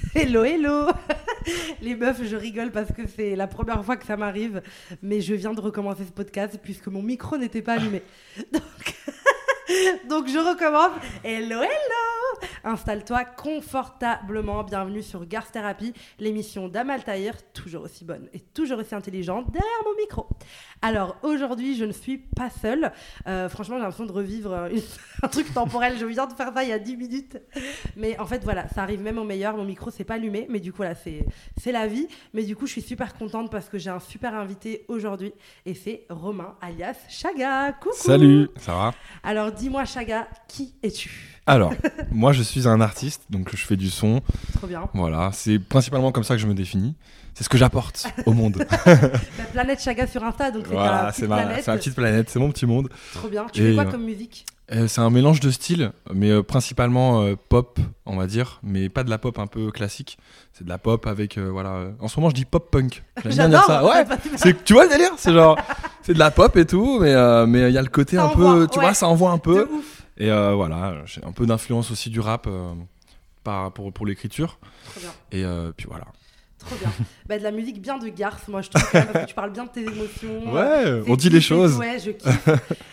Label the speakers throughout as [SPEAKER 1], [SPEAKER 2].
[SPEAKER 1] Hello, hello Les meufs, je rigole parce que c'est la première fois que ça m'arrive, mais je viens de recommencer ce podcast puisque mon micro n'était pas allumé. Donc, donc je recommence. Hello, hello Installe-toi confortablement. Bienvenue sur Garth Therapy, l'émission d'Amal Tahir, toujours aussi bonne et toujours aussi intelligente derrière mon micro. Alors aujourd'hui, je ne suis pas seule. Euh, franchement, j'ai l'impression de revivre euh, une- un truc temporel. Je viens de faire ça il y a 10 minutes. Mais en fait, voilà, ça arrive même au meilleur. Mon micro, c'est pas allumé. Mais du coup, là, c'est c'est la vie. Mais du coup, je suis super contente parce que j'ai un super invité aujourd'hui. Et c'est Romain, alias Chaga. Coucou
[SPEAKER 2] Salut, ça va
[SPEAKER 1] Alors dis-moi, Chaga, qui es-tu
[SPEAKER 2] Alors, moi je suis un artiste, donc je fais du son.
[SPEAKER 1] Trop bien.
[SPEAKER 2] Voilà, c'est principalement comme ça que je me définis. C'est ce que j'apporte au monde.
[SPEAKER 1] La planète Chaga sur Insta, donc c'est ta
[SPEAKER 2] voilà,
[SPEAKER 1] petite
[SPEAKER 2] c'est ma,
[SPEAKER 1] planète.
[SPEAKER 2] c'est ma petite planète, c'est mon petit monde.
[SPEAKER 1] Trop bien. Tu
[SPEAKER 2] Et,
[SPEAKER 1] fais quoi
[SPEAKER 2] euh,
[SPEAKER 1] comme musique
[SPEAKER 2] Euh, c'est un mélange de styles, mais euh, principalement euh, pop, on va dire, mais pas de la pop un peu classique. C'est de la pop avec, euh, voilà. euh, en ce moment, je dis pop punk. J'aime bien dire ça. Ouais. C'est, tu vois le délire C'est genre, c'est de la pop et tout, mais euh, mais il y a le côté
[SPEAKER 1] Ça
[SPEAKER 2] un
[SPEAKER 1] envoie,
[SPEAKER 2] peu, tu
[SPEAKER 1] ouais.
[SPEAKER 2] vois, ça envoie un peu.
[SPEAKER 1] De ouf.
[SPEAKER 2] Et euh, voilà, j'ai un peu d'influence aussi du rap euh, par, pour pour l'écriture.
[SPEAKER 1] Trop bien.
[SPEAKER 2] Et euh, puis voilà.
[SPEAKER 1] Trop bien. bah, de la musique bien de garce, moi je trouve quand même, parce que tu parles bien de tes émotions. euh,
[SPEAKER 2] Ouais,
[SPEAKER 1] C'est
[SPEAKER 2] on dit
[SPEAKER 1] cool, c'est
[SPEAKER 2] les choses.
[SPEAKER 1] cool, Ouais, je kiffe.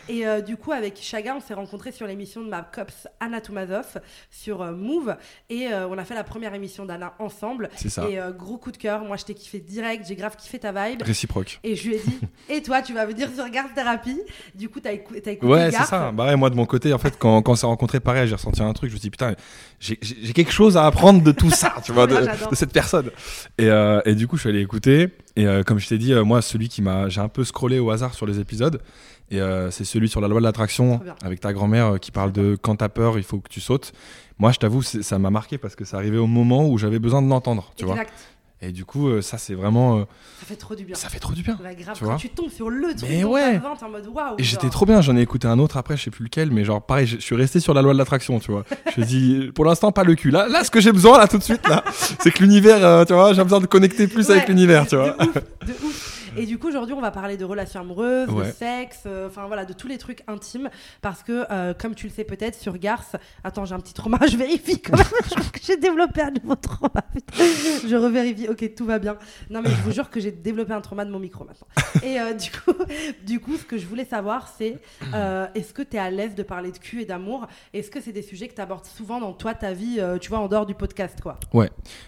[SPEAKER 1] et euh, du coup, avec Chaga, on s'est rencontrés sur l'émission de ma cops Anna Toumazov sur euh, Move. Et euh, on a fait la première émission d'Anna ensemble.
[SPEAKER 2] C'est ça.
[SPEAKER 1] Et euh, gros coup de cœur, moi je t'ai kiffé direct, j'ai grave kiffé ta vibe.
[SPEAKER 2] Réciproque.
[SPEAKER 1] Et je lui ai dit, et toi, tu vas venir sur Garde Thérapie. Du coup, t'as écou- t'as écouté
[SPEAKER 2] Ouais, c'est
[SPEAKER 1] Garth.
[SPEAKER 2] ça. Bah ouais, moi de mon côté, en fait, quand, quand on s'est rencontrés, pareil, j'ai ressenti un truc. Je me suis dit, putain, j'ai j'ai- j'ai quelque chose à apprendre de tout ça, tu vois, de,
[SPEAKER 1] Ouais, j'adore.
[SPEAKER 2] de cette personne. Et, euh, et du coup, je suis allé écouter. Et euh, comme je t'ai dit, euh, moi, celui qui m'a. J'ai un peu scrollé au hasard sur les épisodes. Et euh, c'est celui sur la loi de l'attraction
[SPEAKER 1] Trop bien.
[SPEAKER 2] avec ta grand-mère euh, qui parle de quand t'as peur, il faut que tu sautes. Moi, je t'avoue, c'est- ça m'a marqué parce que ça arrivait au moment où j'avais besoin de l'entendre, tu vois.
[SPEAKER 1] Exact.
[SPEAKER 2] Et du coup, euh, ça, c'est vraiment. euh,
[SPEAKER 1] Ça fait trop du bien.
[SPEAKER 2] ça fait trop du bien.
[SPEAKER 1] Ouais, grave,
[SPEAKER 2] tu
[SPEAKER 1] quand
[SPEAKER 2] vois.
[SPEAKER 1] tu tombes sur le truc
[SPEAKER 2] Mais
[SPEAKER 1] dont
[SPEAKER 2] ouais.
[SPEAKER 1] t'as 20, en mode waouh.
[SPEAKER 2] Et j'étais
[SPEAKER 1] genre.
[SPEAKER 2] trop bien, j'en ai écouté un autre après, je sais plus lequel, mais genre pareil, je je suis resté sur la loi de l'attraction, tu vois. Je me dis, pour l'instant, pas le cul. Là, là ce que j'ai besoin, là, tout de suite, là, c'est que l'univers, euh, tu vois, j'ai besoin de connecter plus
[SPEAKER 1] Ouais.
[SPEAKER 2] avec l'univers, tu vois.
[SPEAKER 1] De ouf, de ouf. Et du coup, aujourd'hui, on va parler de relations amoureuses, de
[SPEAKER 2] Ouais.
[SPEAKER 1] sexe, euh, enfin voilà, de tous les trucs intimes. Parce que, euh, comme tu le sais peut-être, sur Garce, attends, j'ai un petit trauma, je vérifie quand même. je crois que j'ai développé un nouveau trauma. putain. je revérifie, ok, tout va bien. Non, mais je vous jure que j'ai développé un trauma de mon micro maintenant. Et euh, du, coup, du coup, ce que je voulais savoir, c'est euh, est-ce que tu es à l'aise de parler de cul et d'amour Est-ce que c'est des sujets que tu abordes souvent dans toi, ta vie, euh, tu vois, en dehors du podcast, quoi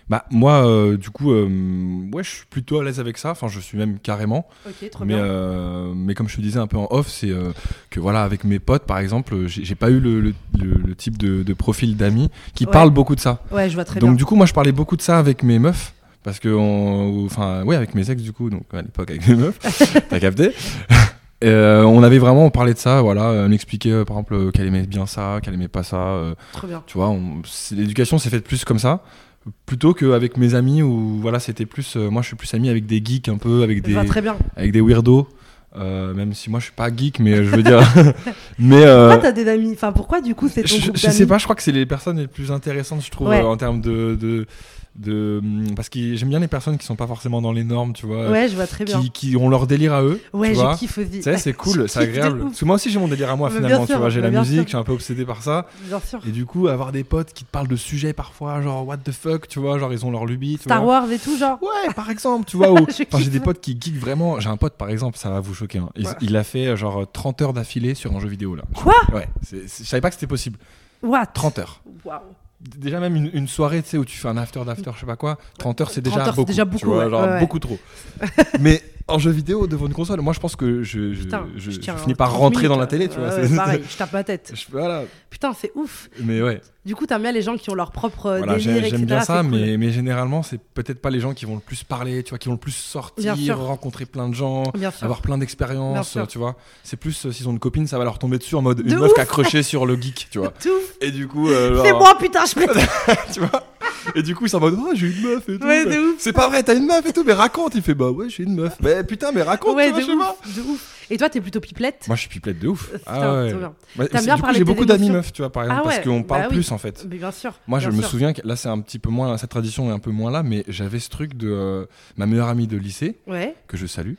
[SPEAKER 2] Bah, moi, euh, du coup, euh, ouais, je suis plutôt à l'aise avec ça, enfin, je suis même carrément.
[SPEAKER 1] Ok, trop
[SPEAKER 2] Mais,
[SPEAKER 1] bien.
[SPEAKER 2] euh, mais comme je te disais un peu en off, c'est euh, que voilà, avec mes potes, par exemple, j'ai j'ai pas eu le, le- le- le type de, de profil d'amis qui
[SPEAKER 1] Ouais.
[SPEAKER 2] parle beaucoup de ça.
[SPEAKER 1] Ouais, je vois très
[SPEAKER 2] donc
[SPEAKER 1] bien.
[SPEAKER 2] du coup, moi, je parlais beaucoup de ça avec mes meufs. Parce que, on- enfin, ouais, avec mes ex, du coup, donc à l'époque avec mes meufs, t'as capté. Et, euh, on avait vraiment parlé de ça, voilà. Elle m'expliquait, euh, par exemple, euh, qu'elle aimait bien ça, qu'elle aimait pas ça. euh,
[SPEAKER 1] Trop bien.
[SPEAKER 2] tu vois, on- c'est- l'éducation s'est faite plus comme ça, plutôt qu'avec mes amis où, voilà, c'était plus. euh, moi, je suis plus ami avec des geeks un peu, avec
[SPEAKER 1] Je
[SPEAKER 2] des,
[SPEAKER 1] vois très bien.
[SPEAKER 2] avec des weirdos. euh, même si moi, je suis pas geek, mais euh, je veux dire. mais. euh,
[SPEAKER 1] Pourquoi t'as des amis Enfin, pourquoi du coup c'est ton
[SPEAKER 2] je,
[SPEAKER 1] groupe
[SPEAKER 2] je
[SPEAKER 1] d'amis
[SPEAKER 2] sais pas, je crois que c'est les personnes les plus intéressantes, je trouve,
[SPEAKER 1] Ouais.
[SPEAKER 2] euh, en termes de, de, de- hum, Parce que j'aime bien les personnes qui sont pas forcément dans les normes, tu vois.
[SPEAKER 1] Ouais, je vois très bien.
[SPEAKER 2] Qui, qui ont leur délire à eux.
[SPEAKER 1] Ouais,
[SPEAKER 2] tu
[SPEAKER 1] je
[SPEAKER 2] vois.
[SPEAKER 1] kiffe aussi.
[SPEAKER 2] Tu sais, c'est cool, c'est agréable. Parce que moi aussi, j'ai mon délire à moi,
[SPEAKER 1] Mais bien
[SPEAKER 2] finalement.
[SPEAKER 1] sûr,
[SPEAKER 2] tu vois, j'ai
[SPEAKER 1] mais
[SPEAKER 2] la
[SPEAKER 1] bien
[SPEAKER 2] musique,
[SPEAKER 1] sûr.
[SPEAKER 2] je suis un peu obsédé par ça.
[SPEAKER 1] Bien sûr.
[SPEAKER 2] Et du coup, avoir des potes qui te parlent de sujets parfois, genre, what the fuck, tu vois, genre, ils ont leur lubie. Tu
[SPEAKER 1] Star
[SPEAKER 2] vois.
[SPEAKER 1] Wars et tout, genre.
[SPEAKER 2] Ouais, par exemple, tu vois. ou-
[SPEAKER 1] Je
[SPEAKER 2] enfin, j'ai
[SPEAKER 1] kiffe.
[SPEAKER 2] des potes qui geekent vraiment. J'ai un pote, par exemple, ça va vous choquer. hein. Il,
[SPEAKER 1] Ouais.
[SPEAKER 2] il a fait euh, genre 30 heures d'affilée sur un jeu vidéo là.
[SPEAKER 1] Quoi
[SPEAKER 2] Ouais, c'est- c'est- je savais pas que c'était possible.
[SPEAKER 1] What
[SPEAKER 2] 30 heures.
[SPEAKER 1] Waouh.
[SPEAKER 2] D- Déjà même une, une soirée, tu sais, où tu fais un after d'after, je sais pas quoi, 30 heures c'est
[SPEAKER 1] 30
[SPEAKER 2] déjà
[SPEAKER 1] heures, c'est
[SPEAKER 2] beaucoup.
[SPEAKER 1] déjà
[SPEAKER 2] tu
[SPEAKER 1] beaucoup,
[SPEAKER 2] vois,
[SPEAKER 1] ouais,
[SPEAKER 2] genre
[SPEAKER 1] ouais, ouais.
[SPEAKER 2] beaucoup trop. Mais en jeu vidéo devant une console, moi je pense que je, je,
[SPEAKER 1] Putain,
[SPEAKER 2] je- je
[SPEAKER 1] tiens
[SPEAKER 2] finis par
[SPEAKER 1] 30
[SPEAKER 2] rentrer dans la
[SPEAKER 1] minutes.
[SPEAKER 2] télé, tu vois.
[SPEAKER 1] Ouais,
[SPEAKER 2] c'est-
[SPEAKER 1] pareil, je tape ma tête.
[SPEAKER 2] je- voilà.
[SPEAKER 1] Putain, c'est ouf.
[SPEAKER 2] Mais ouais,
[SPEAKER 1] Du coup, t'aimes bien les gens qui ont leur propre euh,
[SPEAKER 2] voilà,
[SPEAKER 1] délire,
[SPEAKER 2] j'ai-
[SPEAKER 1] etc.
[SPEAKER 2] j'aime bien ça,
[SPEAKER 1] c'est cool.
[SPEAKER 2] mais, mais généralement c'est peut-être pas les gens qui vont le plus parler, tu vois, qui vont le plus
[SPEAKER 1] Bien sûr.
[SPEAKER 2] sortir, rencontrer plein de gens.
[SPEAKER 1] Bien sûr.
[SPEAKER 2] Avoir plein
[SPEAKER 1] Bien
[SPEAKER 2] d'expériences,
[SPEAKER 1] sûr.
[SPEAKER 2] euh, tu vois. C'est plus euh, s'ils ont une copine, ça va leur tomber dessus en mode
[SPEAKER 1] De
[SPEAKER 2] une meuf
[SPEAKER 1] ouf.
[SPEAKER 2] qui a croché sur le geek, tu vois.
[SPEAKER 1] Tout.
[SPEAKER 2] Et du coup, euh,
[SPEAKER 1] C'est
[SPEAKER 2] genre-
[SPEAKER 1] moi, putain, je pète.
[SPEAKER 2] tu vois et du coup, ils sont en mode, oh, j'ai une meuf et tout.
[SPEAKER 1] Ouais, de ouf.
[SPEAKER 2] C'est pas vrai, t'as une meuf et tout, mais raconte. Il fait, bah ouais, j'ai une meuf. Mais putain, mais raconte,
[SPEAKER 1] Ouais,
[SPEAKER 2] tu vois,
[SPEAKER 1] de
[SPEAKER 2] je sais pas.
[SPEAKER 1] ouf, de ouf. Et toi, t'es plutôt pipelette
[SPEAKER 2] Moi, je suis pipelette de ouf.
[SPEAKER 1] Putain,
[SPEAKER 2] Ah ouais.
[SPEAKER 1] trop bien.
[SPEAKER 2] Ouais,
[SPEAKER 1] T'aimes
[SPEAKER 2] c'est-
[SPEAKER 1] bien
[SPEAKER 2] du coup,
[SPEAKER 1] parler
[SPEAKER 2] j'ai
[SPEAKER 1] de tes
[SPEAKER 2] beaucoup d'amis
[SPEAKER 1] émotions.
[SPEAKER 2] meufs, tu vois, par exemple,
[SPEAKER 1] Ah
[SPEAKER 2] parce
[SPEAKER 1] ouais,
[SPEAKER 2] qu'on parle
[SPEAKER 1] bah oui.
[SPEAKER 2] plus en fait.
[SPEAKER 1] Mais bien sûr.
[SPEAKER 2] Moi, je
[SPEAKER 1] bien
[SPEAKER 2] me
[SPEAKER 1] sûr.
[SPEAKER 2] souviens que là, c'est un petit peu moins, cette tradition est un peu moins là, mais j'avais ce truc de euh, ma meilleure amie de lycée,
[SPEAKER 1] Ouais.
[SPEAKER 2] que je salue.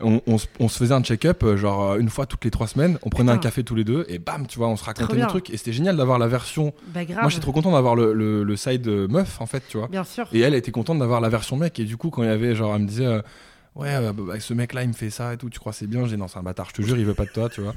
[SPEAKER 2] on, on se- on se faisait un check-up, euh, genre euh, une fois toutes les trois semaines, on prenait un
[SPEAKER 1] Putain.
[SPEAKER 2] café tous les deux, et bam, tu vois, on se racontait des
[SPEAKER 1] bien.
[SPEAKER 2] trucs. Et c'était génial d'avoir la version.
[SPEAKER 1] Bah grave.
[SPEAKER 2] Moi, j'étais trop content d'avoir le, le- le side euh, meuf, en fait, tu vois.
[SPEAKER 1] Bien sûr.
[SPEAKER 2] Et elle elle était contente d'avoir la version mec. Et du coup, quand il y avait, genre, elle me disait. euh, Ouais, euh, bah, bah, ce mec-là, il me fait ça et tout. Tu crois que c'est bien Je dis non, c'est un bâtard. Je te jure, il veut pas de toi, tu vois.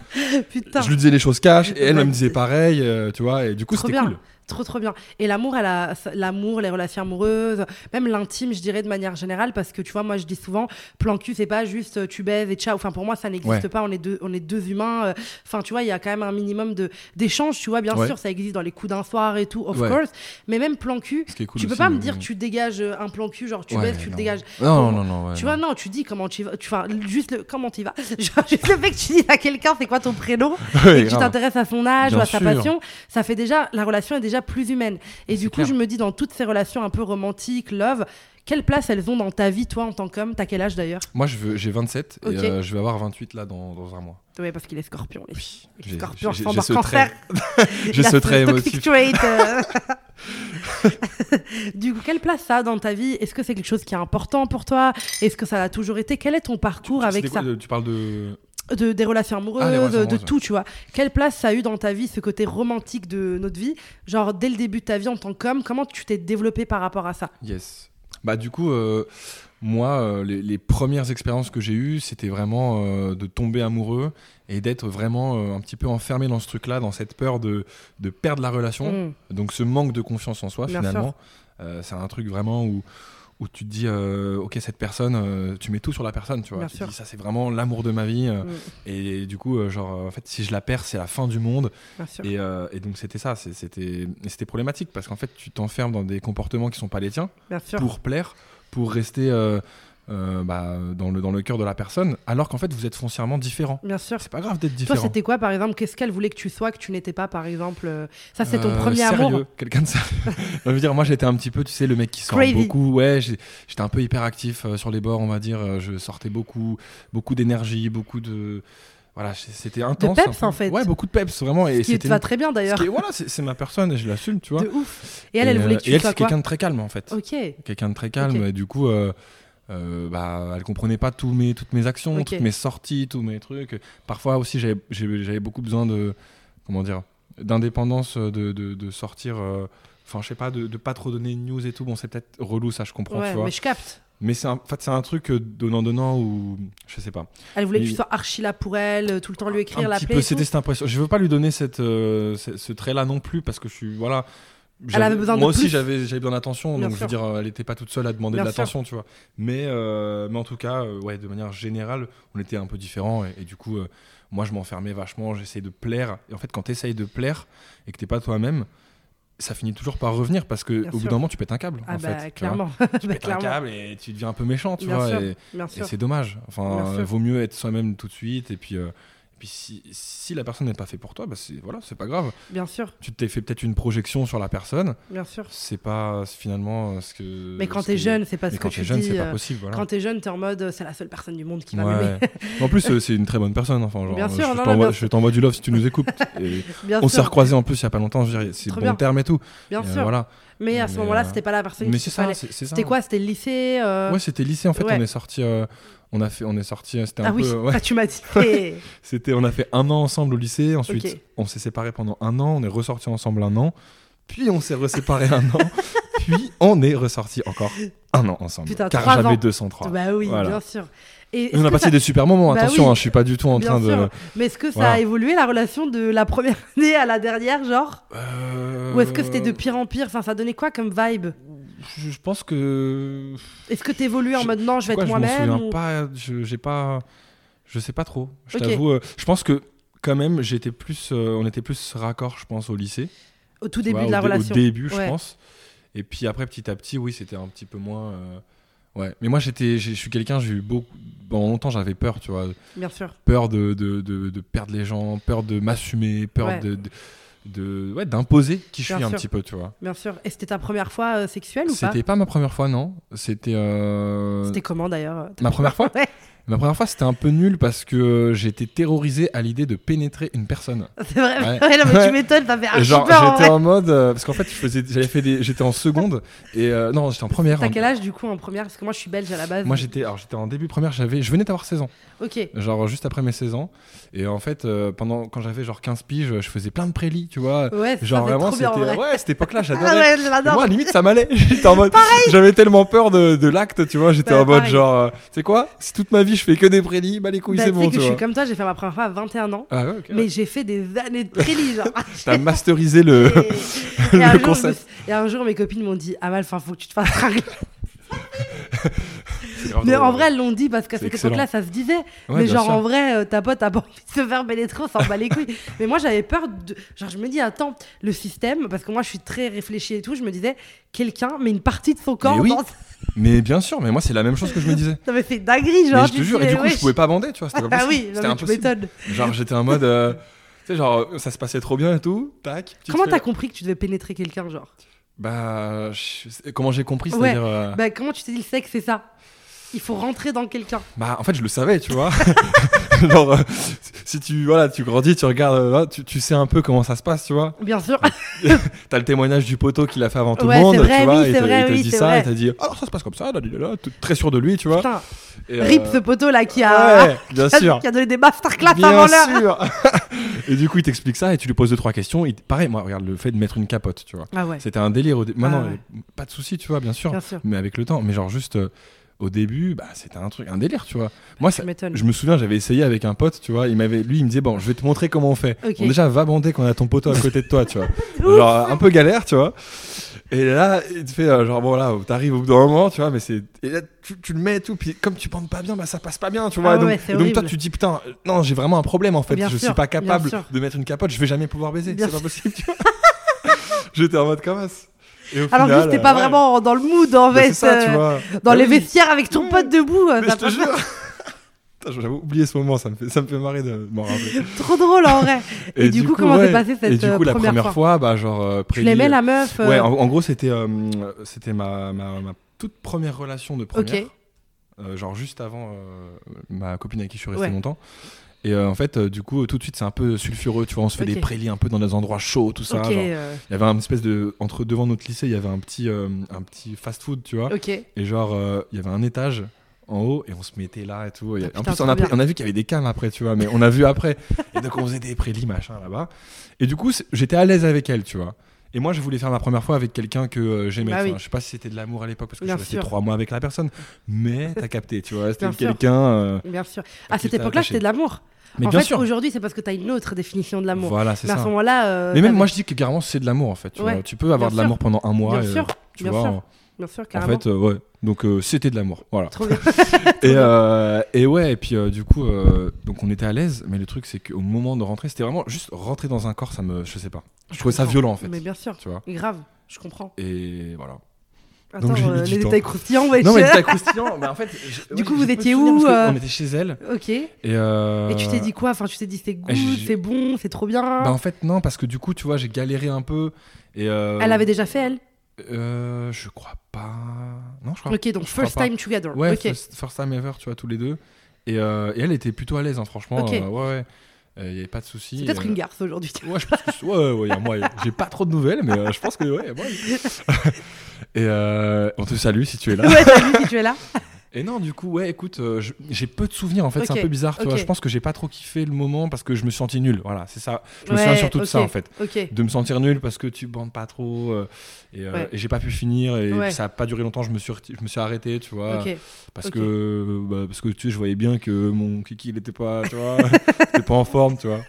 [SPEAKER 1] Putain.
[SPEAKER 2] Je lui disais les choses cash et elle, elle me
[SPEAKER 1] Ouais.
[SPEAKER 2] disait pareil, euh, tu vois. Et du coup,
[SPEAKER 1] Trop
[SPEAKER 2] c'était
[SPEAKER 1] bien.
[SPEAKER 2] cool.
[SPEAKER 1] Trop trop bien. Et l'amour, elle a- l'amour, les relations amoureuses, même l'intime, je dirais de manière générale, parce que tu vois, moi je dis souvent, plan cul, c'est pas juste euh, tu baises et ciao. Enfin pour moi, ça n'existe
[SPEAKER 2] Ouais.
[SPEAKER 1] pas. On est deux, on est deux humains. euh, Enfin tu vois, il y a quand même un minimum de d'échanges. Tu vois, bien
[SPEAKER 2] Ouais.
[SPEAKER 1] sûr, ça existe dans les coups d'un soir et tout, of
[SPEAKER 2] Ouais.
[SPEAKER 1] course. Mais même plan cul,
[SPEAKER 2] Ce qui est cool
[SPEAKER 1] tu peux
[SPEAKER 2] aussi,
[SPEAKER 1] pas me
[SPEAKER 2] mais-
[SPEAKER 1] dire que tu dégages euh, un plan cul, genre tu
[SPEAKER 2] Ouais,
[SPEAKER 1] baises, tu
[SPEAKER 2] non.
[SPEAKER 1] le dégages.
[SPEAKER 2] Non,
[SPEAKER 1] Pour-
[SPEAKER 2] non, non. ouais,
[SPEAKER 1] Tu
[SPEAKER 2] non.
[SPEAKER 1] vois, non, tu dis comment tu vas. Tu, enfin, juste le, comment tu vas. Genre, juste le fait que tu dis à quelqu'un c'est quoi ton prénom
[SPEAKER 2] Ouais,
[SPEAKER 1] et que tu
[SPEAKER 2] grave.
[SPEAKER 1] t'intéresses à son âge
[SPEAKER 2] Bien
[SPEAKER 1] ou à sa
[SPEAKER 2] sûr.
[SPEAKER 1] passion, ça fait déjà. La relation est déjà plus humaine. Et du coup,
[SPEAKER 2] clair.
[SPEAKER 1] je me dis, dans toutes ces relations un peu romantiques, love, quelle place elles ont dans ta vie, toi, en tant qu'homme T'as quel âge d'ailleurs
[SPEAKER 2] Moi, je veux- j'ai 27 et
[SPEAKER 1] Ok.
[SPEAKER 2] euh, je vais avoir 28 là dans, dans un mois.
[SPEAKER 1] Oui, parce qu'il est scorpion. Les...
[SPEAKER 2] Oui.
[SPEAKER 1] les
[SPEAKER 2] J'ai-
[SPEAKER 1] scorpions
[SPEAKER 2] j'ai-
[SPEAKER 1] sont
[SPEAKER 2] j'ai
[SPEAKER 1] dans
[SPEAKER 2] ce
[SPEAKER 1] cancer.
[SPEAKER 2] trait- J'ai
[SPEAKER 1] Il a
[SPEAKER 2] ce trait
[SPEAKER 1] toxic
[SPEAKER 2] émotif.
[SPEAKER 1] trait, euh. du coup, quelle place ça a dans ta vie Est-ce que c'est quelque chose qui est important pour toi Est-ce que ça l'a toujours été Quel est ton parcours avec
[SPEAKER 2] C'était
[SPEAKER 1] ça
[SPEAKER 2] quoi, de- Tu parles de.
[SPEAKER 1] de, des relations amoureuses,
[SPEAKER 2] Ah, les relations
[SPEAKER 1] de
[SPEAKER 2] amoureuses,
[SPEAKER 1] tout, tu vois. Quelle place ça a eu dans ta vie, ce côté romantique de notre vie Genre, dès le début de ta vie en tant qu'homme, comment tu t'es développé par rapport à ça
[SPEAKER 2] Yes. Bah, du coup, euh, moi, euh, les, les premières expériences que j'ai eues, c'était vraiment euh, de tomber amoureux et d'être vraiment euh, un petit peu enfermé dans ce truc-là, dans cette peur de, de perdre la relation.
[SPEAKER 1] Mm.
[SPEAKER 2] Donc ce manque de confiance en soi,
[SPEAKER 1] Bien
[SPEAKER 2] finalement, euh, c'est un truc vraiment où, où tu te dis, euh, ok, cette personne, euh, tu mets tout sur la personne, tu vois.
[SPEAKER 1] Bien
[SPEAKER 2] tu te
[SPEAKER 1] sûr.
[SPEAKER 2] dis, ça c'est vraiment l'amour de ma vie. euh,
[SPEAKER 1] Mm.
[SPEAKER 2] Et, du coup, euh, genre, euh, en fait, si je la perds, c'est la fin du monde.
[SPEAKER 1] Bien sûr.
[SPEAKER 2] Et, euh, et donc c'était ça, c'est- c'était et c'était problématique parce qu'en fait, tu t'enfermes dans des comportements qui sont pas les tiens
[SPEAKER 1] Bien sûr.
[SPEAKER 2] pour plaire, pour rester euh, euh, bah, dans le, dans le cœur de la personne, alors qu'en fait, vous êtes foncièrement différents.
[SPEAKER 1] Bien sûr.
[SPEAKER 2] C'est pas grave d'être
[SPEAKER 1] Toi,
[SPEAKER 2] différent.
[SPEAKER 1] c'était quoi, par exemple Qu'est-ce qu'elle voulait que tu sois, que tu n'étais pas, par exemple euh, Ça, c'est ton
[SPEAKER 2] Euh,
[SPEAKER 1] premier
[SPEAKER 2] sérieux,
[SPEAKER 1] amour
[SPEAKER 2] Quelqu'un de sérieux. Je veux dire, moi j'étais un petit peu, tu sais, le mec qui sort
[SPEAKER 1] Crazy.
[SPEAKER 2] beaucoup. Ouais, j'ai- j'étais un peu hyperactif euh, sur les bords, on va dire. Euh, Je sortais beaucoup, beaucoup d'énergie, beaucoup de. Voilà, c- c'était intense. un
[SPEAKER 1] peps,
[SPEAKER 2] peu.
[SPEAKER 1] en fait.
[SPEAKER 2] Ouais, beaucoup de peps, vraiment. Et
[SPEAKER 1] qui
[SPEAKER 2] c'était.
[SPEAKER 1] te va très bien
[SPEAKER 2] ce
[SPEAKER 1] d'ailleurs.
[SPEAKER 2] qui est- voilà, c'est c'est ma personne et je l'assume, tu vois.
[SPEAKER 1] De ouf. Et elle, elle
[SPEAKER 2] Et,
[SPEAKER 1] voulait
[SPEAKER 2] euh,
[SPEAKER 1] que
[SPEAKER 2] et
[SPEAKER 1] tu
[SPEAKER 2] elle,
[SPEAKER 1] sois
[SPEAKER 2] c'est
[SPEAKER 1] quoi
[SPEAKER 2] quelqu'un de très calme en fait.
[SPEAKER 1] Ok.
[SPEAKER 2] Quelqu'un de très calme.
[SPEAKER 1] Ok.
[SPEAKER 2] Et du coup. euh, euh, bah, elle comprenait pas tous mes, toutes mes actions,
[SPEAKER 1] Ok.
[SPEAKER 2] toutes mes sorties, tous mes trucs. Parfois aussi, j'avais- j'ai- j'avais beaucoup besoin de. Comment dire D'indépendance, euh, de, de, de sortir. euh, Enfin, je sais pas, de, de pas trop donner une news et tout. Bon, c'est peut-être relou, ça, je comprends,
[SPEAKER 1] Ouais,
[SPEAKER 2] tu vois.
[SPEAKER 1] mais
[SPEAKER 2] Mais,
[SPEAKER 1] je capte.
[SPEAKER 2] c'est un, en fait, c'est un truc euh, donnant-donnant ou. Je sais pas.
[SPEAKER 1] Elle voulait que
[SPEAKER 2] Mais-
[SPEAKER 1] tu sois archi là pour elle, euh, tout le temps lui écrire,
[SPEAKER 2] un
[SPEAKER 1] la
[SPEAKER 2] petit
[SPEAKER 1] paix.
[SPEAKER 2] peu, c'était cette impression. Je veux pas lui donner cette, euh, ce, ce trait-là non plus parce que je suis. Voilà. j'avais-
[SPEAKER 1] avait besoin
[SPEAKER 2] moi
[SPEAKER 1] de
[SPEAKER 2] aussi
[SPEAKER 1] plus.
[SPEAKER 2] j'avais j'avais besoin d'attention
[SPEAKER 1] Bien
[SPEAKER 2] donc je veux
[SPEAKER 1] sûr.
[SPEAKER 2] dire euh, elle n'était pas toute seule à demander
[SPEAKER 1] Bien
[SPEAKER 2] de
[SPEAKER 1] sûr.
[SPEAKER 2] l'attention tu vois mais euh, mais en tout cas euh, ouais de manière générale on était un peu différents et, et du coup euh, moi je m'enfermais vachement j'essayais de plaire et en fait quand t'essayes de plaire et que t'es pas toi-même ça finit toujours par revenir parce que
[SPEAKER 1] Bien
[SPEAKER 2] au bout
[SPEAKER 1] sûr.
[SPEAKER 2] d'un moment tu pètes un câble
[SPEAKER 1] Ah
[SPEAKER 2] en
[SPEAKER 1] bah
[SPEAKER 2] fait, tu vois.
[SPEAKER 1] clairement.
[SPEAKER 2] tu
[SPEAKER 1] Bah,
[SPEAKER 2] pètes un
[SPEAKER 1] clairement.
[SPEAKER 2] câble et tu deviens un peu méchant tu
[SPEAKER 1] Bien
[SPEAKER 2] vois
[SPEAKER 1] sûr.
[SPEAKER 2] et-
[SPEAKER 1] Bien
[SPEAKER 2] et
[SPEAKER 1] sûr.
[SPEAKER 2] c'est dommage.
[SPEAKER 1] Bien
[SPEAKER 2] Enfin,
[SPEAKER 1] sûr.
[SPEAKER 2] vaut mieux être soi-même tout de suite. Et puis, euh, et puis si, si la personne n'est pas fait pour toi, bah c'est voilà, c'est pas grave.
[SPEAKER 1] Bien sûr.
[SPEAKER 2] Tu t'es fait peut-être une projection sur la personne.
[SPEAKER 1] Bien sûr.
[SPEAKER 2] C'est pas c'est finalement euh, ce que.
[SPEAKER 1] Mais quand
[SPEAKER 2] ce
[SPEAKER 1] t'es
[SPEAKER 2] que-
[SPEAKER 1] jeune, c'est pas
[SPEAKER 2] mais
[SPEAKER 1] ce que
[SPEAKER 2] quand t'es
[SPEAKER 1] tu
[SPEAKER 2] jeune,
[SPEAKER 1] dis.
[SPEAKER 2] c'est pas
[SPEAKER 1] euh,
[SPEAKER 2] possible. Voilà.
[SPEAKER 1] Quand t'es jeune, t'es en mode euh, c'est la seule personne du monde qui m'a
[SPEAKER 2] Ouais.
[SPEAKER 1] m'aimer.
[SPEAKER 2] en plus, euh, c'est une très bonne personne. Enfin, genre,
[SPEAKER 1] Bien
[SPEAKER 2] euh,
[SPEAKER 1] sûr,
[SPEAKER 2] je
[SPEAKER 1] non, non,
[SPEAKER 2] t'envoie-
[SPEAKER 1] bien
[SPEAKER 2] je t'envoie du love si tu nous écoutes. Et
[SPEAKER 1] Bien
[SPEAKER 2] on s'est
[SPEAKER 1] sûr,
[SPEAKER 2] recroisés en plus il y a pas longtemps. Je veux dire, c'est
[SPEAKER 1] Trop
[SPEAKER 2] bon
[SPEAKER 1] bien.
[SPEAKER 2] terme et tout.
[SPEAKER 1] bien
[SPEAKER 2] Et, euh,
[SPEAKER 1] sûr.
[SPEAKER 2] voilà.
[SPEAKER 1] Mais à ce
[SPEAKER 2] Mais,
[SPEAKER 1] moment-là,
[SPEAKER 2] euh,
[SPEAKER 1] c'était pas la personne
[SPEAKER 2] Mais
[SPEAKER 1] qui
[SPEAKER 2] c'est
[SPEAKER 1] te fallait.
[SPEAKER 2] ça. c'est- c'est ça.
[SPEAKER 1] C'était quoi C'était le lycée euh,
[SPEAKER 2] Ouais, c'était lycée en fait.
[SPEAKER 1] Ouais.
[SPEAKER 2] On est sorti. euh, on a fait. On est sorti. euh, C'était un
[SPEAKER 1] Ah
[SPEAKER 2] peu.
[SPEAKER 1] oui,
[SPEAKER 2] ouais.
[SPEAKER 1] ça, tu m'as dit. Et-
[SPEAKER 2] C'était, on a fait un an ensemble au lycée, ensuite
[SPEAKER 1] Ok.
[SPEAKER 2] on s'est séparés pendant un an, on est ressortis ensemble un an, puis on s'est reséparés un an, puis on est ressortis encore un an ensemble.
[SPEAKER 1] Putain,
[SPEAKER 2] car
[SPEAKER 1] trois
[SPEAKER 2] j'avais
[SPEAKER 1] ans.
[SPEAKER 2] 203.
[SPEAKER 1] Bah oui,
[SPEAKER 2] Voilà.
[SPEAKER 1] bien sûr. Et
[SPEAKER 2] Et on
[SPEAKER 1] est-ce
[SPEAKER 2] a
[SPEAKER 1] que
[SPEAKER 2] passé
[SPEAKER 1] ça-
[SPEAKER 2] des super moments,
[SPEAKER 1] Bah
[SPEAKER 2] attention,
[SPEAKER 1] oui.
[SPEAKER 2] hein, je suis pas du tout en
[SPEAKER 1] Bien
[SPEAKER 2] train de.
[SPEAKER 1] sûr. Mais est-ce que ça a
[SPEAKER 2] Voilà.
[SPEAKER 1] évolué la relation de la première année à la dernière, genre
[SPEAKER 2] Euh,
[SPEAKER 1] Ou est-ce que c'était de pire en pire Enfin, ça donnait quoi comme vibe
[SPEAKER 2] Je je pense que.
[SPEAKER 1] Est-ce que t'évolues en
[SPEAKER 2] Je-
[SPEAKER 1] mode non, je vais
[SPEAKER 2] Quoi,
[SPEAKER 1] être
[SPEAKER 2] je m'en
[SPEAKER 1] moi-même
[SPEAKER 2] souviens
[SPEAKER 1] ou-
[SPEAKER 2] pas, je, j'ai pas. Je sais pas trop, je
[SPEAKER 1] Ok.
[SPEAKER 2] t'avoue. euh, je pense que quand même, j'étais plus, euh, on était plus raccord, je pense, au lycée.
[SPEAKER 1] Au tout
[SPEAKER 2] tu
[SPEAKER 1] début
[SPEAKER 2] vois,
[SPEAKER 1] de la
[SPEAKER 2] Bah, au dé-
[SPEAKER 1] relation.
[SPEAKER 2] Au début, je
[SPEAKER 1] Ouais.
[SPEAKER 2] pense. Et puis après, petit à petit, oui, c'était un petit peu moins. euh, Ouais. Mais moi, j'étais, j'ai- je suis quelqu'un, j'ai eu beaucoup. Pendant longtemps, j'avais peur, tu vois.
[SPEAKER 1] Bien sûr.
[SPEAKER 2] Peur de, de, de, de perdre les gens, peur de m'assumer, peur
[SPEAKER 1] Ouais.
[SPEAKER 2] de. de de- ouais, d'imposer qui je
[SPEAKER 1] Bien
[SPEAKER 2] suis un
[SPEAKER 1] sûr.
[SPEAKER 2] petit peu, tu vois.
[SPEAKER 1] Bien sûr. Et c'était ta première fois euh, sexuelle ou pas
[SPEAKER 2] C'était pas ma première fois, non. C'était. euh,
[SPEAKER 1] C'était comment d'ailleurs
[SPEAKER 2] Ma première fois
[SPEAKER 1] Ouais.
[SPEAKER 2] Ma première fois, c'était un peu nul parce que j'étais terrorisé à l'idée de pénétrer une personne.
[SPEAKER 1] C'est vrai,
[SPEAKER 2] Ouais.
[SPEAKER 1] ouais, non, mais
[SPEAKER 2] Ouais.
[SPEAKER 1] tu m'étonnes, ça fait archi
[SPEAKER 2] Genre,
[SPEAKER 1] peur, en
[SPEAKER 2] j'étais
[SPEAKER 1] vrai.
[SPEAKER 2] en mode. euh, parce qu'en fait, je faisais- j'avais fait des. J'étais en seconde et. euh, non, j'étais en première.
[SPEAKER 1] T'as
[SPEAKER 2] en-
[SPEAKER 1] quel âge du coup en première Parce que moi je suis belge à la base.
[SPEAKER 2] Moi, j'étais. Alors, j'étais en début première, j'avais. Je venais d'avoir 16 ans.
[SPEAKER 1] Ok.
[SPEAKER 2] Genre, juste après mes 16 ans. Et en fait, euh, pendant. Quand j'avais genre 15 piges, je faisais plein de prélits, tu vois.
[SPEAKER 1] Ouais, ça
[SPEAKER 2] Genre,
[SPEAKER 1] fait
[SPEAKER 2] vraiment,
[SPEAKER 1] trop bien en
[SPEAKER 2] c'était.
[SPEAKER 1] vrai.
[SPEAKER 2] Ouais, cette époque-là, j'adorais.
[SPEAKER 1] Ah ouais, je
[SPEAKER 2] Et
[SPEAKER 1] l'adore.
[SPEAKER 2] moi, limite, ça m'allait. J'étais en mode. J'avais tellement peur de, de l'acte, tu vois. J'étais
[SPEAKER 1] Bah,
[SPEAKER 2] en mode
[SPEAKER 1] pareil.
[SPEAKER 2] genre, euh, c'est quoi Si toute ma vie je fais que des prédits, bah les couilles,
[SPEAKER 1] Bah,
[SPEAKER 2] c'est
[SPEAKER 1] tu sais
[SPEAKER 2] bon,
[SPEAKER 1] que
[SPEAKER 2] tu
[SPEAKER 1] je
[SPEAKER 2] vois.
[SPEAKER 1] suis comme toi, j'ai fait ma première fois à 21 ans.
[SPEAKER 2] Ah ouais, ok.
[SPEAKER 1] Mais
[SPEAKER 2] ouais.
[SPEAKER 1] j'ai fait des années de prélis, genre.
[SPEAKER 2] T'as masterisé le,
[SPEAKER 1] Et un
[SPEAKER 2] euh,
[SPEAKER 1] jour, je me
[SPEAKER 2] le concept.
[SPEAKER 1] suis- et un jour, mes copines m'ont dit Ah, mal, enfin, faut que tu te fasses ragler.
[SPEAKER 2] C'est grave
[SPEAKER 1] Mais en
[SPEAKER 2] drôle.
[SPEAKER 1] vrai, elles l'ont dit parce qu'à
[SPEAKER 2] C'est
[SPEAKER 1] cette
[SPEAKER 2] excellent.
[SPEAKER 1] époque-là, ça se disait.
[SPEAKER 2] Ouais,
[SPEAKER 1] mais
[SPEAKER 2] bien
[SPEAKER 1] genre,
[SPEAKER 2] sûr.
[SPEAKER 1] en vrai, euh, ta pote a pas envie de se faire pénétrer, on s'en bat les couilles. mais moi, j'avais peur de. Genre, je me dis Attends, le système, parce que moi, je suis très réfléchie et tout, je me disais Quelqu'un met une partie de son corps
[SPEAKER 2] Mais oui.
[SPEAKER 1] dans.
[SPEAKER 2] Mais bien sûr, mais moi c'est la même chose que je me disais.
[SPEAKER 1] Non, mais c'est dingue, genre.
[SPEAKER 2] mais je te
[SPEAKER 1] tu
[SPEAKER 2] jure,
[SPEAKER 1] dis,
[SPEAKER 2] et du
[SPEAKER 1] mais
[SPEAKER 2] coup
[SPEAKER 1] wesh.
[SPEAKER 2] je pouvais pas bander, tu vois. C'était pas
[SPEAKER 1] Ah
[SPEAKER 2] possible.
[SPEAKER 1] oui, non,
[SPEAKER 2] c'était
[SPEAKER 1] mais tu
[SPEAKER 2] impossible.
[SPEAKER 1] m'étonnes.
[SPEAKER 2] Genre j'étais en mode, euh, tu sais, genre ça se passait trop bien et tout. Tac. tu te
[SPEAKER 1] Comment
[SPEAKER 2] fais-
[SPEAKER 1] t'as compris que tu devais pénétrer quelqu'un, genre
[SPEAKER 2] Bah je- comment j'ai compris,
[SPEAKER 1] Ouais.
[SPEAKER 2] c'est-à-dire. euh,
[SPEAKER 1] Bah, comment tu t'es dit le sexe, c'est ça Il faut rentrer dans quelqu'un.
[SPEAKER 2] Bah, en fait, je le savais, tu vois. Genre, euh, si tu, voilà, tu grandis, tu regardes, euh, là, tu, tu sais un peu comment ça se passe, tu vois.
[SPEAKER 1] Bien sûr.
[SPEAKER 2] T'as le témoignage du poteau qu'il a fait avant tout
[SPEAKER 1] Ouais,
[SPEAKER 2] le monde,
[SPEAKER 1] c'est vrai,
[SPEAKER 2] tu vois.
[SPEAKER 1] oui,
[SPEAKER 2] il
[SPEAKER 1] c'est
[SPEAKER 2] te,
[SPEAKER 1] vrai,
[SPEAKER 2] il te
[SPEAKER 1] oui,
[SPEAKER 2] dit
[SPEAKER 1] c'est
[SPEAKER 2] ça,
[SPEAKER 1] vrai.
[SPEAKER 2] il t'a dit, alors ça se passe comme ça, là, là, là, t- très sûr de lui, tu vois.
[SPEAKER 1] Putain,
[SPEAKER 2] Et, euh,
[SPEAKER 1] rip ce poteau là qui a.
[SPEAKER 2] Ouais, bien
[SPEAKER 1] qui a-
[SPEAKER 2] sûr.
[SPEAKER 1] Qui a donné des masterclass avant
[SPEAKER 2] Bien
[SPEAKER 1] l'heure.
[SPEAKER 2] sûr. et du coup, il t'explique ça et tu lui poses deux trois questions. Il... Pareil, moi, regarde le fait de mettre une capote, tu vois.
[SPEAKER 1] Ah ouais,
[SPEAKER 2] C'était un délire. Au dé- Maintenant,
[SPEAKER 1] Ah ouais.
[SPEAKER 2] euh, pas de souci, tu vois, bien sûr.
[SPEAKER 1] bien sûr.
[SPEAKER 2] Mais avec le temps, mais genre juste euh, au début, bah, c'était un truc, un délire, tu vois. Moi, ça,
[SPEAKER 1] Tu m'étonnes.
[SPEAKER 2] Je me souviens, j'avais essayé avec un pote, tu vois. Il m'avait, lui, il me disait bon, je vais te montrer comment on fait.
[SPEAKER 1] Ok.
[SPEAKER 2] Bon, déjà, va bander quand on a ton poteau à côté de toi, tu vois.
[SPEAKER 1] Ouf.
[SPEAKER 2] genre un peu galère, tu vois. Et là, il te fait euh, genre bon là, t'arrives au bout d'un moment, tu vois, mais c'est et là tu, tu le mets et tout, puis comme tu bandes pas bien, bah ça passe pas bien, tu vois.
[SPEAKER 1] Ah
[SPEAKER 2] donc,
[SPEAKER 1] ouais, c'est
[SPEAKER 2] et donc toi,
[SPEAKER 1] horrible.
[SPEAKER 2] tu te dis putain, euh, non, j'ai vraiment un problème en fait.
[SPEAKER 1] Bien
[SPEAKER 2] je
[SPEAKER 1] sûr,
[SPEAKER 2] suis pas
[SPEAKER 1] bien
[SPEAKER 2] capable
[SPEAKER 1] sûr.
[SPEAKER 2] de mettre une capote, je vais jamais pouvoir baiser,
[SPEAKER 1] Bien
[SPEAKER 2] c'est pas possible, tu vois. J'étais en mode commence. Et au
[SPEAKER 1] Alors que
[SPEAKER 2] final,
[SPEAKER 1] c'était
[SPEAKER 2] euh,
[SPEAKER 1] pas
[SPEAKER 2] ouais.
[SPEAKER 1] vraiment dans le mood en
[SPEAKER 2] Bah,
[SPEAKER 1] fait.
[SPEAKER 2] c'est ça, tu
[SPEAKER 1] euh,
[SPEAKER 2] vois.
[SPEAKER 1] Dans
[SPEAKER 2] Bah
[SPEAKER 1] les
[SPEAKER 2] oui.
[SPEAKER 1] vestiaires avec ton
[SPEAKER 2] Ouais.
[SPEAKER 1] pote debout. euh,
[SPEAKER 2] Mais
[SPEAKER 1] ça
[SPEAKER 2] je te
[SPEAKER 1] passe
[SPEAKER 2] jure. Putain, J'avais oublié ce moment, ça me fait, ça me fait marrer de m'en rappeler.
[SPEAKER 1] Trop drôle en vrai. Et du coup, comment s'est passée cette,
[SPEAKER 2] Et du
[SPEAKER 1] euh,
[SPEAKER 2] coup, la
[SPEAKER 1] première
[SPEAKER 2] première fois, bah, genre. euh,
[SPEAKER 1] Tu
[SPEAKER 2] Prélie-
[SPEAKER 1] l'aimais la meuf euh,
[SPEAKER 2] Ouais, en, en gros, c'était euh, c'était ma, ma, ma toute première relation de première.
[SPEAKER 1] Ok.
[SPEAKER 2] Euh, genre juste avant euh, ma copine avec qui je suis resté
[SPEAKER 1] Ouais.
[SPEAKER 2] longtemps. Et euh, en fait, euh, du coup, tout de suite, c'est un peu sulfureux, tu vois. On se fait
[SPEAKER 1] Ok.
[SPEAKER 2] des prélits un peu dans des endroits chauds, tout ça.
[SPEAKER 1] Ok.
[SPEAKER 2] genre.
[SPEAKER 1] euh,
[SPEAKER 2] Il y avait un espèce de. Entre devant notre lycée, il y avait un petit, euh, un petit fast-food, tu vois.
[SPEAKER 1] Ok.
[SPEAKER 2] Et genre, euh, il y avait un étage en haut et on se mettait là et tout. Et
[SPEAKER 1] Ah,
[SPEAKER 2] en
[SPEAKER 1] putain,
[SPEAKER 2] plus, on a,
[SPEAKER 1] trop
[SPEAKER 2] pris-
[SPEAKER 1] bien.
[SPEAKER 2] on a vu qu'il y avait des cams après, tu vois, mais on a vu après. Et donc, on faisait des prélits, machin, là-bas. Et du coup, c'est- j'étais à l'aise avec elle, tu vois. Et moi, je voulais faire ma première fois avec quelqu'un que euh, j'aimais.
[SPEAKER 1] Bah
[SPEAKER 2] tu
[SPEAKER 1] oui.
[SPEAKER 2] vois. Je sais pas si c'était de l'amour à l'époque parce que
[SPEAKER 1] Bien
[SPEAKER 2] je suis resté
[SPEAKER 1] sûr.
[SPEAKER 2] trois mois avec la personne, mais t'as capté, tu vois. C'était
[SPEAKER 1] Bien sûr.
[SPEAKER 2] quelqu'un. euh,
[SPEAKER 1] Bien sûr.
[SPEAKER 2] Bah,
[SPEAKER 1] À
[SPEAKER 2] tu
[SPEAKER 1] cette
[SPEAKER 2] t'es
[SPEAKER 1] époque-là,
[SPEAKER 2] attaché.
[SPEAKER 1] c'était de l'amour.
[SPEAKER 2] Mais
[SPEAKER 1] en
[SPEAKER 2] bien
[SPEAKER 1] fait,
[SPEAKER 2] sûr.
[SPEAKER 1] aujourd'hui, c'est parce que t'as une autre définition de l'amour.
[SPEAKER 2] Voilà, c'est
[SPEAKER 1] Mais à
[SPEAKER 2] ça.
[SPEAKER 1] ce moment-là. euh,
[SPEAKER 2] Mais même
[SPEAKER 1] t'avais-
[SPEAKER 2] moi, je dis que carrément, c'est de l'amour en fait. Tu,
[SPEAKER 1] Ouais.
[SPEAKER 2] vois. tu peux avoir
[SPEAKER 1] Bien
[SPEAKER 2] de l'amour pendant un mois.
[SPEAKER 1] Bien
[SPEAKER 2] euh,
[SPEAKER 1] sûr.
[SPEAKER 2] Tu
[SPEAKER 1] Bien
[SPEAKER 2] vois,
[SPEAKER 1] sûr.
[SPEAKER 2] en-
[SPEAKER 1] Bien sûr,
[SPEAKER 2] en
[SPEAKER 1] carrément.
[SPEAKER 2] fait, euh, ouais. Donc, euh, c'était de l'amour. Voilà.
[SPEAKER 1] Trop bien.
[SPEAKER 2] Et, euh, et ouais, et puis euh, du coup, euh, donc on était à l'aise, mais le truc c'est qu'au moment de rentrer, c'était vraiment juste rentrer dans un corps, ça me, je sais pas, je trouvais ça
[SPEAKER 1] comprends.
[SPEAKER 2] violent en fait,
[SPEAKER 1] Mais bien sûr.
[SPEAKER 2] tu vois.
[SPEAKER 1] Grave. Je comprends.
[SPEAKER 2] Et voilà.
[SPEAKER 1] Attends,
[SPEAKER 2] j'ai mis
[SPEAKER 1] euh,
[SPEAKER 2] du
[SPEAKER 1] les
[SPEAKER 2] temps.
[SPEAKER 1] détails croustillants, ouais.
[SPEAKER 2] Non mais
[SPEAKER 1] je-
[SPEAKER 2] c'était croustillant, mais en fait. je-
[SPEAKER 1] Du
[SPEAKER 2] ouais,
[SPEAKER 1] coup,
[SPEAKER 2] je
[SPEAKER 1] vous
[SPEAKER 2] peux
[SPEAKER 1] étiez
[SPEAKER 2] me souvenir,
[SPEAKER 1] où,
[SPEAKER 2] parce que
[SPEAKER 1] euh
[SPEAKER 2] On était chez elle
[SPEAKER 1] Ok. Et
[SPEAKER 2] et. euh,
[SPEAKER 1] tu t'es dit quoi Enfin, tu t'es dit c'est good,
[SPEAKER 2] j'ai-
[SPEAKER 1] c'est bon, c'est trop bien.
[SPEAKER 2] Bah en fait non, parce que du coup, tu vois, j'ai galéré un peu et. euh,
[SPEAKER 1] Elle avait déjà fait, elle
[SPEAKER 2] euh, je crois pas. Non, je crois.
[SPEAKER 1] Ok, donc
[SPEAKER 2] hein, je crois
[SPEAKER 1] first
[SPEAKER 2] pas.
[SPEAKER 1] time together.
[SPEAKER 2] Ouais,
[SPEAKER 1] ok.
[SPEAKER 2] first, first time ever, tu vois, tous les deux. Et, euh, et elle était plutôt à l'aise, hein, franchement.
[SPEAKER 1] Ok.
[SPEAKER 2] euh, ouais, ouais. Il n'y avait pas de soucis.
[SPEAKER 1] C'est peut-être
[SPEAKER 2] euh,
[SPEAKER 1] une garce aujourd'hui.
[SPEAKER 2] Ouais, je pense que c'est- ouais, ouais, ouais, y a moyen. J'ai pas trop de nouvelles, mais euh, je pense que ouais, y a moyen. Et euh, on te salue si tu es là.
[SPEAKER 1] ouais, salut si tu es là.
[SPEAKER 2] Et non, du coup, ouais, écoute, euh, je- j'ai peu de souvenirs en fait. C'est
[SPEAKER 1] Ok,
[SPEAKER 2] un peu bizarre, tu vois.
[SPEAKER 1] ok.
[SPEAKER 2] Je pense que j'ai pas trop kiffé le moment parce que je me suis senti nul. Voilà, c'est ça. Je me
[SPEAKER 1] Ouais,
[SPEAKER 2] souviens surtout de ça
[SPEAKER 1] ok.
[SPEAKER 2] en fait.
[SPEAKER 1] Ok.
[SPEAKER 2] De me sentir nul parce que tu bandes pas trop euh, et, euh,
[SPEAKER 1] Ouais.
[SPEAKER 2] et j'ai pas pu finir et
[SPEAKER 1] Ouais.
[SPEAKER 2] ça a pas duré longtemps. Je me suis, reti- je me suis arrêté, tu vois.
[SPEAKER 1] Ok.
[SPEAKER 2] Parce
[SPEAKER 1] Ok.
[SPEAKER 2] que bah, parce que tu sais, je voyais bien que mon kiki il était pas, tu vois, il était pas en forme, tu vois.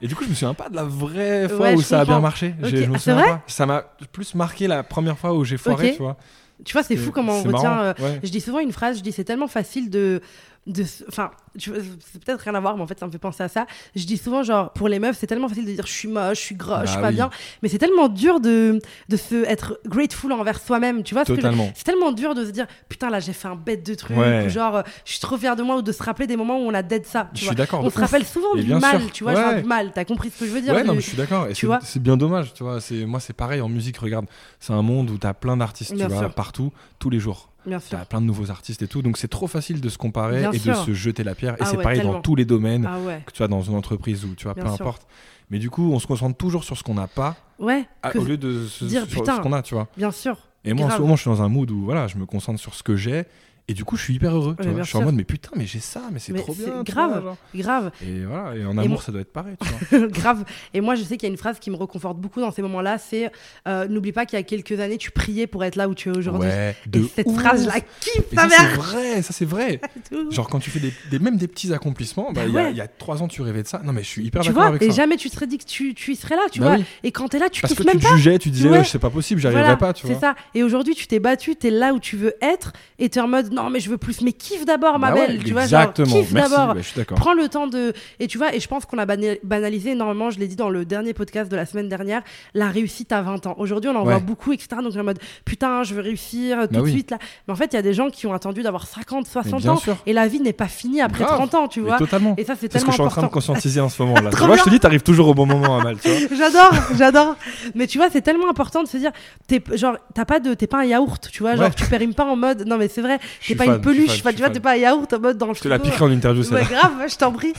[SPEAKER 2] Et du coup, je me souviens pas de la vraie fois
[SPEAKER 1] Ouais,
[SPEAKER 2] où
[SPEAKER 1] je
[SPEAKER 2] ça a bien
[SPEAKER 1] comprends.
[SPEAKER 2] marché.
[SPEAKER 1] Ok.
[SPEAKER 2] J'ai- Je me
[SPEAKER 1] Ah, c'est
[SPEAKER 2] souviens pas. Ça m'a plus marqué la première fois où j'ai foiré,
[SPEAKER 1] Ok.
[SPEAKER 2] tu vois.
[SPEAKER 1] Tu vois, c'est fou comment on
[SPEAKER 2] c'est
[SPEAKER 1] retient.
[SPEAKER 2] marrant,
[SPEAKER 1] euh,
[SPEAKER 2] ouais.
[SPEAKER 1] Je dis souvent une phrase, je dis c'est tellement facile de. de s- enfin, tu vois, c'est peut-être rien à voir, mais en fait, ça me fait penser à ça. Je dis souvent, genre, pour les meufs, c'est tellement facile de dire je suis moche, je suis grosse, je suis
[SPEAKER 2] Bah
[SPEAKER 1] pas
[SPEAKER 2] oui.
[SPEAKER 1] bien. Mais c'est tellement dur de, de se être grateful envers soi-même. Tu vois ce que je-
[SPEAKER 2] Totalement.
[SPEAKER 1] c'est tellement dur de se dire putain là j'ai fait un bête de truc
[SPEAKER 2] Ouais.
[SPEAKER 1] ou genre euh, je suis trop fier de moi ou de se rappeler des moments où on a dead ça tu
[SPEAKER 2] Je
[SPEAKER 1] vois.
[SPEAKER 2] suis d'accord.
[SPEAKER 1] on
[SPEAKER 2] de
[SPEAKER 1] se
[SPEAKER 2] ouf.
[SPEAKER 1] rappelle souvent
[SPEAKER 2] Et
[SPEAKER 1] du
[SPEAKER 2] bien
[SPEAKER 1] mal
[SPEAKER 2] sûr.
[SPEAKER 1] tu vois genre
[SPEAKER 2] Ouais.
[SPEAKER 1] du mal t'as compris ce que je veux dire
[SPEAKER 2] Ouais,
[SPEAKER 1] du-
[SPEAKER 2] non, mais je suis d'accord. Et
[SPEAKER 1] tu
[SPEAKER 2] c'est-
[SPEAKER 1] vois.
[SPEAKER 2] c'est bien dommage, tu vois. C'est moi, c'est pareil en musique. Regarde, c'est un monde où t'as plein d'artistes, tu
[SPEAKER 1] Bien
[SPEAKER 2] vois,
[SPEAKER 1] sûr.
[SPEAKER 2] partout, tous les jours.
[SPEAKER 1] Bien sûr.
[SPEAKER 2] T'as plein de nouveaux artistes et tout, donc c'est trop facile de se comparer
[SPEAKER 1] Bien
[SPEAKER 2] et
[SPEAKER 1] sûr.
[SPEAKER 2] de se jeter la pierre. Et
[SPEAKER 1] Ah
[SPEAKER 2] c'est
[SPEAKER 1] ouais,
[SPEAKER 2] pareil
[SPEAKER 1] tellement.
[SPEAKER 2] dans tous les domaines,
[SPEAKER 1] Ah ouais.
[SPEAKER 2] que tu vois, dans une entreprise ou tu vois,
[SPEAKER 1] Bien
[SPEAKER 2] peu
[SPEAKER 1] sûr.
[SPEAKER 2] importe. Mais du coup, on se concentre toujours sur ce qu'on n'a pas,
[SPEAKER 1] Ouais,
[SPEAKER 2] à-
[SPEAKER 1] que-
[SPEAKER 2] Ah, au lieu de se,
[SPEAKER 1] dire,
[SPEAKER 2] sur
[SPEAKER 1] putain.
[SPEAKER 2] ce qu'on a, tu vois.
[SPEAKER 1] bien sûr.
[SPEAKER 2] Et moi, en
[SPEAKER 1] Grave.
[SPEAKER 2] ce moment, je suis dans un mood où voilà, je me concentre sur ce que j'ai. Et du coup, je suis hyper heureux. tu
[SPEAKER 1] Ouais,
[SPEAKER 2] vois.
[SPEAKER 1] bien
[SPEAKER 2] Je suis en
[SPEAKER 1] sûr.
[SPEAKER 2] mode, mais putain, mais j'ai ça, mais c'est
[SPEAKER 1] Mais
[SPEAKER 2] trop
[SPEAKER 1] c'est
[SPEAKER 2] bien. tu
[SPEAKER 1] grave.
[SPEAKER 2] vois, genre.
[SPEAKER 1] Grave,
[SPEAKER 2] Et voilà, et en
[SPEAKER 1] Et
[SPEAKER 2] amour,
[SPEAKER 1] moi-
[SPEAKER 2] ça doit être pareil. Tu vois.
[SPEAKER 1] grave. Et moi, je sais qu'il y a une phrase qui me reconforte beaucoup dans ces moments-là, c'est euh, n'oublie pas qu'il y a quelques années, tu priais pour être là où tu es aujourd'hui.
[SPEAKER 2] ouais,
[SPEAKER 1] Et
[SPEAKER 2] de
[SPEAKER 1] cette
[SPEAKER 2] ouf.
[SPEAKER 1] phrase, je la kiffe,
[SPEAKER 2] Et
[SPEAKER 1] ta
[SPEAKER 2] ça, c'est
[SPEAKER 1] mère.
[SPEAKER 2] vrai, ça, c'est vrai. Genre, quand tu fais des, des- même des petits accomplissements, bah,
[SPEAKER 1] Bah
[SPEAKER 2] il y a-
[SPEAKER 1] ouais.
[SPEAKER 2] il y, a trois ans, tu rêvais de ça. Non, mais je suis hyper
[SPEAKER 1] tu
[SPEAKER 2] d'accord
[SPEAKER 1] vois,
[SPEAKER 2] avec
[SPEAKER 1] et
[SPEAKER 2] ça.
[SPEAKER 1] jamais tu te serais dit que tu, tu y serais là, tu
[SPEAKER 2] Bah
[SPEAKER 1] vois.
[SPEAKER 2] oui.
[SPEAKER 1] Et quand t'es là, tu
[SPEAKER 2] Parce que
[SPEAKER 1] kiffes
[SPEAKER 2] tu
[SPEAKER 1] même
[SPEAKER 2] te jugeais, tu disais,
[SPEAKER 1] Ouais.
[SPEAKER 2] ouais, c'est pas possible, j'y arriverai
[SPEAKER 1] Voilà,
[SPEAKER 2] pas, tu
[SPEAKER 1] c'est
[SPEAKER 2] vois.
[SPEAKER 1] ça. Et aujourd'hui, tu t'es battu, t'es là où tu veux être, et t'es en mode non, mais je veux plus, mais kiffe d'abord, ma
[SPEAKER 2] Bah ouais,
[SPEAKER 1] belle, tu vois, genre,
[SPEAKER 2] Exactement,
[SPEAKER 1] kiffe
[SPEAKER 2] merci,
[SPEAKER 1] d'abord.
[SPEAKER 2] bah, je suis d'accord.
[SPEAKER 1] Prends le temps de. Et tu vois, et je pense qu'on a bana- banalisé énormément, je l'ai dit dans le dernier podcast de la semaine dernière, la réussite à 20 ans. Aujourd'hui, on en
[SPEAKER 2] Ouais.
[SPEAKER 1] voit beaucoup, etc. Donc, on est en mode putain, je veux réussir euh, tout
[SPEAKER 2] Bah
[SPEAKER 1] de
[SPEAKER 2] oui.
[SPEAKER 1] suite là. Mais en fait, il y a des gens qui ont attendu d'avoir 50,
[SPEAKER 2] Mais
[SPEAKER 1] 60
[SPEAKER 2] bien
[SPEAKER 1] ans,
[SPEAKER 2] sûr.
[SPEAKER 1] et la vie n'est pas finie après
[SPEAKER 2] Grave.
[SPEAKER 1] 30 ans, tu
[SPEAKER 2] Mais
[SPEAKER 1] vois.
[SPEAKER 2] totalement.
[SPEAKER 1] Et ça, c'est
[SPEAKER 2] C'est ce
[SPEAKER 1] tellement
[SPEAKER 2] que je suis en train de
[SPEAKER 1] important.
[SPEAKER 2] conscientiser en ce moment là.
[SPEAKER 1] Trop
[SPEAKER 2] Tu vois, je te
[SPEAKER 1] bien.
[SPEAKER 2] dis, t'arrives toujours au bon moment, Amal. Tu vois.
[SPEAKER 1] J'adore, j'adore. Mais tu vois, c'est tellement important de se dire, t'es genre, t'as pas de, t'es pas un yaourt, tu vois, genre
[SPEAKER 2] Ouais.
[SPEAKER 1] tu périmes pas en mode, non mais c'est vrai,
[SPEAKER 2] Je
[SPEAKER 1] t'es
[SPEAKER 2] suis
[SPEAKER 1] pas
[SPEAKER 2] fan,
[SPEAKER 1] une
[SPEAKER 2] je suis
[SPEAKER 1] peluche,
[SPEAKER 2] fan,
[SPEAKER 1] enfin,
[SPEAKER 2] je
[SPEAKER 1] tu
[SPEAKER 2] suis
[SPEAKER 1] vois,
[SPEAKER 2] fan.
[SPEAKER 1] t'es pas un yaourt en mode dans le
[SPEAKER 2] Je te la
[SPEAKER 1] frigo.
[SPEAKER 2] piquerai en interview,
[SPEAKER 1] Ouais,
[SPEAKER 2] celle-là.
[SPEAKER 1] grave, je t'en prie.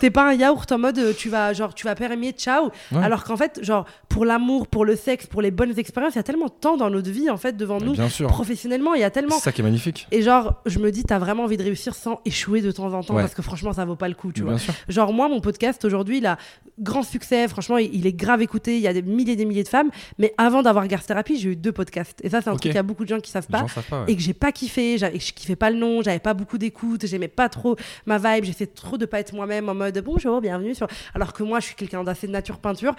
[SPEAKER 1] T'es pas un yaourt en mode, euh, tu vas, genre, tu vas périmer, ciao.
[SPEAKER 2] Ouais.
[SPEAKER 1] Alors qu'en fait, genre, pour l'amour, pour le sexe, pour les bonnes expériences, il y a tellement de temps dans notre vie en fait devant
[SPEAKER 2] Mais
[SPEAKER 1] nous,
[SPEAKER 2] Bien sûr.
[SPEAKER 1] professionnellement, il y a tellement.
[SPEAKER 2] C'est ça qui est magnifique.
[SPEAKER 1] Et genre, je me dis, t'as vraiment envie de réussir sans échouer de temps en temps,
[SPEAKER 2] Ouais.
[SPEAKER 1] parce que franchement, ça vaut pas le coup, tu vois.
[SPEAKER 2] Bien sûr.
[SPEAKER 1] Genre moi, mon podcast aujourd'hui, il a grand succès. Franchement, il il est grave écouté. Il y a des milliers et des milliers de femmes. Mais avant d'avoir Garce Thérapie, j'ai eu deux podcasts. Et ça, c'est un
[SPEAKER 2] Ok.
[SPEAKER 1] truc qu'il y a beaucoup de gens qui savent
[SPEAKER 2] Les
[SPEAKER 1] pas.
[SPEAKER 2] gens savent pas. ouais.
[SPEAKER 1] Et que j'ai pas kiffé, j'avais- je kiffais pas le nom, j'avais pas beaucoup d'écoute, j'aimais pas trop ma vibe, j'essayais trop de pas être moi-même en mode bonjour, bienvenue sur. Alors que moi, je suis quelqu'un d'assez nature peinture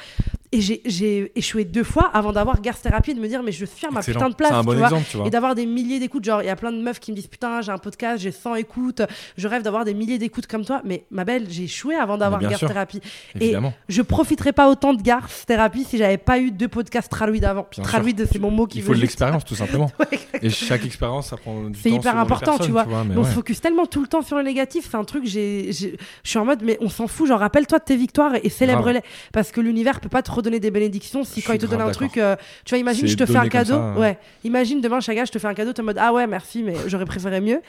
[SPEAKER 1] et j'ai- j'ai échoué deux fois avant d'avoir Garce Thérapie et de me dire mais je suis à ma
[SPEAKER 2] Excellent.
[SPEAKER 1] putain de place.
[SPEAKER 2] C'est un
[SPEAKER 1] tu
[SPEAKER 2] bon
[SPEAKER 1] vois.
[SPEAKER 2] exemple, hein. tu vois.
[SPEAKER 1] Et d'avoir des milliers d'écoutes. Genre, il y a plein de meufs qui me disent Putain, j'ai un podcast, j'ai 100 écoutes, je rêve d'avoir des milliers d'écoutes comme toi. Mais ma belle, j'ai échoué avant d'avoir
[SPEAKER 2] bien
[SPEAKER 1] Garth
[SPEAKER 2] sûr.
[SPEAKER 1] Thérapie.
[SPEAKER 2] Évidemment.
[SPEAKER 1] Et je profiterais pas autant de Garth Thérapie si j'avais pas eu deux podcasts Tralouid avant.
[SPEAKER 2] Bien
[SPEAKER 1] Tralouid,
[SPEAKER 2] sûr.
[SPEAKER 1] c'est mon mot qui
[SPEAKER 2] Il
[SPEAKER 1] veut
[SPEAKER 2] faut de
[SPEAKER 1] juste-
[SPEAKER 2] l'expérience, tout simplement.
[SPEAKER 1] Ouais, exactement.
[SPEAKER 2] Et chaque expérience, ça prend du temps.
[SPEAKER 1] C'est hyper
[SPEAKER 2] selon les
[SPEAKER 1] important,
[SPEAKER 2] personnes,
[SPEAKER 1] tu vois.
[SPEAKER 2] mais
[SPEAKER 1] Mais on
[SPEAKER 2] ouais.
[SPEAKER 1] se focus tellement tout le temps sur le négatif, c'est un truc, j'ai, j'ai- je suis en mode, mais on s'en fout, genre rappelle-toi de tes victoires et célèbre-les. Parce que l'univers peut pas te redonner des bénédictions si
[SPEAKER 2] Je
[SPEAKER 1] quand il
[SPEAKER 2] suis
[SPEAKER 1] te donne
[SPEAKER 2] grave
[SPEAKER 1] un truc, euh, tu vois, imagine,
[SPEAKER 2] C'est
[SPEAKER 1] je te fais
[SPEAKER 2] donné
[SPEAKER 1] un
[SPEAKER 2] comme
[SPEAKER 1] cadeau.
[SPEAKER 2] ça, euh.
[SPEAKER 1] Ouais, imagine demain, Chaga, je te fais un cadeau, t'es en mode, ah ouais, merci, mais j'aurais préféré mieux.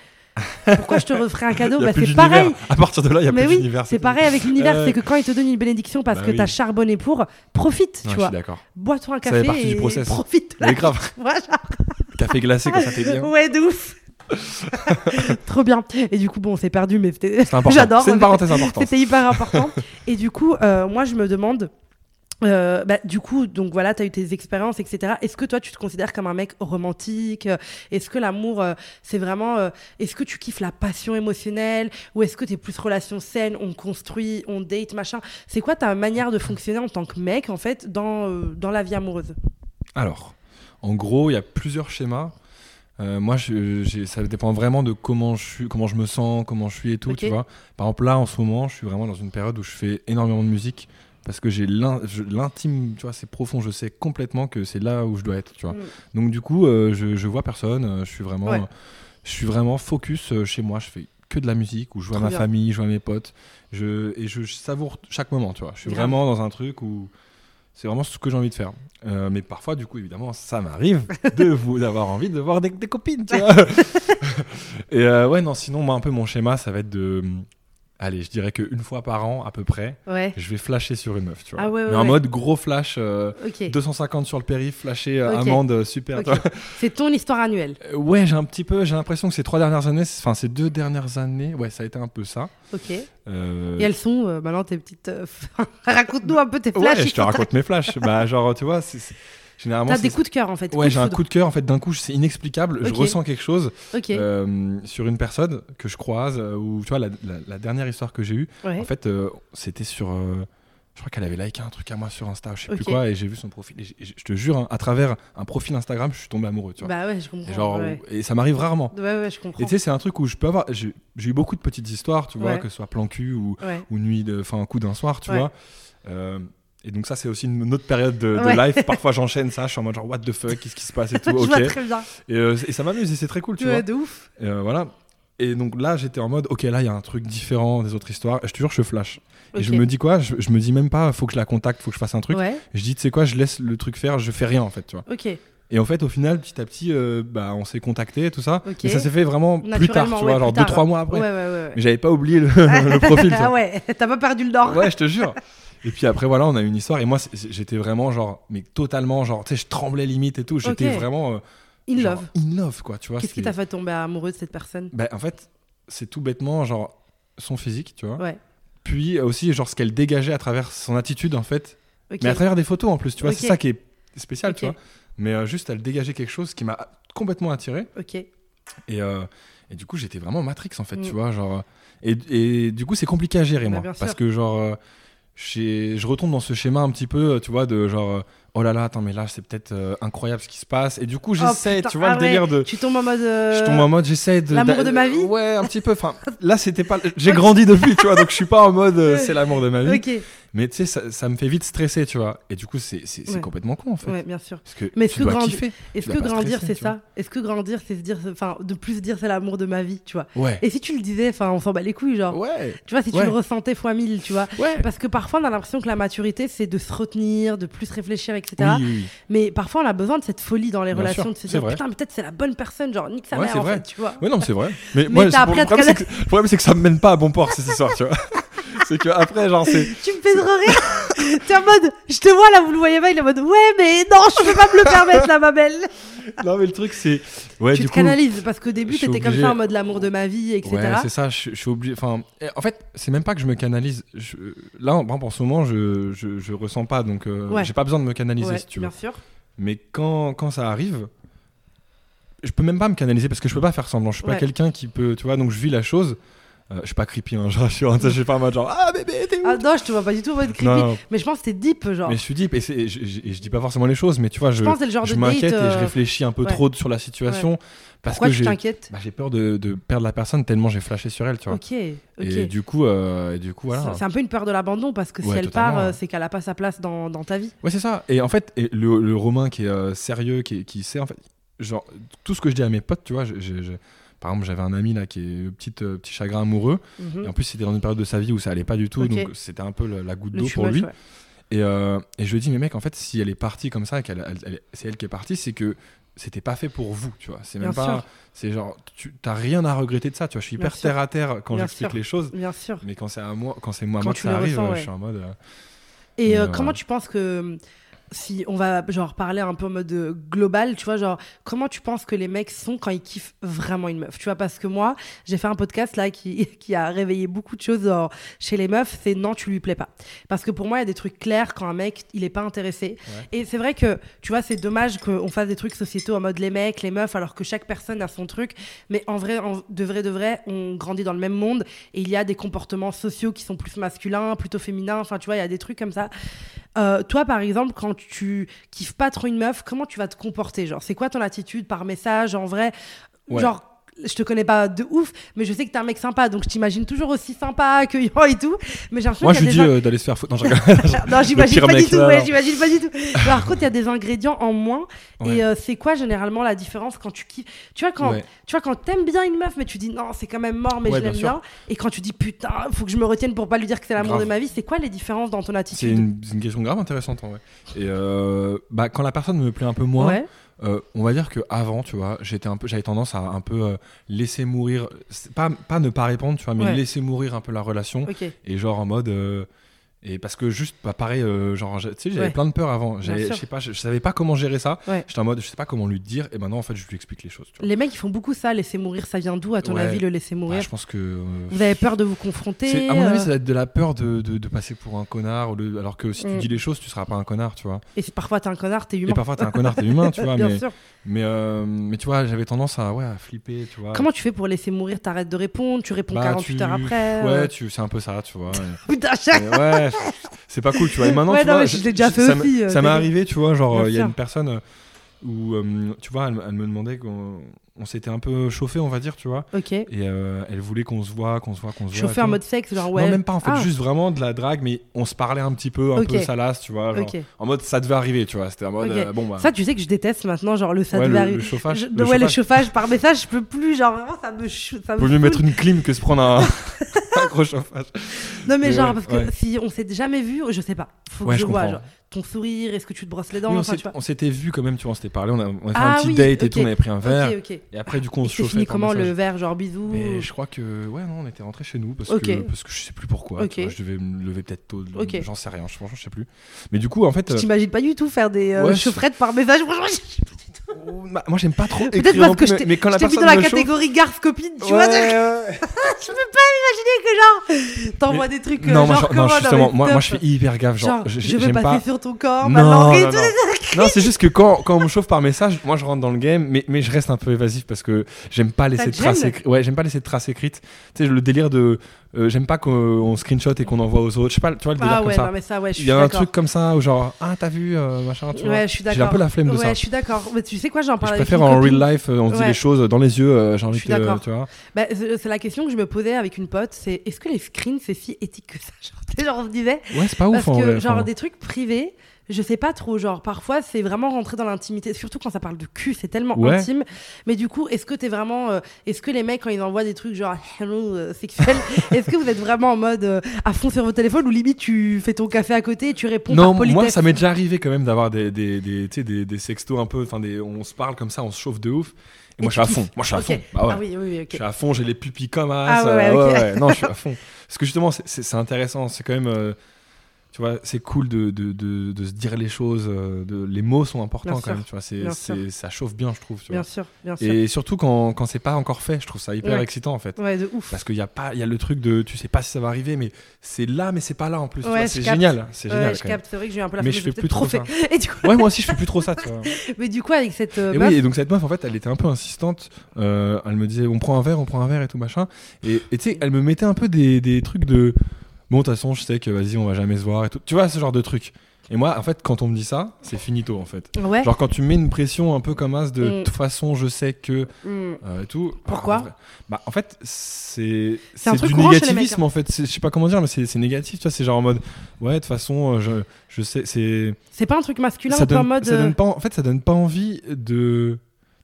[SPEAKER 1] Pourquoi je te referais un cadeau
[SPEAKER 2] Il y a
[SPEAKER 1] Bah,
[SPEAKER 2] plus
[SPEAKER 1] C'est
[SPEAKER 2] d'univers.
[SPEAKER 1] pareil.
[SPEAKER 2] À partir de là, il n'y a
[SPEAKER 1] Mais
[SPEAKER 2] plus
[SPEAKER 1] oui,
[SPEAKER 2] d'univers.
[SPEAKER 1] c'est pareil avec l'univers,
[SPEAKER 2] Euh,
[SPEAKER 1] c'est que quand il te donne une bénédiction parce
[SPEAKER 2] bah
[SPEAKER 1] que
[SPEAKER 2] oui.
[SPEAKER 1] t'as charbonné pour, profite, tu
[SPEAKER 2] Ouais, je
[SPEAKER 1] vois.
[SPEAKER 2] suis d'accord.
[SPEAKER 1] Bois-toi un
[SPEAKER 2] Ça fait
[SPEAKER 1] café
[SPEAKER 2] partie du
[SPEAKER 1] et
[SPEAKER 2] process.
[SPEAKER 1] profite. de la
[SPEAKER 2] Mais grave,
[SPEAKER 1] vie, voilà.
[SPEAKER 2] café glacé quand ça t'est bien.
[SPEAKER 1] Ouais, de ouf. Trop bien. Et du coup, bon, on s'est perdu, mais c'était.
[SPEAKER 2] C'est important.
[SPEAKER 1] J'adore.
[SPEAKER 2] C'est une parenthèse importante.
[SPEAKER 1] C'était hyper important. Et du coup, euh, moi, je me demande. euh, bah, du coup, donc voilà, tu as eu tes expériences, etc. Est-ce que toi, tu te considères comme un mec romantique Euh, Est-ce que l'amour, euh, c'est vraiment. euh, Est-ce que tu kiffes la passion émotionnelle Ou est-ce que tu es plus relation saine On construit, on date, machin. C'est quoi ta manière de fonctionner en tant que mec, en fait, dans, euh, dans la vie amoureuse
[SPEAKER 2] Alors, en gros, il y a plusieurs schémas. Euh, moi, je- j'ai- ça dépend vraiment de comment je suis, comment je me sens, comment je suis et tout,
[SPEAKER 1] Ok.
[SPEAKER 2] tu vois. Par exemple, là, en ce moment, je suis vraiment dans une période où je fais énormément de musique parce que j'ai l'in- je- l'intime, tu vois, c'est profond. Je sais complètement que c'est là où je dois être, tu vois.
[SPEAKER 1] Mm.
[SPEAKER 2] Donc, du coup, euh, je, je vois personne. euh, je suis vraiment,
[SPEAKER 1] Ouais.
[SPEAKER 2] euh, je suis vraiment focus euh, chez moi. Je fais que de la musique où je vois
[SPEAKER 1] Trop
[SPEAKER 2] ma
[SPEAKER 1] bien.
[SPEAKER 2] famille, je vois mes potes, je, et je savoure chaque moment, tu vois. Je suis
[SPEAKER 1] Grave.
[SPEAKER 2] vraiment dans un truc où c'est vraiment ce que j'ai envie de faire. Euh, mais parfois, du coup, évidemment, ça m'arrive de vous d'avoir envie de voir des, des copines, tu vois. Et euh, ouais, non, sinon, moi, un peu mon schéma, ça va être de. Allez, je dirais qu'une fois par an, à peu près,
[SPEAKER 1] Ouais.
[SPEAKER 2] je vais flasher sur une meuf, tu vois.
[SPEAKER 1] Ah ouais, ouais,
[SPEAKER 2] mais en
[SPEAKER 1] ouais.
[SPEAKER 2] mode gros flash, euh,
[SPEAKER 1] Ok.
[SPEAKER 2] 250 sur le périph', flasher euh,
[SPEAKER 1] Ok.
[SPEAKER 2] amende, euh, super.
[SPEAKER 1] Ok.
[SPEAKER 2] tu vois.
[SPEAKER 1] C'est ton histoire annuelle.
[SPEAKER 2] Euh, Ouais, j'ai un petit peu, j'ai l'impression que ces trois dernières années, c'est- enfin, ces deux dernières années, ouais, ça a été un peu ça.
[SPEAKER 1] Ok.
[SPEAKER 2] Euh,
[SPEAKER 1] Et elles sont euh, maintenant tes petites. euh, Raconte-nous un peu tes flashs.
[SPEAKER 2] Ouais, je te
[SPEAKER 1] etc.
[SPEAKER 2] raconte mes flashs. bah, genre, tu vois, c'est, c'est- généralement.
[SPEAKER 1] T'as
[SPEAKER 2] c'est-
[SPEAKER 1] des coups de cœur en fait.
[SPEAKER 2] Ouais, j'ai un coup de cœur. En fait, d'un coup, c'est inexplicable. Je
[SPEAKER 1] Ok.
[SPEAKER 2] ressens quelque chose
[SPEAKER 1] foudre. Ok.
[SPEAKER 2] euh, sur une personne que je croise. euh, Ou tu vois, la, la- la dernière histoire que j'ai eue,
[SPEAKER 1] ouais.
[SPEAKER 2] en fait, euh, c'était sur. euh, je crois qu'elle avait liké un truc à moi sur Insta, je sais plus
[SPEAKER 1] Ok.
[SPEAKER 2] quoi, et j'ai vu son profil. Et j'ai- je te jure, hein, à travers un profil Instagram, je suis tombé amoureux, tu vois.
[SPEAKER 1] bah ouais, je
[SPEAKER 2] et,
[SPEAKER 1] comprends.
[SPEAKER 2] genre,
[SPEAKER 1] ouais.
[SPEAKER 2] et ça m'arrive rarement.
[SPEAKER 1] ouais, ouais, je
[SPEAKER 2] Et
[SPEAKER 1] comprends.
[SPEAKER 2] tu sais, c'est un truc où je peux avoir. J'ai j'ai eu beaucoup de petites histoires, tu vois,
[SPEAKER 1] Ouais.
[SPEAKER 2] que ce soit plan cul ou,
[SPEAKER 1] Ouais.
[SPEAKER 2] ou nuit de. Enfin, un coup d'un soir, tu
[SPEAKER 1] Ouais.
[SPEAKER 2] vois. Euh, et donc, ça, c'est aussi une autre période de, de
[SPEAKER 1] Ouais.
[SPEAKER 2] life. Parfois, j'enchaîne ça, je suis en mode genre, what the fuck, qu'est-ce qui se passe et tout.
[SPEAKER 1] je
[SPEAKER 2] ok.
[SPEAKER 1] vois très bien.
[SPEAKER 2] Et, euh, et ça m'amuse et c'est très cool, tu
[SPEAKER 1] Ouais,
[SPEAKER 2] vois.
[SPEAKER 1] de ouf.
[SPEAKER 2] Et, euh, voilà. Et donc là, j'étais en mode, ok, là, il y a un truc différent des autres histoires. Et je te jure, je flash. Et je
[SPEAKER 1] Ok.
[SPEAKER 2] me dis quoi je, je me dis même pas, faut que je la contacte, faut que je fasse un truc.
[SPEAKER 1] Ouais.
[SPEAKER 2] Je dis, tu sais quoi, je laisse le truc faire, je fais rien en fait, tu vois.
[SPEAKER 1] Ok.
[SPEAKER 2] Et en fait, au final, petit à petit, euh, bah, on s'est contacté et tout ça.
[SPEAKER 1] Ok.
[SPEAKER 2] Mais ça s'est fait vraiment plus tard, tu
[SPEAKER 1] Naturellement,
[SPEAKER 2] vois,
[SPEAKER 1] ouais,
[SPEAKER 2] genre
[SPEAKER 1] plus tard.
[SPEAKER 2] 2-3 mois après.
[SPEAKER 1] Ouais, ouais, ouais.
[SPEAKER 2] Mais j'avais pas oublié le, le profil. tu
[SPEAKER 1] Ah
[SPEAKER 2] vois.
[SPEAKER 1] ouais, t'as pas perdu le nord.
[SPEAKER 2] Ouais, je te jure. Et puis après, voilà, on a eu une histoire. Et moi, c'est- c'est- j'étais vraiment genre, mais totalement genre, tu sais, je tremblais limite et tout. J'étais
[SPEAKER 1] Ok.
[SPEAKER 2] vraiment. euh,
[SPEAKER 1] In
[SPEAKER 2] genre,
[SPEAKER 1] love.
[SPEAKER 2] In love, quoi, tu vois.
[SPEAKER 1] Qu'est-ce qui
[SPEAKER 2] c'est-
[SPEAKER 1] t'a fait tomber amoureux de cette personne
[SPEAKER 2] Bah, En fait, c'est tout bêtement, genre, son physique, tu vois.
[SPEAKER 1] Ouais.
[SPEAKER 2] Puis euh, aussi, genre, ce qu'elle dégageait à travers son attitude, en fait.
[SPEAKER 1] Ok.
[SPEAKER 2] Mais à travers des photos, en plus, tu vois.
[SPEAKER 1] Ok.
[SPEAKER 2] C'est ça qui est spécial, tu
[SPEAKER 1] Ok.
[SPEAKER 2] vois. Mais euh, juste, elle dégageait quelque chose qui m'a complètement attiré.
[SPEAKER 1] Ok.
[SPEAKER 2] Et, euh, et du coup, j'étais vraiment Matrix, en fait,
[SPEAKER 1] Mm.
[SPEAKER 2] tu vois. Genre, euh, et, et du coup, c'est compliqué à gérer,
[SPEAKER 1] Bah,
[SPEAKER 2] moi.
[SPEAKER 1] bien sûr.
[SPEAKER 2] Parce que, genre, euh, j'ai- je retombe dans ce schéma un petit peu, tu vois, de genre, euh, oh là là, attends, mais là, c'est peut-être euh, incroyable ce qui se passe. Et du coup,
[SPEAKER 1] Oh,
[SPEAKER 2] j'essaie,
[SPEAKER 1] putain,
[SPEAKER 2] tu vois,
[SPEAKER 1] ah
[SPEAKER 2] le
[SPEAKER 1] ouais,
[SPEAKER 2] délire de.
[SPEAKER 1] Tu tombes en mode. euh,
[SPEAKER 2] Je tombe en mode, j'essaie de.
[SPEAKER 1] l'amour
[SPEAKER 2] d'a-
[SPEAKER 1] de ma vie
[SPEAKER 2] Ouais, un petit peu. Enfin, là, c'était pas. J'ai grandi depuis, tu vois, donc je suis pas en mode, euh, c'est l'amour de ma vie.
[SPEAKER 1] Ok.
[SPEAKER 2] Mais tu sais, ça, ça me fait vite stresser, tu vois. Et du coup, c'est c'est- c'est
[SPEAKER 1] Ouais.
[SPEAKER 2] complètement con, en fait.
[SPEAKER 1] Ouais, bien sûr.
[SPEAKER 2] Parce que
[SPEAKER 1] Mais
[SPEAKER 2] tu
[SPEAKER 1] ce que
[SPEAKER 2] dois
[SPEAKER 1] grandi-
[SPEAKER 2] kiffer.
[SPEAKER 1] Est-ce
[SPEAKER 2] dois
[SPEAKER 1] que
[SPEAKER 2] pas
[SPEAKER 1] grandir,
[SPEAKER 2] stresser,
[SPEAKER 1] c'est
[SPEAKER 2] tu vois.
[SPEAKER 1] ça Est-ce que grandir, c'est se dire, enfin, de plus se dire, c'est l'amour de ma vie, tu vois
[SPEAKER 2] Ouais.
[SPEAKER 1] Et si tu le disais, enfin, on s'en bat les couilles, genre.
[SPEAKER 2] Ouais.
[SPEAKER 1] Tu vois, si tu
[SPEAKER 2] Ouais.
[SPEAKER 1] le ressentais fois mille, tu vois.
[SPEAKER 2] Ouais.
[SPEAKER 1] Parce que parfois, on a l'impression que la maturité, c'est de se retenir, de plus réfléchir, etc.
[SPEAKER 2] Oui, oui, oui.
[SPEAKER 1] Mais parfois, on a besoin de cette folie dans les
[SPEAKER 2] Bien
[SPEAKER 1] relations,
[SPEAKER 2] sûr,
[SPEAKER 1] de se
[SPEAKER 2] c'est
[SPEAKER 1] dire,
[SPEAKER 2] vrai.
[SPEAKER 1] putain, mais peut-être c'est la bonne personne, genre, nique sa
[SPEAKER 2] Ouais,
[SPEAKER 1] mère,
[SPEAKER 2] c'est
[SPEAKER 1] en
[SPEAKER 2] vrai.
[SPEAKER 1] fait, tu vois.
[SPEAKER 2] Ouais, non, mais c'est vrai. Mais,
[SPEAKER 1] Mais
[SPEAKER 2] moi,
[SPEAKER 1] t'as
[SPEAKER 2] c'est-
[SPEAKER 1] appris à
[SPEAKER 2] le
[SPEAKER 1] te
[SPEAKER 2] problème, c'est que, le problème, c'est que ça me mène pas à bon port, ces histoires, tu vois. c'est que après, genre, c'est.
[SPEAKER 1] Tu me fais de rire. T'es en mode, je te vois là, vous le voyez pas, il est en mode, ouais, mais non, je peux pas me le permettre là, ma belle.
[SPEAKER 2] Non, mais le truc, c'est. Ouais,
[SPEAKER 1] tu
[SPEAKER 2] du
[SPEAKER 1] te
[SPEAKER 2] coup.
[SPEAKER 1] canalises parce qu'au début,
[SPEAKER 2] je suis
[SPEAKER 1] t'étais comme
[SPEAKER 2] obligé-
[SPEAKER 1] ça en mode l'amour de ma vie, etc.
[SPEAKER 2] Ouais, c'est ça, je, je suis obligé. Enfin, eh, en fait, c'est même pas que je me canalise. Je- là, en, en ce moment, je, je, je ressens pas, donc euh,
[SPEAKER 1] Ouais.
[SPEAKER 2] j'ai pas besoin de me canaliser,
[SPEAKER 1] Ouais,
[SPEAKER 2] si tu veux.
[SPEAKER 1] bien sûr.
[SPEAKER 2] Mais quand, quand ça arrive, je peux même pas me canaliser parce que je peux pas faire semblant. Je suis
[SPEAKER 1] Ouais.
[SPEAKER 2] pas quelqu'un qui peut, tu vois, donc je vis la chose. Euh, je suis pas creepy, hein, je rassure. hein, tu sais, je suis pas en mode genre, ah bébé, t'es où
[SPEAKER 1] Ah non, je te vois pas du tout en mode creepy.
[SPEAKER 2] Non, non.
[SPEAKER 1] Mais je pense que t'es deep, genre.
[SPEAKER 2] Mais je suis deep et, c'est- et je, je- et je dis pas forcément les choses, mais tu vois, je,
[SPEAKER 1] je pense que c'est le genre
[SPEAKER 2] je
[SPEAKER 1] de date.
[SPEAKER 2] m'inquiète et je
[SPEAKER 1] euh,
[SPEAKER 2] réfléchis un peu
[SPEAKER 1] ouais.
[SPEAKER 2] trop sur la situation parce
[SPEAKER 1] Pourquoi
[SPEAKER 2] que
[SPEAKER 1] tu
[SPEAKER 2] j'ai
[SPEAKER 1] t'inquiètes
[SPEAKER 2] bah, j'ai peur de, de perdre la personne tellement j'ai flashé sur elle, tu vois.
[SPEAKER 1] Ok, ok.
[SPEAKER 2] Et du coup, euh, et du coup voilà.
[SPEAKER 1] C'est- C'est un peu une peur de l'abandon parce que si
[SPEAKER 2] Ouais,
[SPEAKER 1] elle
[SPEAKER 2] totalement,
[SPEAKER 1] part, euh,
[SPEAKER 2] ouais.
[SPEAKER 1] c'est qu'elle a pas sa place dans, dans ta vie.
[SPEAKER 2] Ouais, c'est ça. Et en fait, et le, le Romain qui est euh, sérieux, qui, est- qui sait, en fait, genre, tout ce que je dis à mes potes, tu vois, je- je- je- par exemple, j'avais un ami là qui est petit, euh, petit chagrin amoureux.
[SPEAKER 1] Mhm.
[SPEAKER 2] Et en plus, c'était dans une période de sa vie où ça allait pas du tout.
[SPEAKER 1] Ok.
[SPEAKER 2] Donc, c'était un peu le- la goutte
[SPEAKER 1] Le
[SPEAKER 2] d'eau
[SPEAKER 1] too
[SPEAKER 2] pour
[SPEAKER 1] much,
[SPEAKER 2] lui.
[SPEAKER 1] ouais.
[SPEAKER 2] Et, euh, et je lui dis, mais mec, en fait, si elle est partie comme ça, et qu'elle, elle- elle- c'est elle qui est partie, c'est que c'était pas fait pour vous, tu vois. C'est même
[SPEAKER 1] Bien
[SPEAKER 2] pas.
[SPEAKER 1] sûr.
[SPEAKER 2] C'est genre, tu t'as rien à regretter de ça, tu vois. Je suis
[SPEAKER 1] Bien
[SPEAKER 2] hyper
[SPEAKER 1] sûr.
[SPEAKER 2] terre à terre quand
[SPEAKER 1] Bien
[SPEAKER 2] j'explique
[SPEAKER 1] sûr.
[SPEAKER 2] les choses.
[SPEAKER 1] Bien sûr.
[SPEAKER 2] Mais quand c'est à moi, quand c'est moi, à
[SPEAKER 1] Quand
[SPEAKER 2] moi
[SPEAKER 1] tu
[SPEAKER 2] que
[SPEAKER 1] le
[SPEAKER 2] ça arrive,
[SPEAKER 1] ressens,
[SPEAKER 2] euh,
[SPEAKER 1] ouais.
[SPEAKER 2] je suis en mode. euh,
[SPEAKER 1] Et
[SPEAKER 2] Mais,
[SPEAKER 1] euh,
[SPEAKER 2] euh,
[SPEAKER 1] comment tu penses que hum, si on va genre parler un peu en mode euh, global, tu vois, genre comment tu penses que les mecs sont quand ils kiffent vraiment une meuf, tu vois, parce que moi j'ai fait un podcast là qui, qui a réveillé beaucoup de choses genre, chez les meufs, c'est non tu lui plais pas, parce que pour moi il y a des trucs clairs quand un mec il est pas intéressé, et c'est vrai que tu vois c'est dommage qu'on fasse des trucs sociétaux en mode les mecs, les meufs, alors que chaque personne a son truc, mais en vrai, en- de vrai, de vrai, on grandit dans le même monde et il y a des comportements sociaux qui sont plus masculins, plutôt féminins. Enfin, tu vois, il y a des trucs comme ça. Euh, toi, par exemple, quand tu kiffes pas trop une meuf, comment tu vas te comporter Genre, c'est quoi ton attitude par message en vrai
[SPEAKER 2] Ouais.
[SPEAKER 1] Genre, je te connais pas de ouf, mais je sais que t'es un mec sympa, donc je t'imagine toujours aussi sympa, accueillant et tout. Mais j'ai l'impression
[SPEAKER 2] Moi, je
[SPEAKER 1] qu'il y
[SPEAKER 2] lui
[SPEAKER 1] a
[SPEAKER 2] dis
[SPEAKER 1] des in-
[SPEAKER 2] euh, d'aller se faire foutre. Non, je rigole.
[SPEAKER 1] non, j'imagine
[SPEAKER 2] pire
[SPEAKER 1] pas, du
[SPEAKER 2] mec,
[SPEAKER 1] tout.
[SPEAKER 2] non,
[SPEAKER 1] ouais,
[SPEAKER 2] non.
[SPEAKER 1] j'imagine pas du tout. Mais Par contre, il y a des ingrédients en moins.
[SPEAKER 2] Ouais.
[SPEAKER 1] Et euh, c'est quoi généralement la différence quand tu kiffes Tu vois, quand
[SPEAKER 2] Ouais.
[SPEAKER 1] tu vois, quand t'aimes bien une meuf, mais tu dis non, c'est quand même mort, mais
[SPEAKER 2] Ouais,
[SPEAKER 1] je l'aime
[SPEAKER 2] bien sûr.
[SPEAKER 1] bien. Et quand tu dis putain, faut que je me retienne pour pas lui dire que c'est l'amour
[SPEAKER 2] Grave.
[SPEAKER 1] de ma vie, c'est quoi les différences dans ton
[SPEAKER 2] C'est
[SPEAKER 1] attitude
[SPEAKER 2] une, c'est une question grave intéressante en vrai. Et euh, bah, quand la personne me plaît un peu moins,
[SPEAKER 1] Ouais,
[SPEAKER 2] euh, on va dire que avant, tu vois, j'étais un peu, j'avais tendance à un peu euh, laisser mourir, c'est pas pas ne pas répondre, tu vois, mais
[SPEAKER 1] Ouais.
[SPEAKER 2] laisser mourir un peu la relation
[SPEAKER 1] ok.
[SPEAKER 2] et genre en mode euh, et parce que juste bah, pareil, euh, genre je- tu sais, j'avais
[SPEAKER 1] Ouais.
[SPEAKER 2] plein de peur avant,
[SPEAKER 1] Bien
[SPEAKER 2] J'avais-
[SPEAKER 1] sûr.
[SPEAKER 2] je sais pas, je, je savais pas comment gérer ça.
[SPEAKER 1] Ouais.
[SPEAKER 2] J'étais en mode, je sais pas comment lui dire et maintenant en fait, je lui explique les choses. Tu vois.
[SPEAKER 1] Les mecs, ils font beaucoup ça, laisser mourir. Ça vient d'où, à ton
[SPEAKER 2] Ouais.
[SPEAKER 1] avis, le laisser
[SPEAKER 2] Bah,
[SPEAKER 1] mourir
[SPEAKER 2] je pense que euh,
[SPEAKER 1] Vous avez peur de vous
[SPEAKER 2] c'est-
[SPEAKER 1] confronter
[SPEAKER 2] à mon avis,
[SPEAKER 1] euh,
[SPEAKER 2] ça doit être de la peur de, de- de passer pour un connard, ou de- alors que si
[SPEAKER 1] Mm.
[SPEAKER 2] tu dis les choses, tu seras pas un connard, tu vois.
[SPEAKER 1] Et si parfois t'es un connard, t'es
[SPEAKER 2] Et
[SPEAKER 1] humain.
[SPEAKER 2] parfois, t'es un connard, t'es humain, tu vois.
[SPEAKER 1] Bien
[SPEAKER 2] mais,
[SPEAKER 1] sûr.
[SPEAKER 2] mais, euh, mais tu vois, j'avais tendance à, ouais, à flipper, tu vois.
[SPEAKER 1] Comment tu fais pour laisser mourir T'arrêtes de répondre, tu réponds
[SPEAKER 2] Bah,
[SPEAKER 1] 48
[SPEAKER 2] tu-
[SPEAKER 1] heures après. euh,
[SPEAKER 2] Ouais, tu... c'est un peu ça, tu vois. Et-
[SPEAKER 1] Putain, chaque-
[SPEAKER 2] et ouais, c'est pas cool, tu vois. Et maintenant,
[SPEAKER 1] Ouais,
[SPEAKER 2] tu
[SPEAKER 1] non,
[SPEAKER 2] vois,
[SPEAKER 1] mais je l'ai déjà fait
[SPEAKER 2] ça m'est-
[SPEAKER 1] aussi, euh,
[SPEAKER 2] Ça m'est
[SPEAKER 1] t'inquiète.
[SPEAKER 2] arrivé, tu vois, genre,
[SPEAKER 1] Bien
[SPEAKER 2] euh, il y a
[SPEAKER 1] sûr.
[SPEAKER 2] une personne euh, où, euh, tu vois, elle, elle me demandait qu'on on s'était un peu chauffé, on va dire, tu vois.
[SPEAKER 1] Ok.
[SPEAKER 2] Et euh, elle voulait qu'on se voit, qu'on se voit, qu'on se voit.
[SPEAKER 1] Chauffer en
[SPEAKER 2] tout.
[SPEAKER 1] mode sexe, genre ouais.
[SPEAKER 2] Non, même pas, en fait,
[SPEAKER 1] Ah,
[SPEAKER 2] juste vraiment de la drague, mais on se parlait un petit peu, un
[SPEAKER 1] Ok.
[SPEAKER 2] peu salace, tu vois. genre,
[SPEAKER 1] Ok.
[SPEAKER 2] En mode, ça devait arriver, tu vois. C'était en mode,
[SPEAKER 1] Ok.
[SPEAKER 2] euh, bon, bah.
[SPEAKER 1] Ça, tu sais que je déteste maintenant, genre le ça
[SPEAKER 2] ouais,
[SPEAKER 1] devait
[SPEAKER 2] le,
[SPEAKER 1] arriver.
[SPEAKER 2] le chauffage.
[SPEAKER 1] Je-
[SPEAKER 2] le
[SPEAKER 1] ouais, le
[SPEAKER 2] chauffage.
[SPEAKER 1] chauffage par message, je peux plus. Genre, vraiment, ça me. chou- Ça me
[SPEAKER 2] Vaut mieux
[SPEAKER 1] saoule.
[SPEAKER 2] mettre une clim que se prendre un, un gros chauffage.
[SPEAKER 1] Non, mais
[SPEAKER 2] Mais
[SPEAKER 1] genre,
[SPEAKER 2] ouais,
[SPEAKER 1] parce que
[SPEAKER 2] ouais.
[SPEAKER 1] si on s'est jamais vu, je sais pas. faut
[SPEAKER 2] Ouais,
[SPEAKER 1] que je,
[SPEAKER 2] je
[SPEAKER 1] vois
[SPEAKER 2] comprends.
[SPEAKER 1] genre, ton sourire, est-ce que tu te brosses les
[SPEAKER 2] Oui,
[SPEAKER 1] dents
[SPEAKER 2] on
[SPEAKER 1] enfin,
[SPEAKER 2] s'est-
[SPEAKER 1] tu vois.
[SPEAKER 2] on s'était vu quand même, tu vois, on s'était parlé, on a, on a fait
[SPEAKER 1] Ah
[SPEAKER 2] un petit
[SPEAKER 1] oui,
[SPEAKER 2] date et
[SPEAKER 1] ok.
[SPEAKER 2] tout, on avait pris un verre.
[SPEAKER 1] Ok, ok.
[SPEAKER 2] Et après, du coup, on
[SPEAKER 1] Et
[SPEAKER 2] se
[SPEAKER 1] c'est
[SPEAKER 2] chauffait.
[SPEAKER 1] fini
[SPEAKER 2] par
[SPEAKER 1] comment le
[SPEAKER 2] message.
[SPEAKER 1] verre, genre bisous
[SPEAKER 2] Mais
[SPEAKER 1] ou-
[SPEAKER 2] je crois que ouais non on était rentré chez nous parce
[SPEAKER 1] Ok.
[SPEAKER 2] que parce que je sais plus pourquoi tu
[SPEAKER 1] Ok.
[SPEAKER 2] vois, je devais me lever peut-être tôt
[SPEAKER 1] Ok.
[SPEAKER 2] j'en sais rien je- franchement je sais plus mais du coup en fait
[SPEAKER 1] Je
[SPEAKER 2] euh,
[SPEAKER 1] t'imagine pas du tout faire des euh,
[SPEAKER 2] Ouais, je-
[SPEAKER 1] chaufferettes par message. Franchement, je-
[SPEAKER 2] oh, bah, moi j'aime pas trop
[SPEAKER 1] Peut-être
[SPEAKER 2] écrire
[SPEAKER 1] parce
[SPEAKER 2] non
[SPEAKER 1] que
[SPEAKER 2] plus, mais, mais quand
[SPEAKER 1] Je
[SPEAKER 2] la
[SPEAKER 1] t'ai mis
[SPEAKER 2] personne
[SPEAKER 1] dans la
[SPEAKER 2] me chauffe,
[SPEAKER 1] catégorie garce copine, tu vois.
[SPEAKER 2] ouais,
[SPEAKER 1] Je
[SPEAKER 2] ouais.
[SPEAKER 1] peux pas imaginer que genre, t'envoies des trucs. euh,
[SPEAKER 2] non, moi,
[SPEAKER 1] genre,
[SPEAKER 2] je- non,
[SPEAKER 1] comment,
[SPEAKER 2] justement
[SPEAKER 1] dans les
[SPEAKER 2] moi, moi je
[SPEAKER 1] tops.
[SPEAKER 2] fais hyper gaffe genre,
[SPEAKER 1] Genre,
[SPEAKER 2] je-
[SPEAKER 1] je veux
[SPEAKER 2] j'aime
[SPEAKER 1] passer
[SPEAKER 2] pas
[SPEAKER 1] sur ton corps, ma
[SPEAKER 2] non,
[SPEAKER 1] langue et
[SPEAKER 2] non,
[SPEAKER 1] tout.
[SPEAKER 2] non. Non, c'est juste que quand, quand on me chauffe par message, moi je rentre dans le game, mais, mais je reste un peu évasif parce que j'aime pas laisser
[SPEAKER 1] te
[SPEAKER 2] de traces
[SPEAKER 1] gêne
[SPEAKER 2] écrites. Ouais, j'aime pas laisser de traces écrites. Tu sais, le délire de. euh, j'aime pas qu'on on screenshot et qu'on envoie aux autres. Je sais pas, tu vois, le délire
[SPEAKER 1] Ah
[SPEAKER 2] comme
[SPEAKER 1] ouais,
[SPEAKER 2] ça.
[SPEAKER 1] non, mais ça, ouais, je
[SPEAKER 2] Il
[SPEAKER 1] suis
[SPEAKER 2] y a un
[SPEAKER 1] d'accord.
[SPEAKER 2] truc comme ça où genre, ah t'as vu, euh, machin, tu vois.
[SPEAKER 1] Ouais, je suis
[SPEAKER 2] J'ai un
[SPEAKER 1] d'accord.
[SPEAKER 2] peu la flemme de
[SPEAKER 1] Ouais,
[SPEAKER 2] ça.
[SPEAKER 1] je suis d'accord. Mais tu sais quoi, j'en
[SPEAKER 2] Je
[SPEAKER 1] parle avec
[SPEAKER 2] préfère
[SPEAKER 1] une
[SPEAKER 2] en
[SPEAKER 1] copine.
[SPEAKER 2] real life, euh, on se dit
[SPEAKER 1] Ouais.
[SPEAKER 2] les choses dans les yeux, euh, j'ai envie
[SPEAKER 1] suis
[SPEAKER 2] de,
[SPEAKER 1] d'accord.
[SPEAKER 2] tu vois.
[SPEAKER 1] Bah, c'est c'est la question que je me posais avec une pote, c'est est-ce que les screens c'est si éthique que ça genre, tu sais, genre, on se disait
[SPEAKER 2] Ouais, c'est pas
[SPEAKER 1] parce
[SPEAKER 2] ouf en
[SPEAKER 1] que
[SPEAKER 2] vrai.
[SPEAKER 1] genre
[SPEAKER 2] enfin.
[SPEAKER 1] des trucs privés, je sais pas trop genre parfois c'est vraiment rentrer dans l'intimité, surtout quand ça parle de cul, c'est tellement
[SPEAKER 2] Ouais.
[SPEAKER 1] intime. Mais du coup, est-ce que t'es vraiment, euh, est-ce que les mecs quand ils envoient des trucs genre hello euh, sexuel, est-ce que vous êtes vraiment en mode euh, à fond sur votre téléphone ou limite tu fais ton café à côté et tu réponds
[SPEAKER 2] Non,
[SPEAKER 1] par politesse
[SPEAKER 2] moi ça m'est déjà arrivé quand même d'avoir des, des, des, tu sais, des, des sextos un peu, enfin des- on se parle comme ça, on se chauffe de ouf.
[SPEAKER 1] Et
[SPEAKER 2] Et, moi je suis à
[SPEAKER 1] tu
[SPEAKER 2] fond,
[SPEAKER 1] kiffes.
[SPEAKER 2] moi je suis à
[SPEAKER 1] Ok.
[SPEAKER 2] fond. Bah ouais.
[SPEAKER 1] Ah oui, oui, oui, ok.
[SPEAKER 2] Je suis à fond, j'ai les pupilles comme as.
[SPEAKER 1] Ah ouais,
[SPEAKER 2] euh,
[SPEAKER 1] ouais, ok.
[SPEAKER 2] ouais. Non, je suis à fond. Parce que justement, c'est- c'est c'est intéressant. C'est quand même. euh, tu vois, c'est cool de, de, de, de se dire les choses. euh, de, les mots sont importants
[SPEAKER 1] Bien
[SPEAKER 2] quand
[SPEAKER 1] sûr.
[SPEAKER 2] même. Tu vois, c'est
[SPEAKER 1] Bien
[SPEAKER 2] c'est- ça chauffe bien, je trouve. Tu
[SPEAKER 1] Bien
[SPEAKER 2] vois.
[SPEAKER 1] sûr, bien sûr.
[SPEAKER 2] Et surtout quand, quand c'est pas encore fait, je trouve ça hyper
[SPEAKER 1] Ouais.
[SPEAKER 2] excitant en fait.
[SPEAKER 1] Ouais, de ouf.
[SPEAKER 2] Parce qu'il y a pas, il y a le truc de, tu sais pas si ça va arriver, mais c'est là, mais c'est pas là en plus. tu
[SPEAKER 1] Ouais,
[SPEAKER 2] vois,
[SPEAKER 1] je
[SPEAKER 2] c'est
[SPEAKER 1] capte.
[SPEAKER 2] génial, c'est
[SPEAKER 1] Ouais,
[SPEAKER 2] génial.
[SPEAKER 1] je
[SPEAKER 2] quand même.
[SPEAKER 1] capte, c'est vrai que j'ai eu un peu la
[SPEAKER 2] Mais
[SPEAKER 1] flemme, j'ai
[SPEAKER 2] je fais
[SPEAKER 1] peut-être
[SPEAKER 2] plus trop ça.
[SPEAKER 1] fait. Et du coup,
[SPEAKER 2] Ouais, moi aussi, je fais plus trop ça. Tu vois.
[SPEAKER 1] mais du coup, avec cette euh,
[SPEAKER 2] Et
[SPEAKER 1] meuf,
[SPEAKER 2] oui, et donc cette meuf, en fait, elle était un peu insistante. Euh, elle me disait, on prend un verre, on prend un verre et tout machin. Et et tu sais, elle me mettait un peu des, des trucs de, bon, de toute façon, je sais que vas-y, on va jamais se voir et tout. Tu vois, ce genre de truc. Et moi, en fait, quand on me dit ça, c'est finito, en fait.
[SPEAKER 1] ouais.
[SPEAKER 2] Genre, quand tu me mets une pression un peu comme as de,
[SPEAKER 1] Mm.
[SPEAKER 2] de toute façon, je sais que
[SPEAKER 1] hmm.
[SPEAKER 2] euh, et tout.
[SPEAKER 1] Pourquoi
[SPEAKER 2] Ah, en vrai. Bah, en fait, c'est
[SPEAKER 1] C'est un
[SPEAKER 2] c'est
[SPEAKER 1] truc
[SPEAKER 2] du
[SPEAKER 1] courant chez les hein.
[SPEAKER 2] négativisme, en fait. C'est- Je sais pas comment dire, mais c'est c'est négatif. Tu vois, c'est genre en mode, ouais, de toute façon, euh, je, je sais, c'est
[SPEAKER 1] C'est pas un truc masculin,
[SPEAKER 2] ça
[SPEAKER 1] un peu en
[SPEAKER 2] donne,
[SPEAKER 1] mode.
[SPEAKER 2] ça
[SPEAKER 1] euh,
[SPEAKER 2] donne pas, en fait, ça donne pas envie de.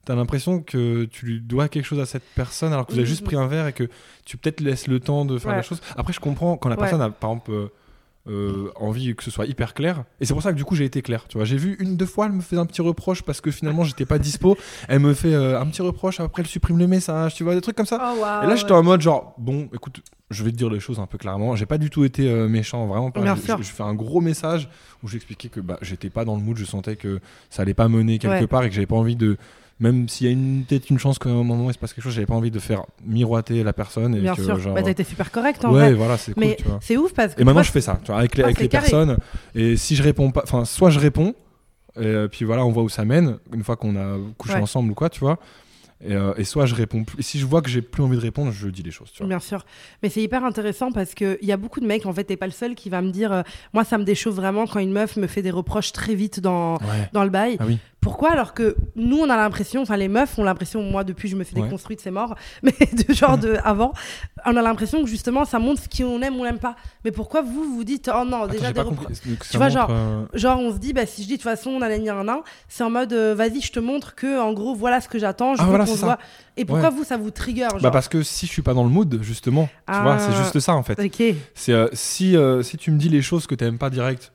[SPEAKER 2] T'as l'impression que tu lui dois quelque chose à cette personne alors que vous avez juste
[SPEAKER 1] Mhm.
[SPEAKER 2] pris un verre et que tu peut-être laisses le temps de faire
[SPEAKER 1] Ouais.
[SPEAKER 2] la chose. Après, je comprends quand la
[SPEAKER 1] Ouais.
[SPEAKER 2] personne a, par exemple, euh, euh, envie que ce soit hyper clair. Et c'est pour ça que du coup, j'ai été clair. Tu vois, j'ai vu une, deux fois, elle me faisait un petit reproche parce que finalement, j'étais pas dispo. Elle me fait euh, un petit reproche, après, elle supprime le message, tu vois, des trucs comme ça.
[SPEAKER 1] Oh, waouh,
[SPEAKER 2] Et là,
[SPEAKER 1] ouais.
[SPEAKER 2] j'étais en mode genre, bon, écoute, je vais te dire les choses un peu clairement. J'ai pas du tout été euh, méchant, vraiment pas.
[SPEAKER 1] Bien
[SPEAKER 2] Je-
[SPEAKER 1] sûr.
[SPEAKER 2] Je, je fais un gros message où j'expliquais que bah, j'étais pas dans le mood, je sentais que ça allait pas mener quelque
[SPEAKER 1] Ouais.
[SPEAKER 2] part et que j'avais pas envie de. Même s'il y a une- peut-être une chance qu'à un moment il se passe quelque chose, j'avais pas envie de faire miroiter la personne. Et
[SPEAKER 1] Bien
[SPEAKER 2] que,
[SPEAKER 1] sûr.
[SPEAKER 2] genre,
[SPEAKER 1] Bah, t'as été super correct en
[SPEAKER 2] ouais,
[SPEAKER 1] vrai.
[SPEAKER 2] voilà, c'est cool,
[SPEAKER 1] Mais
[SPEAKER 2] tu vois.
[SPEAKER 1] c'est ouf parce que.
[SPEAKER 2] Et maintenant,
[SPEAKER 1] moi,
[SPEAKER 2] je fais ça, tu vois, avec les,
[SPEAKER 1] Ah,
[SPEAKER 2] avec
[SPEAKER 1] c'est
[SPEAKER 2] les
[SPEAKER 1] carré.
[SPEAKER 2] personnes. Et si je réponds pas, enfin, soit je réponds, et euh, puis voilà, on voit où ça mène, une fois qu'on a couché
[SPEAKER 1] Ouais.
[SPEAKER 2] ensemble ou quoi, tu vois. Et, euh, et soit je réponds plus. Et si je vois que j'ai plus envie de répondre, je dis les choses, tu vois.
[SPEAKER 1] Bien sûr. Mais c'est hyper intéressant parce qu'il y a beaucoup de mecs, en fait, t'es pas le seul qui va me dire euh, Moi, ça me déchauffe vraiment quand une meuf me fait des reproches très vite dans,
[SPEAKER 2] Ouais.
[SPEAKER 1] dans le bail.
[SPEAKER 2] Ah oui.
[SPEAKER 1] Pourquoi alors que nous on a l'impression, enfin les meufs ont l'impression, moi depuis je me fais
[SPEAKER 2] Ouais.
[SPEAKER 1] déconstruite, c'est mort, mais de genre de avant, on a l'impression que justement ça montre ce qu'on aime ou on n'aime pas. Mais pourquoi vous vous dites oh non déjà
[SPEAKER 2] j'ai
[SPEAKER 1] des
[SPEAKER 2] pas
[SPEAKER 1] repro-
[SPEAKER 2] compris. Donc,
[SPEAKER 1] Tu
[SPEAKER 2] ça
[SPEAKER 1] vois,
[SPEAKER 2] montre,
[SPEAKER 1] genre,
[SPEAKER 2] euh,
[SPEAKER 1] Genre on se dit bah si je dis de toute façon on a gagné un an, c'est en mode euh, vas-y je te montre que en gros voilà ce que j'attends, je
[SPEAKER 2] Ah,
[SPEAKER 1] veux
[SPEAKER 2] voilà,
[SPEAKER 1] qu'on
[SPEAKER 2] c'est
[SPEAKER 1] se
[SPEAKER 2] ça.
[SPEAKER 1] voit. Et pourquoi vous ça vous trigger genre
[SPEAKER 2] Bah parce que si je suis pas dans le mood, justement,
[SPEAKER 1] Ah.
[SPEAKER 2] tu vois, c'est juste ça en fait.
[SPEAKER 1] Ok.
[SPEAKER 2] C'est euh, si euh, si tu me dis les choses que t'aimes pas direct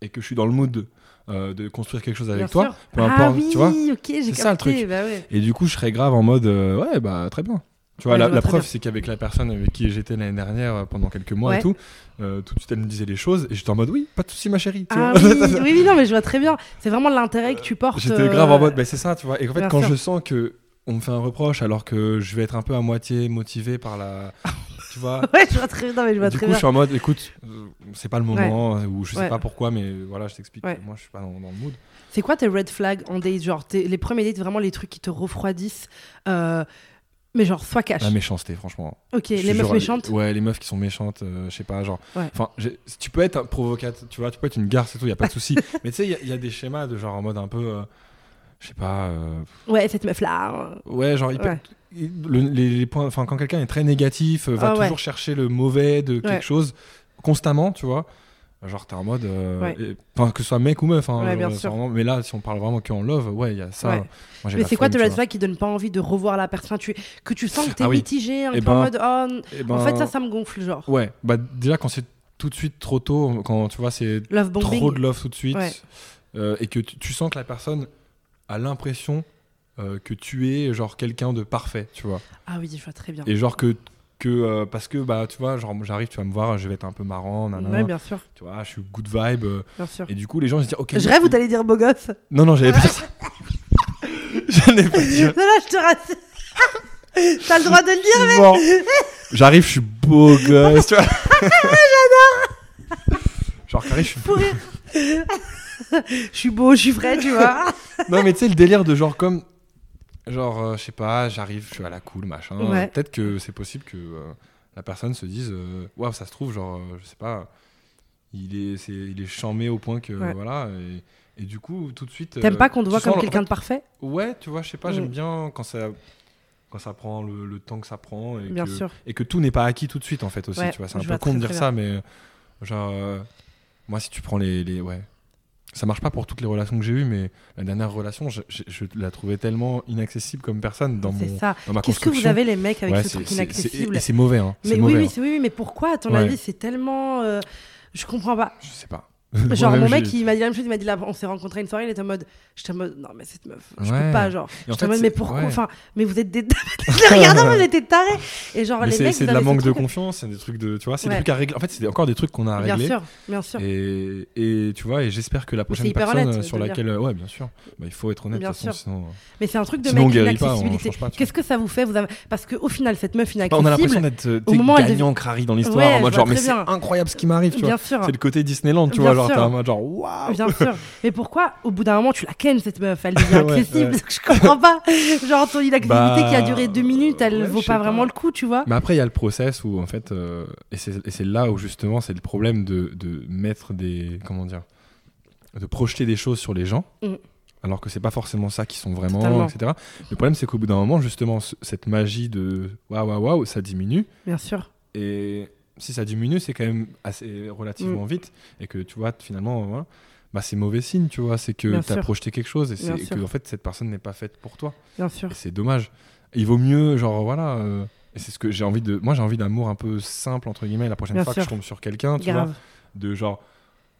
[SPEAKER 2] et que je suis dans le mood euh, de construire quelque chose avec
[SPEAKER 1] bien
[SPEAKER 2] toi,
[SPEAKER 1] sûr.
[SPEAKER 2] peu
[SPEAKER 1] ah
[SPEAKER 2] importe,
[SPEAKER 1] oui,
[SPEAKER 2] tu vois.
[SPEAKER 1] ok, j'ai
[SPEAKER 2] C'est
[SPEAKER 1] capté.
[SPEAKER 2] ça, le truc.
[SPEAKER 1] Bah, ouais.
[SPEAKER 2] Et du coup, je serais grave en mode euh, ouais bah très bien. Tu vois,
[SPEAKER 1] Ouais,
[SPEAKER 2] la,
[SPEAKER 1] je vois
[SPEAKER 2] la
[SPEAKER 1] très
[SPEAKER 2] preuve,
[SPEAKER 1] bien.
[SPEAKER 2] c'est qu'avec la personne avec qui j'étais l'année dernière euh, pendant quelques mois
[SPEAKER 1] Ouais.
[SPEAKER 2] et tout, euh, tout de suite, elle me disait les choses et j'étais en mode oui, pas de souci ma chérie. tu
[SPEAKER 1] Ah
[SPEAKER 2] vois.
[SPEAKER 1] oui, oui, oui, non mais je vois très bien. C'est vraiment l'intérêt que tu portes.
[SPEAKER 2] J'étais grave en
[SPEAKER 1] euh,
[SPEAKER 2] mode, bah, c'est ça, tu vois. Et en fait,
[SPEAKER 1] bien
[SPEAKER 2] quand
[SPEAKER 1] sûr.
[SPEAKER 2] je sens que on me fait un reproche alors que je vais être un peu à moitié motivé par la. tu vois.
[SPEAKER 1] Ouais, je vois très bien. Non, mais je vois
[SPEAKER 2] Du
[SPEAKER 1] très
[SPEAKER 2] coup,
[SPEAKER 1] bien.
[SPEAKER 2] je suis en mode, écoute, euh, c'est pas le moment, euh, ou je sais
[SPEAKER 1] Ouais.
[SPEAKER 2] pas pourquoi, mais voilà, je t'explique.
[SPEAKER 1] Ouais.
[SPEAKER 2] Moi, je suis pas dans, dans le mood.
[SPEAKER 1] C'est quoi tes red flags en date Genre, tes- les premiers dates, vraiment les trucs qui te refroidissent. euh, mais genre, sois cash.
[SPEAKER 2] La méchanceté, franchement.
[SPEAKER 1] Ok,
[SPEAKER 2] Ah, Je
[SPEAKER 1] les
[SPEAKER 2] suis
[SPEAKER 1] meufs
[SPEAKER 2] genre-
[SPEAKER 1] méchantes.
[SPEAKER 2] Ouais, les meufs qui sont méchantes, euh, je sais pas, genre.
[SPEAKER 1] Ouais.
[SPEAKER 2] Enfin, j'ai- tu peux être un provocate, tu vois, tu peux être une garce et tout, y a pas de souci. mais tu sais, il y a- il y, a des schémas de genre en mode un peu. euh, je sais pas. euh,
[SPEAKER 1] Ouais, cette meuf-là. euh,
[SPEAKER 2] Ouais, genre, hyper-
[SPEAKER 1] Ouais.
[SPEAKER 2] le- les, les points, enfin, quand quelqu'un est très négatif, euh, va
[SPEAKER 1] Ah ouais.
[SPEAKER 2] toujours chercher le mauvais de quelque
[SPEAKER 1] Ouais.
[SPEAKER 2] chose constamment, tu vois. Genre, t'es en mode. euh,
[SPEAKER 1] Ouais.
[SPEAKER 2] et- Enfin, que ce soit mec ou meuf. hein,
[SPEAKER 1] Ouais,
[SPEAKER 2] genre,
[SPEAKER 1] bien
[SPEAKER 2] c'est
[SPEAKER 1] sûr.
[SPEAKER 2] vraiment- mais là, si on parle vraiment que en love, ouais, il y a ça.
[SPEAKER 1] Ouais.
[SPEAKER 2] Moi, j'ai
[SPEAKER 1] Mais
[SPEAKER 2] la
[SPEAKER 1] c'est quoi
[SPEAKER 2] flemme,
[SPEAKER 1] tes
[SPEAKER 2] tu
[SPEAKER 1] red
[SPEAKER 2] vois.
[SPEAKER 1] flags qui donnent pas envie de revoir la personne Enfin, tu, Que tu sens que t'es
[SPEAKER 2] Ah oui.
[SPEAKER 1] mitigé, un
[SPEAKER 2] Eh
[SPEAKER 1] peu en
[SPEAKER 2] ben,
[SPEAKER 1] mode. oh, n-
[SPEAKER 2] Eh
[SPEAKER 1] En
[SPEAKER 2] ben,
[SPEAKER 1] fait, ça, ça me gonfle, genre.
[SPEAKER 2] Ouais, bah déjà, quand c'est tout de suite trop tôt, quand tu vois, c'est
[SPEAKER 1] Love bombing.
[SPEAKER 2] trop de love tout de suite,
[SPEAKER 1] Ouais.
[SPEAKER 2] euh, et que tu, tu sens que la personne a l'impression euh, que tu es genre quelqu'un de parfait, tu vois.
[SPEAKER 1] Ah oui, je vois très bien.
[SPEAKER 2] Et ben, genre que. que euh, parce que, bah, tu vois, genre, j'arrive, tu vas me voir, je vais être un peu marrant, nanana,
[SPEAKER 1] Ouais, bien sûr,
[SPEAKER 2] tu vois, je suis good vibe. euh,
[SPEAKER 1] bien sûr.
[SPEAKER 2] et du coup, les gens, ils se disent, ok.
[SPEAKER 1] Je rêve ou t'allais dire beau gosse
[SPEAKER 2] Non, non, j'allais pas dire ça. J'allais pas dire.
[SPEAKER 1] Non, là, je te rassure. T'as le droit de le dire
[SPEAKER 2] Bon, J'arrive, je suis beau gosse, tu vois. J'adore. Genre, carré, je suis.
[SPEAKER 1] pour rire. Je suis beau, je suis frais, tu vois.
[SPEAKER 2] Non, mais tu sais, le délire de genre comme. Genre, euh, je sais pas, j'arrive, je suis à la cool, machin.
[SPEAKER 1] Ouais.
[SPEAKER 2] Peut-être que c'est possible que euh, la personne se dise, euh, waouh, ça se trouve, genre, euh, je sais pas, il est, c'est- il est chambé au point que.
[SPEAKER 1] Ouais.
[SPEAKER 2] Voilà. Et, et du coup, tout de suite. euh,
[SPEAKER 1] T'aimes pas qu'on te
[SPEAKER 2] tu
[SPEAKER 1] voit
[SPEAKER 2] sens
[SPEAKER 1] comme
[SPEAKER 2] le-
[SPEAKER 1] quelqu'un de parfait
[SPEAKER 2] Ouais, tu vois, je sais pas,
[SPEAKER 1] Mm.
[SPEAKER 2] j'aime bien quand ça, quand ça prend le, le temps que ça prend et,
[SPEAKER 1] Bien
[SPEAKER 2] que,
[SPEAKER 1] sûr.
[SPEAKER 2] et que tout n'est pas acquis tout de suite en fait aussi,
[SPEAKER 1] Ouais,
[SPEAKER 2] tu vois. C'est un
[SPEAKER 1] je
[SPEAKER 2] peu
[SPEAKER 1] vois
[SPEAKER 2] con
[SPEAKER 1] très,
[SPEAKER 2] de dire
[SPEAKER 1] très
[SPEAKER 2] ça, mais euh, genre, euh, moi si tu prends les, les- Ouais. Ça marche pas pour toutes les relations que j'ai eues, mais la dernière relation, je, je- je la trouvais tellement inaccessible comme personne dans,
[SPEAKER 1] C'est
[SPEAKER 2] mon,
[SPEAKER 1] ça.
[SPEAKER 2] dans ma
[SPEAKER 1] Qu'est-ce que
[SPEAKER 2] construction.
[SPEAKER 1] vous avez les mecs avec
[SPEAKER 2] Ouais,
[SPEAKER 1] ce
[SPEAKER 2] c'est-
[SPEAKER 1] truc
[SPEAKER 2] c'est-
[SPEAKER 1] inaccessible
[SPEAKER 2] c'est- Et c'est mauvais, hein.
[SPEAKER 1] Mais
[SPEAKER 2] C'est
[SPEAKER 1] oui,
[SPEAKER 2] mauvais.
[SPEAKER 1] oui,
[SPEAKER 2] hein.
[SPEAKER 1] c'est- oui, oui, mais pourquoi à ton
[SPEAKER 2] Ouais.
[SPEAKER 1] avis c'est tellement euh, je comprends pas.
[SPEAKER 2] Je sais pas.
[SPEAKER 1] Genre
[SPEAKER 2] Moi-même,
[SPEAKER 1] mon mec
[SPEAKER 2] j'ai-
[SPEAKER 1] il m'a dit la même chose, il m'a dit là on s'est rencontré une soirée, il était en mode j'étais en mode non mais cette meuf, je
[SPEAKER 2] Ouais.
[SPEAKER 1] peux pas genre.
[SPEAKER 2] Et
[SPEAKER 1] J'étais
[SPEAKER 2] en
[SPEAKER 1] en
[SPEAKER 2] fait,
[SPEAKER 1] mode mais
[SPEAKER 2] c'est-
[SPEAKER 1] pourquoi
[SPEAKER 2] ouais.
[SPEAKER 1] enfin mais vous êtes des regardez moi j'étais taré et genre
[SPEAKER 2] Mais
[SPEAKER 1] les
[SPEAKER 2] c'est
[SPEAKER 1] mecs
[SPEAKER 2] c'est
[SPEAKER 1] vous
[SPEAKER 2] de la
[SPEAKER 1] avez ce
[SPEAKER 2] manque de
[SPEAKER 1] truc-
[SPEAKER 2] confiance, c'est des trucs de. Tu vois, c'est
[SPEAKER 1] Ouais.
[SPEAKER 2] des trucs à régler. En fait, c'est encore des trucs qu'on a à
[SPEAKER 1] Bien
[SPEAKER 2] régler.
[SPEAKER 1] sûr, bien sûr.
[SPEAKER 2] Et, et tu vois, et j'espère que la prochaine
[SPEAKER 1] hyper
[SPEAKER 2] personne
[SPEAKER 1] honnête
[SPEAKER 2] euh,
[SPEAKER 1] de
[SPEAKER 2] sur
[SPEAKER 1] le
[SPEAKER 2] laquelle, euh, ouais, bien sûr, Bah, il faut être honnête, de
[SPEAKER 1] Bien
[SPEAKER 2] toute façon,
[SPEAKER 1] sûr.
[SPEAKER 2] sinon, euh,
[SPEAKER 1] Mais c'est un truc de
[SPEAKER 2] sinon on
[SPEAKER 1] mec
[SPEAKER 2] guérit pas, hein, on
[SPEAKER 1] inaccessibilité.
[SPEAKER 2] change pas. tu vois.
[SPEAKER 1] Qu'est-ce que ça vous fait vous avez... Parce qu'au final, cette meuf
[SPEAKER 2] Bah, on a l'impression
[SPEAKER 1] inaccessible,
[SPEAKER 2] d'être euh,
[SPEAKER 1] au
[SPEAKER 2] t'es
[SPEAKER 1] moment où elle devient-
[SPEAKER 2] gagnant crari dans l'histoire,
[SPEAKER 1] Ouais,
[SPEAKER 2] en mode
[SPEAKER 1] je
[SPEAKER 2] genre,
[SPEAKER 1] vois
[SPEAKER 2] mais
[SPEAKER 1] très
[SPEAKER 2] c'est
[SPEAKER 1] bien.
[SPEAKER 2] incroyable ce qui m'arrive, tu vois.
[SPEAKER 1] bien sûr, hein.
[SPEAKER 2] C'est le côté Disneyland, tu
[SPEAKER 1] Bien
[SPEAKER 2] vois, genre,
[SPEAKER 1] sûr.
[SPEAKER 2] t'es en mode genre, waouh!
[SPEAKER 1] bien sûr. Mais pourquoi, au bout d'un moment, tu la kennes cette meuf Elle devient
[SPEAKER 2] Ouais,
[SPEAKER 1] accessible.
[SPEAKER 2] ouais.
[SPEAKER 1] Je comprends pas. Genre, ton inaccessibilité
[SPEAKER 2] Bah,
[SPEAKER 1] qui a duré deux minutes, elle
[SPEAKER 2] ouais,
[SPEAKER 1] vaut
[SPEAKER 2] je
[SPEAKER 1] pas
[SPEAKER 2] sais
[SPEAKER 1] vraiment
[SPEAKER 2] pas.
[SPEAKER 1] le coup, tu vois.
[SPEAKER 2] Mais après, il y a le process où, en fait, euh, et c'est et c'est là où justement, c'est le problème de, de mettre des. Comment dire De projeter des choses sur les gens,
[SPEAKER 1] Mm.
[SPEAKER 2] alors que c'est pas forcément ça qui sont vraiment,
[SPEAKER 1] Totalement.
[SPEAKER 2] etc. Le problème, c'est qu'au bout d'un moment, justement, ce- cette magie de waouh, waouh, waouh, ça diminue.
[SPEAKER 1] Bien sûr.
[SPEAKER 2] Et si ça diminue, c'est quand même assez
[SPEAKER 1] Mm.
[SPEAKER 2] relativement vite. Et que tu vois, finalement, voilà, bah, c'est mauvais signe, tu vois. C'est que
[SPEAKER 1] Bien
[SPEAKER 2] tu as
[SPEAKER 1] sûr.
[SPEAKER 2] projeté quelque chose et, c'est-
[SPEAKER 1] Bien
[SPEAKER 2] et que
[SPEAKER 1] sûr.
[SPEAKER 2] en fait, cette personne n'est pas faite pour toi.
[SPEAKER 1] Bien sûr.
[SPEAKER 2] Et c'est dommage. Il vaut mieux, genre, voilà. euh, et c'est ce que j'ai envie de. Moi, j'ai envie d'amour un peu simple, entre guillemets, la prochaine
[SPEAKER 1] Bien
[SPEAKER 2] fois
[SPEAKER 1] sûr.
[SPEAKER 2] que je tombe sur quelqu'un, tu vois.
[SPEAKER 1] Grave.
[SPEAKER 2] De genre,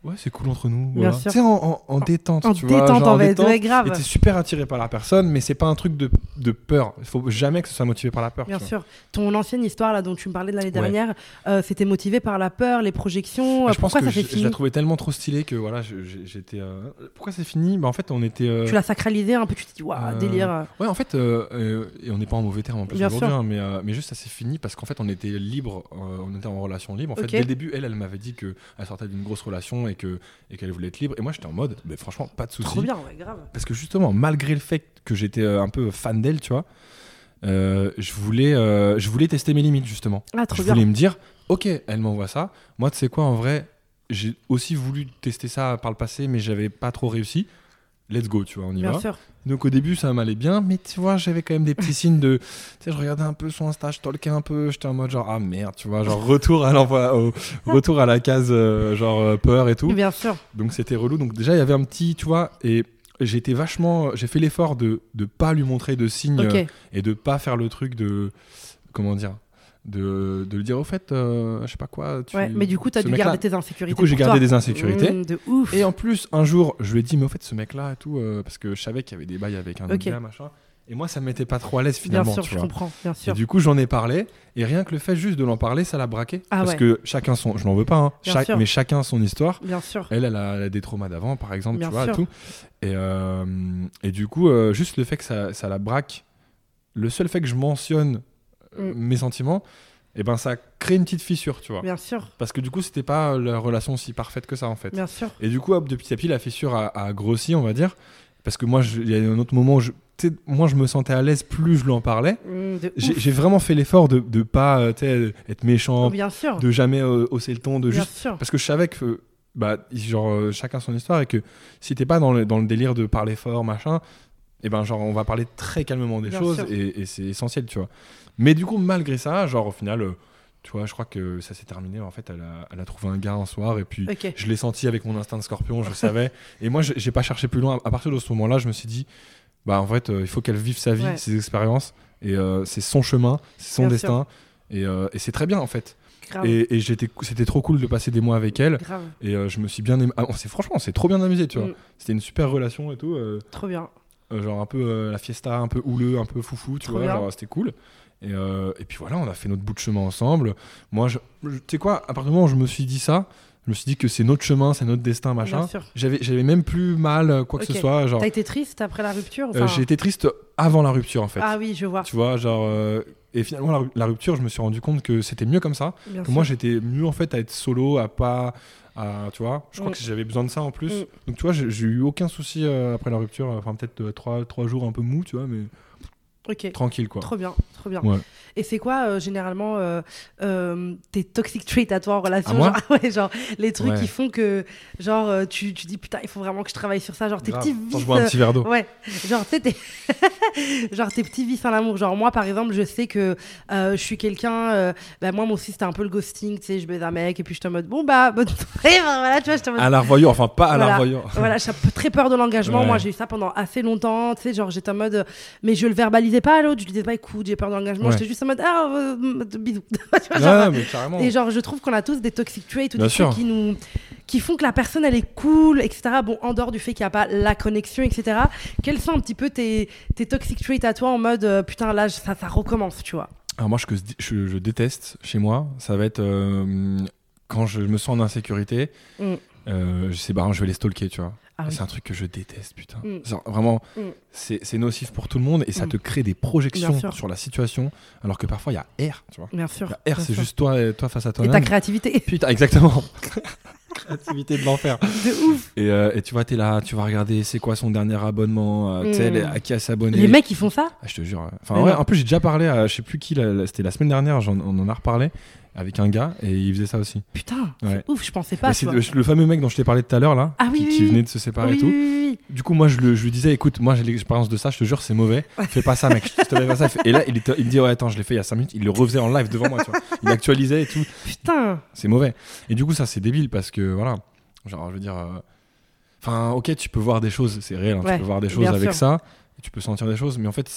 [SPEAKER 2] ouais, c'est cool entre nous.
[SPEAKER 1] Bien
[SPEAKER 2] voilà.
[SPEAKER 1] sûr.
[SPEAKER 2] Tu sais, en, en- en détente,
[SPEAKER 1] En
[SPEAKER 2] tu vois.
[SPEAKER 1] détente,
[SPEAKER 2] genre,
[SPEAKER 1] en fait.
[SPEAKER 2] détente.
[SPEAKER 1] Ouais,
[SPEAKER 2] Et
[SPEAKER 1] grave.
[SPEAKER 2] t'es super attiré par la personne, mais c'est pas un truc de, de peur. Il faut jamais que ce soit motivé par la peur.
[SPEAKER 1] Bien
[SPEAKER 2] tu vois.
[SPEAKER 1] sûr. Ton ancienne histoire, là, dont tu me parlais de l'année
[SPEAKER 2] Ouais.
[SPEAKER 1] dernière, euh, c'était motivé par la peur, les projections.
[SPEAKER 2] Bah,
[SPEAKER 1] euh,
[SPEAKER 2] je pense
[SPEAKER 1] pourquoi
[SPEAKER 2] que
[SPEAKER 1] ça fait
[SPEAKER 2] je, je la
[SPEAKER 1] fini
[SPEAKER 2] trouvais tellement trop stylée que voilà, je- j'ai- j'étais. euh, Pourquoi c'est fini Bah en fait, on était. euh,
[SPEAKER 1] Tu l'as sacralisé un peu, tu t'es dit, waouh,
[SPEAKER 2] Euh,
[SPEAKER 1] délire.
[SPEAKER 2] Ouais, en fait, euh, euh, et on n'est pas en mauvais terme en plus
[SPEAKER 1] Bien
[SPEAKER 2] aujourd'hui,
[SPEAKER 1] sûr.
[SPEAKER 2] hein, mais, euh, mais juste ça s'est fini parce qu'en fait, on était libre, euh, on était en relation libre. En fait,
[SPEAKER 1] Ok.
[SPEAKER 2] dès le début, elle, elle m'avait dit que elle sortait d'une grosse relation et que et qu'elle voulait être libre. Et moi, j'étais en mode, mais franchement, pas de
[SPEAKER 1] Trop
[SPEAKER 2] souci.
[SPEAKER 1] bien, ouais, grave.
[SPEAKER 2] Parce que justement, malgré le fait que j'étais euh, un peu fan d'elle, tu vois, euh, je voulais, euh, je voulais tester mes limites justement.
[SPEAKER 1] Ah, trop
[SPEAKER 2] je
[SPEAKER 1] bien.
[SPEAKER 2] voulais me dire, ok, elle m'envoie ça. Moi, tu sais quoi, en vrai, j'ai aussi voulu tester ça par le passé, mais j'avais pas trop réussi. Let's go, tu vois, on y
[SPEAKER 1] Bien
[SPEAKER 2] va.
[SPEAKER 1] sûr.
[SPEAKER 2] Donc au début, ça m'allait bien, mais tu vois, j'avais quand même des petits signes de. Tu sais, je regardais un peu son Insta, je talquais un peu, j'étais en mode genre, ah merde, tu vois, genre retour à, l'envoi- au- retour à la case, euh, genre euh, peur et tout.
[SPEAKER 1] Bien sûr.
[SPEAKER 2] Donc c'était relou. Donc déjà, il y avait un petit, tu vois, et j'étais vachement. J'ai fait l'effort de ne pas lui montrer de signes
[SPEAKER 1] Ok.
[SPEAKER 2] euh, et de pas faire le truc de. Comment dire de, de lui dire au fait, euh, je sais pas quoi. Tu,
[SPEAKER 1] Ouais, mais du coup, t'as
[SPEAKER 2] ce
[SPEAKER 1] dû
[SPEAKER 2] mec-là-
[SPEAKER 1] garder tes insécurités.
[SPEAKER 2] Du coup, j'ai
[SPEAKER 1] pour
[SPEAKER 2] gardé
[SPEAKER 1] toi.
[SPEAKER 2] des insécurités.
[SPEAKER 1] Mm, de ouf.
[SPEAKER 2] Et en plus, un jour, je lui ai dit, mais au fait, ce mec-là et tout, euh, parce que je savais qu'il y avait des bails avec un
[SPEAKER 1] Ok.
[SPEAKER 2] autre gars, machin. Et moi, ça me mettait pas trop à l'aise
[SPEAKER 1] bien
[SPEAKER 2] finalement.
[SPEAKER 1] sûr,
[SPEAKER 2] tu
[SPEAKER 1] je
[SPEAKER 2] vois.
[SPEAKER 1] comprends. Bien
[SPEAKER 2] Et
[SPEAKER 1] sûr.
[SPEAKER 2] du coup, j'en ai parlé. Et rien que le fait juste de l'en parler, ça l'a braqué.
[SPEAKER 1] Ah
[SPEAKER 2] parce
[SPEAKER 1] ouais.
[SPEAKER 2] que chacun son. Je n'en veux pas, hein,
[SPEAKER 1] Bien
[SPEAKER 2] chaque-
[SPEAKER 1] sûr.
[SPEAKER 2] mais chacun son histoire.
[SPEAKER 1] Bien sûr.
[SPEAKER 2] Elle, elle a, elle a des traumas d'avant, par exemple,
[SPEAKER 1] Bien
[SPEAKER 2] tu vois, et
[SPEAKER 1] sûr.
[SPEAKER 2] tout. Et, euh, et du coup, euh, juste le fait que ça, ça la braque, le seul fait que je mentionne euh,
[SPEAKER 1] Mm.
[SPEAKER 2] mes sentiments, et ben ça crée une petite fissure, tu vois.
[SPEAKER 1] Bien sûr.
[SPEAKER 2] Parce que du coup, c'était pas euh, la relation si parfaite que ça, en fait.
[SPEAKER 1] Bien sûr.
[SPEAKER 2] Et du coup, hop, de petit à petit, la fissure a, a grossi, on va dire. Parce que moi, je- il y a eu un autre moment où je, tu sais, moi, je me sentais à l'aise plus je l'en parlais.
[SPEAKER 1] Mm, de
[SPEAKER 2] J'ai
[SPEAKER 1] ouf.
[SPEAKER 2] j'ai vraiment fait l'effort de ne pas euh, tu sais, être méchant,
[SPEAKER 1] Bien sûr.
[SPEAKER 2] de jamais euh, hausser le ton, de
[SPEAKER 1] Bien
[SPEAKER 2] juste.
[SPEAKER 1] sûr.
[SPEAKER 2] Parce que je savais que euh, bah, genre, euh, chacun son histoire et que si t'es pas dans le, dans le délire de parler fort, machin, et ben genre on va parler très calmement des
[SPEAKER 1] Bien
[SPEAKER 2] choses
[SPEAKER 1] sûr.
[SPEAKER 2] et, et c'est essentiel, tu vois. Mais du coup, malgré ça, genre au final, euh, tu vois, je crois que ça s'est terminé. En fait, elle a, elle a trouvé un gars un soir et puis
[SPEAKER 1] Ok.
[SPEAKER 2] je l'ai senti avec mon instinct de scorpion, je savais. Et moi, je- j'ai pas cherché plus loin. À partir de ce moment-là, je me suis dit, bah en fait, euh, il faut qu'elle vive sa vie,
[SPEAKER 1] Ouais.
[SPEAKER 2] ses expériences, et euh, c'est son chemin, c'est son
[SPEAKER 1] Bien
[SPEAKER 2] destin, et, euh, et c'est très bien en fait.
[SPEAKER 1] Grave.
[SPEAKER 2] Et, et j'étais, c'était trop cool de passer des mois avec elle.
[SPEAKER 1] Grave.
[SPEAKER 2] Et euh, je me suis bien aimé. Ah, on s'est- franchement, on s'est trop bien amusé, tu vois.
[SPEAKER 1] Mm.
[SPEAKER 2] C'était une super relation et tout. euh,
[SPEAKER 1] Trop bien.
[SPEAKER 2] euh, genre un peu euh, la fiesta, un peu houleux, un peu foufou, tu
[SPEAKER 1] Trop
[SPEAKER 2] vois.
[SPEAKER 1] bien.
[SPEAKER 2] genre, c'était cool. Et, euh, et puis voilà, on a fait notre bout de chemin ensemble. Moi, je- je- tu sais quoi, à partir du moment où je me suis dit ça, je me suis dit que c'est notre chemin, c'est notre destin,
[SPEAKER 1] Bien
[SPEAKER 2] machin.
[SPEAKER 1] sûr.
[SPEAKER 2] J'avais, j'avais même plus mal, euh, quoi que
[SPEAKER 1] Ok.
[SPEAKER 2] ce soit. Genre,
[SPEAKER 1] T'as été triste après la rupture
[SPEAKER 2] euh,
[SPEAKER 1] enfin-
[SPEAKER 2] j'ai été triste avant la rupture, en fait.
[SPEAKER 1] Ah oui, je vois.
[SPEAKER 2] Tu vois, genre. euh, et finalement, la, ru- la rupture, je me suis rendu compte que c'était mieux comme ça.
[SPEAKER 1] Bien
[SPEAKER 2] Que moi,
[SPEAKER 1] sûr.
[SPEAKER 2] j'étais mieux, en fait, à être solo, à pas. à- tu vois, je crois
[SPEAKER 1] Mm.
[SPEAKER 2] que j'avais besoin de ça en plus.
[SPEAKER 1] Mm.
[SPEAKER 2] Donc, tu vois, j'ai, j'ai eu aucun souci euh, après la rupture. Enfin, peut-être euh, trois, trois jours un peu mou, tu vois, mais
[SPEAKER 1] Ok.
[SPEAKER 2] tranquille, quoi.
[SPEAKER 1] Trop bien, trop bien.
[SPEAKER 2] Ouais.
[SPEAKER 1] Et c'est quoi euh, généralement euh, euh, tes toxic traits à toi en relation
[SPEAKER 2] À
[SPEAKER 1] genre,
[SPEAKER 2] Ah, moi
[SPEAKER 1] ouais, genre les trucs
[SPEAKER 2] Ouais.
[SPEAKER 1] qui font que genre euh, tu, tu dis putain il faut vraiment que je travaille sur ça genre tes
[SPEAKER 2] Grave.
[SPEAKER 1] petits
[SPEAKER 2] Attends, je
[SPEAKER 1] vices
[SPEAKER 2] bois un
[SPEAKER 1] euh,
[SPEAKER 2] petit verre d'eau.
[SPEAKER 1] ouais genre tu sais, tes- genre tes petits vices en amour genre moi par exemple je sais que euh, je suis quelqu'un euh, bah moi mon aussi c'était un peu le ghosting tu sais je baise un mec et puis je te mode bon bah bonne soirée Enfin, voilà tu vois je te mode
[SPEAKER 2] À la revoyure, enfin, pas à la
[SPEAKER 1] Voilà.
[SPEAKER 2] revoyure.
[SPEAKER 1] voilà, j'ai très peur de l'engagement.
[SPEAKER 2] Ouais.
[SPEAKER 1] Moi, j'ai eu ça pendant assez longtemps. Tu sais, genre, j'étais en mode. euh, Mais je le verbalisais pas à l'autre. Je lui disais pas, écoute, j'ai peur de l'engagement.
[SPEAKER 2] Ouais.
[SPEAKER 1] J'étais juste en mode, ah, euh, mm, bisous. Tu vois, genre,
[SPEAKER 2] Ouais, mais carrément.
[SPEAKER 1] et genre, je trouve qu'on a tous des toxic traits ou
[SPEAKER 2] Bien
[SPEAKER 1] des
[SPEAKER 2] sûr.
[SPEAKER 1] trucs qui nous. qui font que la personne, elle est cool, etc. Bon, en dehors du fait qu'il n'y a pas la connexion, etc. Quels sont un petit peu tes, tes toxic traits à toi en mode, euh, putain, là, ça, ça recommence, tu vois.
[SPEAKER 2] Alors moi, ce que je, dé- je- je déteste chez moi, ça va être euh, quand je me sens en insécurité,
[SPEAKER 1] Mm.
[SPEAKER 2] euh, je sais pas, je vais les stalker, tu vois.
[SPEAKER 1] Ah
[SPEAKER 2] Et
[SPEAKER 1] oui.
[SPEAKER 2] C'est un truc que je déteste, putain.
[SPEAKER 1] Mm.
[SPEAKER 2] Genre, vraiment,
[SPEAKER 1] Mm.
[SPEAKER 2] c'est c'est nocif pour tout le monde et ça
[SPEAKER 1] Mm.
[SPEAKER 2] te crée des
[SPEAKER 1] Bien
[SPEAKER 2] projections
[SPEAKER 1] sûr.
[SPEAKER 2] sur la situation, alors que parfois, il y a air, tu vois.
[SPEAKER 1] Bien sûr.
[SPEAKER 2] Il y a air,
[SPEAKER 1] bien
[SPEAKER 2] c'est
[SPEAKER 1] sûr.
[SPEAKER 2] juste toi, et- toi face à
[SPEAKER 1] Et ta
[SPEAKER 2] toi-même.
[SPEAKER 1] créativité,
[SPEAKER 2] Putain, exactement. Créativité de l'enfer.
[SPEAKER 1] de ouf.
[SPEAKER 2] Et, euh, et tu vois, t'es là, tu vas regarder c'est quoi son dernier abonnement, euh, tu sais,
[SPEAKER 1] Mm.
[SPEAKER 2] les- à qui a s'abonné.
[SPEAKER 1] Les mecs, ils font ça
[SPEAKER 2] Ah, je te jure. Enfin,
[SPEAKER 1] Mais
[SPEAKER 2] ouais,
[SPEAKER 1] non.
[SPEAKER 2] en plus, j'ai déjà parlé à je sais plus qui, la- la- c'était la semaine dernière, j'en- on en a reparlé avec un gars et il faisait ça aussi.
[SPEAKER 1] Putain,
[SPEAKER 2] Ouais.
[SPEAKER 1] c'est ouf, je pensais
[SPEAKER 2] Bah,
[SPEAKER 1] pas.
[SPEAKER 2] c'est
[SPEAKER 1] tu vois.
[SPEAKER 2] le, le fameux mec dont je t'ai parlé tout à l'heure, là,
[SPEAKER 1] Ah
[SPEAKER 2] qui,
[SPEAKER 1] oui, oui,
[SPEAKER 2] qui
[SPEAKER 1] oui.
[SPEAKER 2] venait de se séparer
[SPEAKER 1] Oui,
[SPEAKER 2] et tout.
[SPEAKER 1] oui, oui, oui.
[SPEAKER 2] Du coup, moi, je, le- je lui disais, écoute, moi, j'ai l'expérience de ça, je te jure, c'est mauvais. Fais pas ça, mec, je te pas ça. Et là, il, était- il me dit, ouais, attends, je l'ai fait il y a 5 minutes, il le refaisait en live devant moi, tu vois. Il actualisait et tout.
[SPEAKER 1] Putain,
[SPEAKER 2] c'est mauvais. Et du coup, ça, c'est débile parce que, voilà, genre, je veux dire, euh, enfin, ok, tu peux voir des choses, c'est réel, hein,
[SPEAKER 1] Ouais,
[SPEAKER 2] tu peux voir des choses
[SPEAKER 1] bien
[SPEAKER 2] avec
[SPEAKER 1] sûr.
[SPEAKER 2] ça, tu peux sentir des choses, mais en fait,